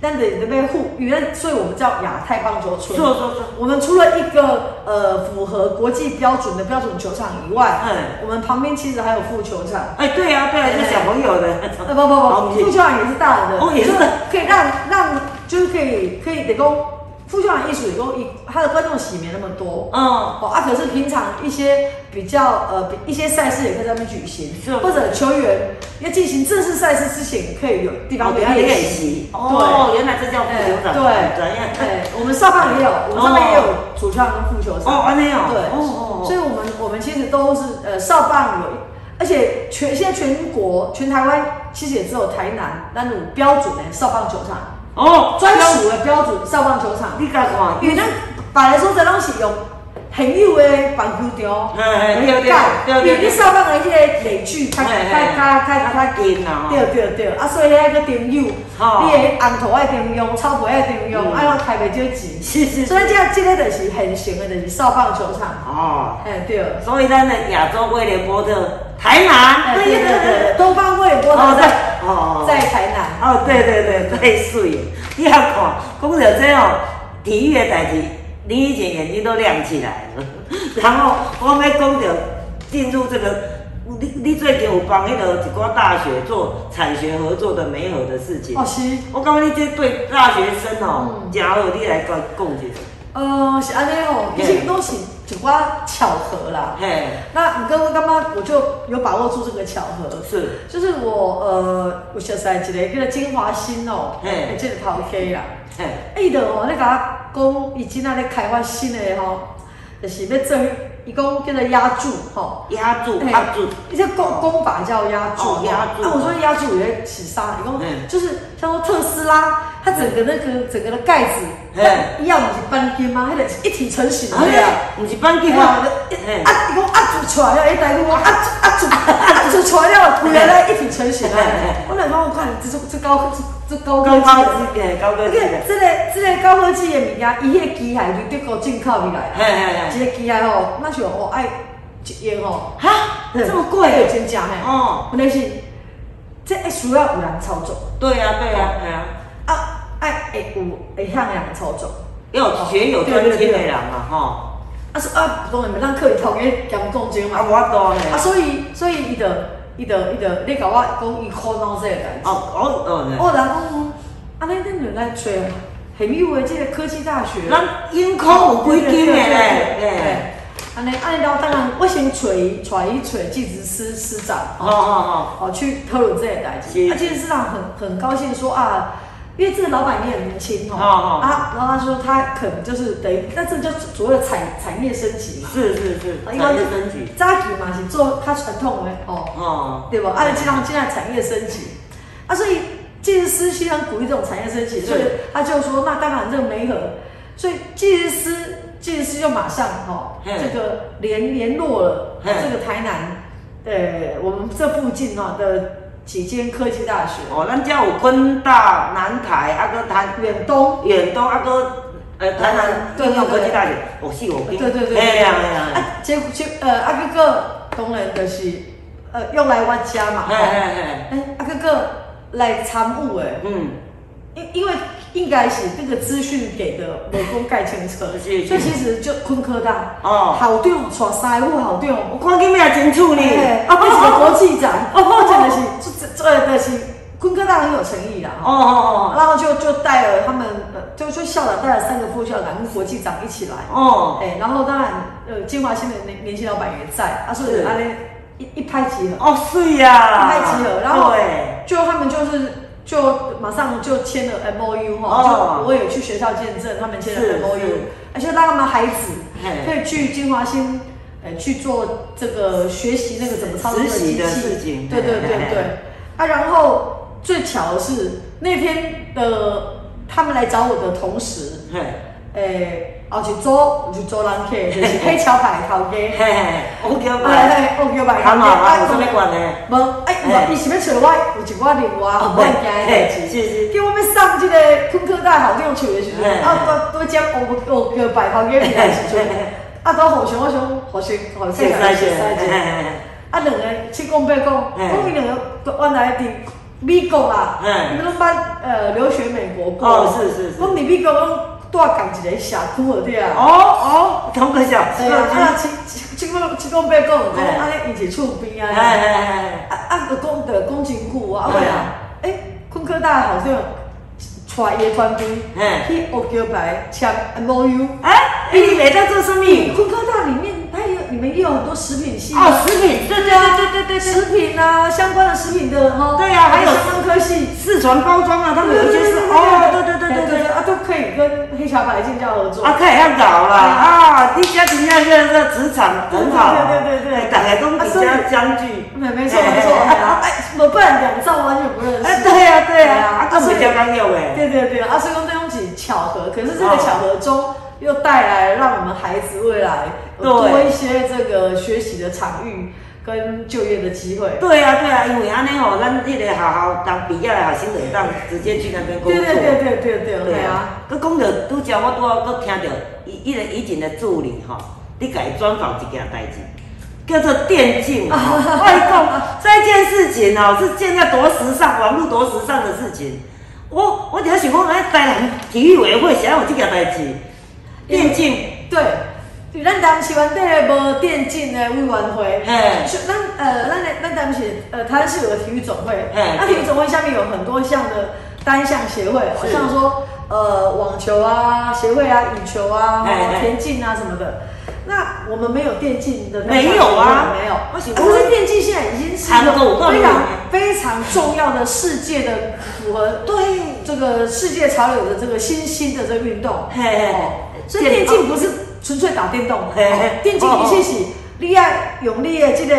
[SPEAKER 3] 咱的那边互，因为所以我们叫亚太棒球村。
[SPEAKER 2] 做做做，
[SPEAKER 3] 我们除了一个呃符合国际标准的标准球场以外，
[SPEAKER 2] 嗯
[SPEAKER 3] 我们旁边其实还有副球场。
[SPEAKER 2] 哎，对啊，对啊，是小朋友的。
[SPEAKER 3] 呃不不不，副校长也是大的，
[SPEAKER 2] 哦也是
[SPEAKER 3] 就是可以让让就是可以可以得够副校长艺术也够一，他的观众席没那么多。
[SPEAKER 2] 嗯，
[SPEAKER 3] 哦啊，可是平常一些比较呃比一些赛事也可以在那边举行
[SPEAKER 2] 是，
[SPEAKER 3] 或者球员要进行正式赛事之前，可以有地
[SPEAKER 2] 然
[SPEAKER 3] 方
[SPEAKER 2] 后
[SPEAKER 3] 可以
[SPEAKER 2] 给他练
[SPEAKER 3] 练习。
[SPEAKER 2] 习。哦，原来这叫
[SPEAKER 3] 哎
[SPEAKER 2] 副球长。专业。
[SPEAKER 3] 对，哎，我们上半也有，我们上半也有主唱跟副球场。
[SPEAKER 2] 哦哦安内哦
[SPEAKER 3] 对，
[SPEAKER 2] 哦哦哦
[SPEAKER 3] 所以我们我们其实都是呃少棒有，而且全现在全国全台湾其实也只有台南那种标准的少棒球场。
[SPEAKER 2] 哦，
[SPEAKER 3] 专属的标准少棒球场，
[SPEAKER 2] 你甲看，
[SPEAKER 3] 因为咱别个所在拢是用朋友的棒球场
[SPEAKER 2] 嘿嘿哎对哎对对对
[SPEAKER 3] 比
[SPEAKER 2] 对
[SPEAKER 3] 你少棒的迄个累聚较较
[SPEAKER 2] 嘿嘿
[SPEAKER 3] 较较较
[SPEAKER 2] 较近啦吼
[SPEAKER 3] 对对对，啊，所以迄个朋友，
[SPEAKER 2] 吼
[SPEAKER 3] 你的红土爱中用，草皮爱中用，
[SPEAKER 2] 嗯
[SPEAKER 3] 啊，开袂少钱。
[SPEAKER 2] 是是
[SPEAKER 3] 所以
[SPEAKER 2] 是，
[SPEAKER 3] 这这个就是很行的，就是少棒球场。
[SPEAKER 2] 哦，
[SPEAKER 3] 哎，对，
[SPEAKER 2] 所以咱的亚洲威廉波特，台南，
[SPEAKER 3] 哎对对对，东方卫波
[SPEAKER 2] 哦
[SPEAKER 3] 特
[SPEAKER 2] 对
[SPEAKER 3] 在，
[SPEAKER 2] 哦
[SPEAKER 3] 在台南，
[SPEAKER 2] 哦，对对对，太水了！你要看，讲到这哦，体育的代志，你以前眼睛都亮起来了。 [LAUGHS] 然后我们讲到进入这个，你你最近有帮那个一个大学做产学合作的美好的事情。
[SPEAKER 3] 哦是。
[SPEAKER 2] 我感觉你这对大学生哦，
[SPEAKER 3] 嗯
[SPEAKER 2] 真好，你来讲讲一下。
[SPEAKER 3] 呃，是安尼吼，其实
[SPEAKER 2] 嘿
[SPEAKER 3] 都是一寡巧合啦。
[SPEAKER 2] 嘿，
[SPEAKER 3] 那你哥我干嘛？我就有把握住这个巧合，
[SPEAKER 2] 是，
[SPEAKER 3] 就是我呃，有熟悉一个叫做金华新哦，
[SPEAKER 2] 嘿
[SPEAKER 3] 即个头家啊啦，
[SPEAKER 2] 嘿，
[SPEAKER 3] 伊哎就吼，你甲我讲，伊今仔咧开发新的吼，就是要做，伊讲叫做压注吼。
[SPEAKER 2] 压住
[SPEAKER 3] 嘿
[SPEAKER 2] 哦压住，
[SPEAKER 3] 一些公公法叫压住
[SPEAKER 2] 哦，压住
[SPEAKER 3] 啊，我说压住也在起杀，你看，
[SPEAKER 2] 嗯
[SPEAKER 3] 就是像说特斯拉，它整个那个整个的盖子，
[SPEAKER 2] 嗯
[SPEAKER 3] 它一样不是半天吗？它得一体成型的
[SPEAKER 2] 哎
[SPEAKER 3] 呀
[SPEAKER 2] 呀。，不是班级
[SPEAKER 3] 你看，
[SPEAKER 2] 吗
[SPEAKER 3] 啊，？
[SPEAKER 2] 嘿，
[SPEAKER 3] 你讲啊，住出来了，一台我啊啊住啊住出来了，规个咧一体成型的。啊我来讲，我看这这高这这高科
[SPEAKER 2] 高
[SPEAKER 3] 技
[SPEAKER 2] 高
[SPEAKER 3] 的。
[SPEAKER 2] 级的，高高
[SPEAKER 3] 这
[SPEAKER 2] 级
[SPEAKER 3] 个
[SPEAKER 2] 的，
[SPEAKER 3] 这个这个高科技的物件，伊迄个机械就德国进口回来
[SPEAKER 2] 嘿嘿
[SPEAKER 3] 的，
[SPEAKER 2] 嘿
[SPEAKER 3] 这个机械吼，那是哦爱一亿吼，
[SPEAKER 2] 哈，这么贵
[SPEAKER 3] 对，真正嘿。
[SPEAKER 2] 嗯哦，
[SPEAKER 3] 问题是，这会需要有人操作，
[SPEAKER 2] 对呀、对呀、对呀、
[SPEAKER 3] 啊，爱会有会向人操作，
[SPEAKER 2] 要学有专精的人嘛，吼，
[SPEAKER 3] 啊是啊，当然袂咱可以头家兼讲这
[SPEAKER 2] 啊，
[SPEAKER 3] 嘛，
[SPEAKER 2] 我多
[SPEAKER 3] 啊
[SPEAKER 2] 呢，
[SPEAKER 3] 所以所以伊就伊就伊就你甲我讲伊苦恼这个代
[SPEAKER 2] 哦
[SPEAKER 3] 志，
[SPEAKER 2] 哦哦呢，
[SPEAKER 3] 我人讲，嗯安尼恁就来找很有的这个科技大学，
[SPEAKER 2] 咱英考有几金的咧，对，
[SPEAKER 3] 对，安尼安尼，然后当然我先找伊找伊找技职师师长，
[SPEAKER 2] 哦哦
[SPEAKER 3] 哦，去讨论这个代志。
[SPEAKER 2] 是
[SPEAKER 3] 那其实市长很很高兴说啊，因为这个老板也很年轻哦，
[SPEAKER 2] 哦哦
[SPEAKER 3] 啊，然后他说他可能就是等于，那这就所谓的产产业升级嘛
[SPEAKER 2] 哦，，是是是，
[SPEAKER 3] 啊
[SPEAKER 2] 产业升级，
[SPEAKER 3] 早期嘛是做较传统的哦，
[SPEAKER 2] 哦，
[SPEAKER 3] 对吧？啊，这样现在产业升级，啊，所以建筑师希望鼓励这种产业升级，
[SPEAKER 2] 是
[SPEAKER 3] 所以他就说那当然这个没合，所以建筑师建筑师就马上哦，
[SPEAKER 2] 嘿
[SPEAKER 3] 这个联联络了哦
[SPEAKER 2] 嘿
[SPEAKER 3] 这个台南，对我们这附近哦的几间科技大学，
[SPEAKER 2] 哦，咱遮有昆大、南台，啊个台
[SPEAKER 3] 远东，
[SPEAKER 2] 远东，啊个呃台南应用科技大学，哦是我
[SPEAKER 3] 对对对对，
[SPEAKER 2] 哎呀哎呀，
[SPEAKER 3] 啊，结结呃啊哥哥，当然就是呃用来我家嘛，
[SPEAKER 2] 哎
[SPEAKER 3] 哎
[SPEAKER 2] 哎哎，
[SPEAKER 3] 啊哥哥来参与诶。
[SPEAKER 2] 嗯，
[SPEAKER 3] 因因为应该是那个资讯给的美工盖清车，
[SPEAKER 2] [LAUGHS] 是是
[SPEAKER 3] 所以其实就昆科大
[SPEAKER 2] 哦嗯
[SPEAKER 3] 好对我带三户好对
[SPEAKER 2] 我
[SPEAKER 3] 我，
[SPEAKER 2] 看金也真处呢，
[SPEAKER 3] 啊，变成个国际展，哦，真的是这这呃，但是昆科大很有诚意啦，
[SPEAKER 2] 哦哦
[SPEAKER 3] 然后就就带了他们，呃就就校长带了三个副校长跟国际长一起来，
[SPEAKER 2] 哦哦
[SPEAKER 3] 哎，然后当然呃，金华新的年年轻老板也在，啊，所以
[SPEAKER 2] 是
[SPEAKER 3] 阿嘞一一拍即合，
[SPEAKER 2] 哦，水呀，对。
[SPEAKER 3] 就他们就是就马上就签了 M O U 哈、
[SPEAKER 2] 哦
[SPEAKER 3] 就我也去学校见证，他们签了
[SPEAKER 2] 是
[SPEAKER 3] M O U，
[SPEAKER 2] 是哎
[SPEAKER 3] 而且让他们孩子
[SPEAKER 2] 嘿
[SPEAKER 3] 可以去金华新，呃，去做这个学习那个怎么操作
[SPEAKER 2] 实习
[SPEAKER 3] 机
[SPEAKER 2] 的
[SPEAKER 3] 器，
[SPEAKER 2] 事情哎
[SPEAKER 3] 对对
[SPEAKER 2] 嘿
[SPEAKER 3] 对
[SPEAKER 2] 嘿嘿
[SPEAKER 3] 对。啊，然后最巧的是那天的他们来找我的同时，哎哦
[SPEAKER 2] 嘿，
[SPEAKER 3] 诶、后一组有一组人客，
[SPEAKER 2] [LAUGHS]
[SPEAKER 3] 就是黑桥牌头家
[SPEAKER 2] 嘿。嘿，我叫白，
[SPEAKER 3] 哎哎，我叫白
[SPEAKER 2] 他嘛，咱有啥物关系？
[SPEAKER 3] 无，哎，伊是要找我有一寡另外我物件的代
[SPEAKER 2] 嘿
[SPEAKER 3] 志。
[SPEAKER 2] 是是，
[SPEAKER 3] 叫我要送即个昆科大校长厝的时阵，啊，拄拄接乌乌叫白头家来的时阵，啊，拄互相我想互相互
[SPEAKER 2] 谢谢谢
[SPEAKER 3] 相
[SPEAKER 2] 谢，
[SPEAKER 3] 啊，两个七讲八讲，讲伊两个原来伫美国啦，伊拢捌呃留学美国过，讲伫美国拢住共一个社区就对啊。
[SPEAKER 2] 哦哦，同个小
[SPEAKER 3] 对
[SPEAKER 2] 时，
[SPEAKER 3] 啊，啊，
[SPEAKER 2] 哎
[SPEAKER 3] 七七七讲七讲八讲，讲安尼伊是厝边啊。
[SPEAKER 2] 哎
[SPEAKER 3] 啊啊，就讲就讲真久啊，啊尾啊，诶，昆科大好像带伊个团队
[SPEAKER 2] 嗯
[SPEAKER 3] 去学桥牌签啊 M O U。
[SPEAKER 2] 哎哎，你没在做生意？
[SPEAKER 3] 哎昆科大里面它也有你们也有很多食品系
[SPEAKER 2] 哦，食品，对对对对对对对，
[SPEAKER 3] 食品啊相关的食品的哈。
[SPEAKER 2] 对啊还有
[SPEAKER 3] 相关科系。
[SPEAKER 2] 四川包装啊，他们有些是哦，对对对对对，
[SPEAKER 3] 啊，都可以跟黑桥牌建教合作。
[SPEAKER 2] 啊，太要搞了啊，你家怎样热热职场很好，大家都比较相聚，
[SPEAKER 3] 没没哎错没错，哎，怎么办？两兆完全不认识。
[SPEAKER 2] 啊
[SPEAKER 3] 啊
[SPEAKER 2] 哎，对呀对呀，啊，更比较刚要哎，
[SPEAKER 3] 对对对对，啊，所以说这种是巧合，可是这个巧合中又带来让我们孩子未来有多
[SPEAKER 2] 对
[SPEAKER 3] 一些这个学习的场域跟就业的机会。
[SPEAKER 2] 对啊，对啊，因为安尼吼，咱这个好好当啊毕业的学生就会当直接去那边工作。
[SPEAKER 3] 对对对对对对，对啊，
[SPEAKER 2] 啊，佮讲到拄则我拄啊，佮听到伊伊个以前的助理吼，你家专访一件代志，叫做电竞
[SPEAKER 3] [LAUGHS]
[SPEAKER 2] 吼。我跟你讲这件事情哦，是现在多时尚，网络多时尚的事情。我我只想讲，哎，台南体育委员会想要有这件代志，电竞，
[SPEAKER 3] 对。对，咱当时湾底无电竞的委员会，
[SPEAKER 2] 嘿
[SPEAKER 3] 就咱呃，咱的咱当时呃，台湾是有个体育总会，
[SPEAKER 2] 嘿
[SPEAKER 3] 那体育总会下面有很多项的单项协会，好
[SPEAKER 2] 是
[SPEAKER 3] 像说呃网球啊协会啊、羽球啊、
[SPEAKER 2] 嘿嘿
[SPEAKER 3] 田径啊什么的。那我们没有电竞的那
[SPEAKER 2] 没
[SPEAKER 3] 项
[SPEAKER 2] 有啊
[SPEAKER 3] 协会没有。
[SPEAKER 2] 我想
[SPEAKER 3] 可是电竞现在已经是一
[SPEAKER 2] 韩国我告诉
[SPEAKER 3] 个
[SPEAKER 2] 你
[SPEAKER 3] 非常非常重要的世界的符合
[SPEAKER 2] 对，
[SPEAKER 3] 这个世界潮流的这个新兴的这个运动。
[SPEAKER 2] 嘿嘿
[SPEAKER 3] 哦所以电竞不是纯粹打电动，
[SPEAKER 2] 嘿嘿
[SPEAKER 3] 电竞一切是你要用你的这个，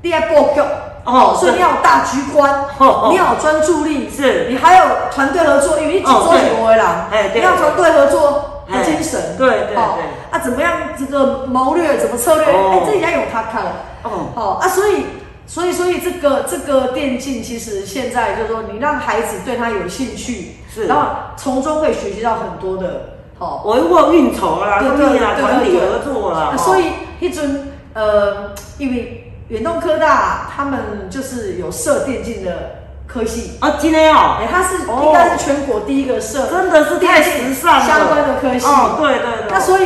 [SPEAKER 3] 你要布局，
[SPEAKER 2] 哦
[SPEAKER 3] 所以你要有大局观，
[SPEAKER 2] 哦哦
[SPEAKER 3] 你要有专注力，
[SPEAKER 2] 是
[SPEAKER 3] 你还有团队合作，因为你只
[SPEAKER 2] 哦
[SPEAKER 3] 做
[SPEAKER 2] 对
[SPEAKER 3] 一个啦，
[SPEAKER 2] 哎对
[SPEAKER 3] 你要团队合作的精神
[SPEAKER 2] 哎，对对
[SPEAKER 3] 哦啊，怎么样这个谋略，怎么策略，哎
[SPEAKER 2] 哦，
[SPEAKER 3] 这也要有他看了，
[SPEAKER 2] 哦
[SPEAKER 3] 哦啊，所以。所以，所以这个这个电竞其实现在就是说，你让孩子对他有兴趣，
[SPEAKER 2] 是
[SPEAKER 3] 然后从中可以学习到很多的，哦好、
[SPEAKER 2] 我我运筹啦，
[SPEAKER 3] 对
[SPEAKER 2] 什
[SPEAKER 3] 对
[SPEAKER 2] 么
[SPEAKER 3] 对
[SPEAKER 2] 啦，
[SPEAKER 3] 对
[SPEAKER 2] 团体
[SPEAKER 3] 对
[SPEAKER 2] 合作哦啦，
[SPEAKER 3] 啊
[SPEAKER 2] 吼
[SPEAKER 3] 所以一尊呃，因为远东科大他们就是有设电竞的科系，
[SPEAKER 2] 哦，今天哦
[SPEAKER 3] 哎、，它是、
[SPEAKER 2] 哦
[SPEAKER 3] 应该是全国第一个设
[SPEAKER 2] 真的是太时尚了，
[SPEAKER 3] 相关的科系。
[SPEAKER 2] 哦，对对对。
[SPEAKER 3] 那所以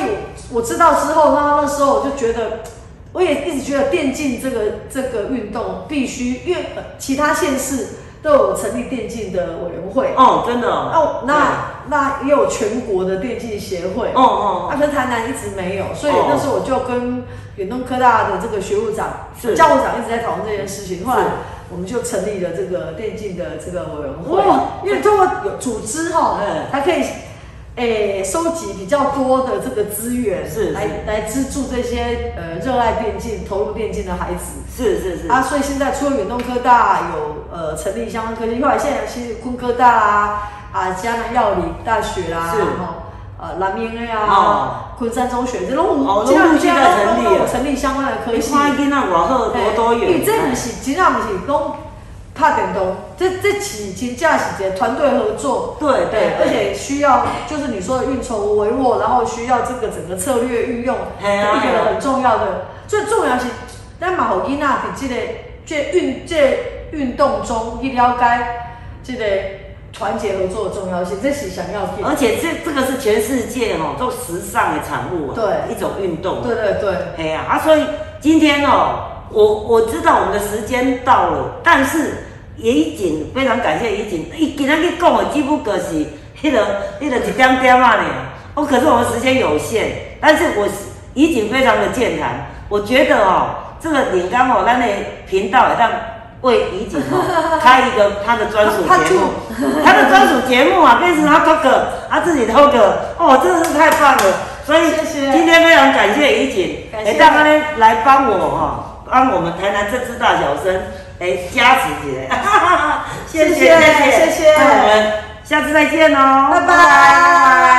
[SPEAKER 3] 我我知道之后，那那时候我就觉得。我也一直觉得电竞这个这个运动必须，因为呃其他县市都有成立电竞的委员会，
[SPEAKER 2] 哦，真的哦，
[SPEAKER 3] 哦，那那也有全国的电竞协会，
[SPEAKER 2] 哦哦，
[SPEAKER 3] 啊，可是台南一直没有，所以
[SPEAKER 2] 哦
[SPEAKER 3] 那时候我就跟远东科大的这个学务长、
[SPEAKER 2] 是
[SPEAKER 3] 教务长一直在讨论这件事情。后来
[SPEAKER 2] 是
[SPEAKER 3] 我们就成立了这个电竞的这个委员
[SPEAKER 2] 哇
[SPEAKER 3] 会，因为通过有组织哈
[SPEAKER 2] 嗯，
[SPEAKER 3] 才可以诶收集比较多的这个资源，
[SPEAKER 2] 是
[SPEAKER 3] 来来资助这些呃热爱电竞、投入电竞的孩子。
[SPEAKER 2] 是是是，
[SPEAKER 3] 啊，所以现在除了远东科大有呃成立相关科技，后来现在其实昆科大啊、啊嘉南药理大学啊，
[SPEAKER 2] 是
[SPEAKER 3] 然后呃蓝明 A 啊、
[SPEAKER 2] 哦
[SPEAKER 3] 昆山中学这种
[SPEAKER 2] 哦
[SPEAKER 3] 这样
[SPEAKER 2] 陆续在
[SPEAKER 3] 这样
[SPEAKER 2] 成立哎
[SPEAKER 3] 都有
[SPEAKER 2] 了
[SPEAKER 3] 成立相关的科
[SPEAKER 2] 你
[SPEAKER 3] 系。
[SPEAKER 2] 看囡仔偌好，多多哎
[SPEAKER 3] 哎因为
[SPEAKER 2] 元，
[SPEAKER 3] 这不是真正不是拢拍电动，这这是真正是一个团队合作。
[SPEAKER 2] 对对，
[SPEAKER 3] 而且需要就是你说的运筹帷幄，然后需要这个整个策略运用，
[SPEAKER 2] 嘿啊
[SPEAKER 3] 一
[SPEAKER 2] 嘿
[SPEAKER 3] 个
[SPEAKER 2] 啊
[SPEAKER 3] 很重要的。最重要是，咱嘛互囡仔伫即个这运这运动中去了解这个团结合作的重要性，这是想要
[SPEAKER 2] 而
[SPEAKER 3] 的。
[SPEAKER 2] 且这这个是全世界哦，做时尚的产物啊，
[SPEAKER 3] 对
[SPEAKER 2] 一种运动，
[SPEAKER 3] 对对对，
[SPEAKER 2] 哎呀啊，所以今天哦，我我知道我们的时间到了，但是怡景非常感谢怡景，伊今仔日讲的只不过是迄、个迄、个一点点啊呢，哦，可是我们时间有限，但是我怡景非常的健谈，我觉得哦，这个领刚哦，咱的频道也让为怡景哦
[SPEAKER 3] [LAUGHS]
[SPEAKER 2] 开一个他的专属
[SPEAKER 3] 他他
[SPEAKER 2] 节目， [LAUGHS] 他的专属节目啊，变成他 talk，他自己 talk，哦，真的是太棒了，所以
[SPEAKER 3] 谢谢
[SPEAKER 2] 今天非常感谢怡景。
[SPEAKER 3] 感谢
[SPEAKER 2] 哎，大家呢来帮我哈、帮我们台南政治大小生哎加持起来， [LAUGHS]
[SPEAKER 3] 谢谢谢谢
[SPEAKER 2] 那我们下次再见哦，
[SPEAKER 3] 拜拜。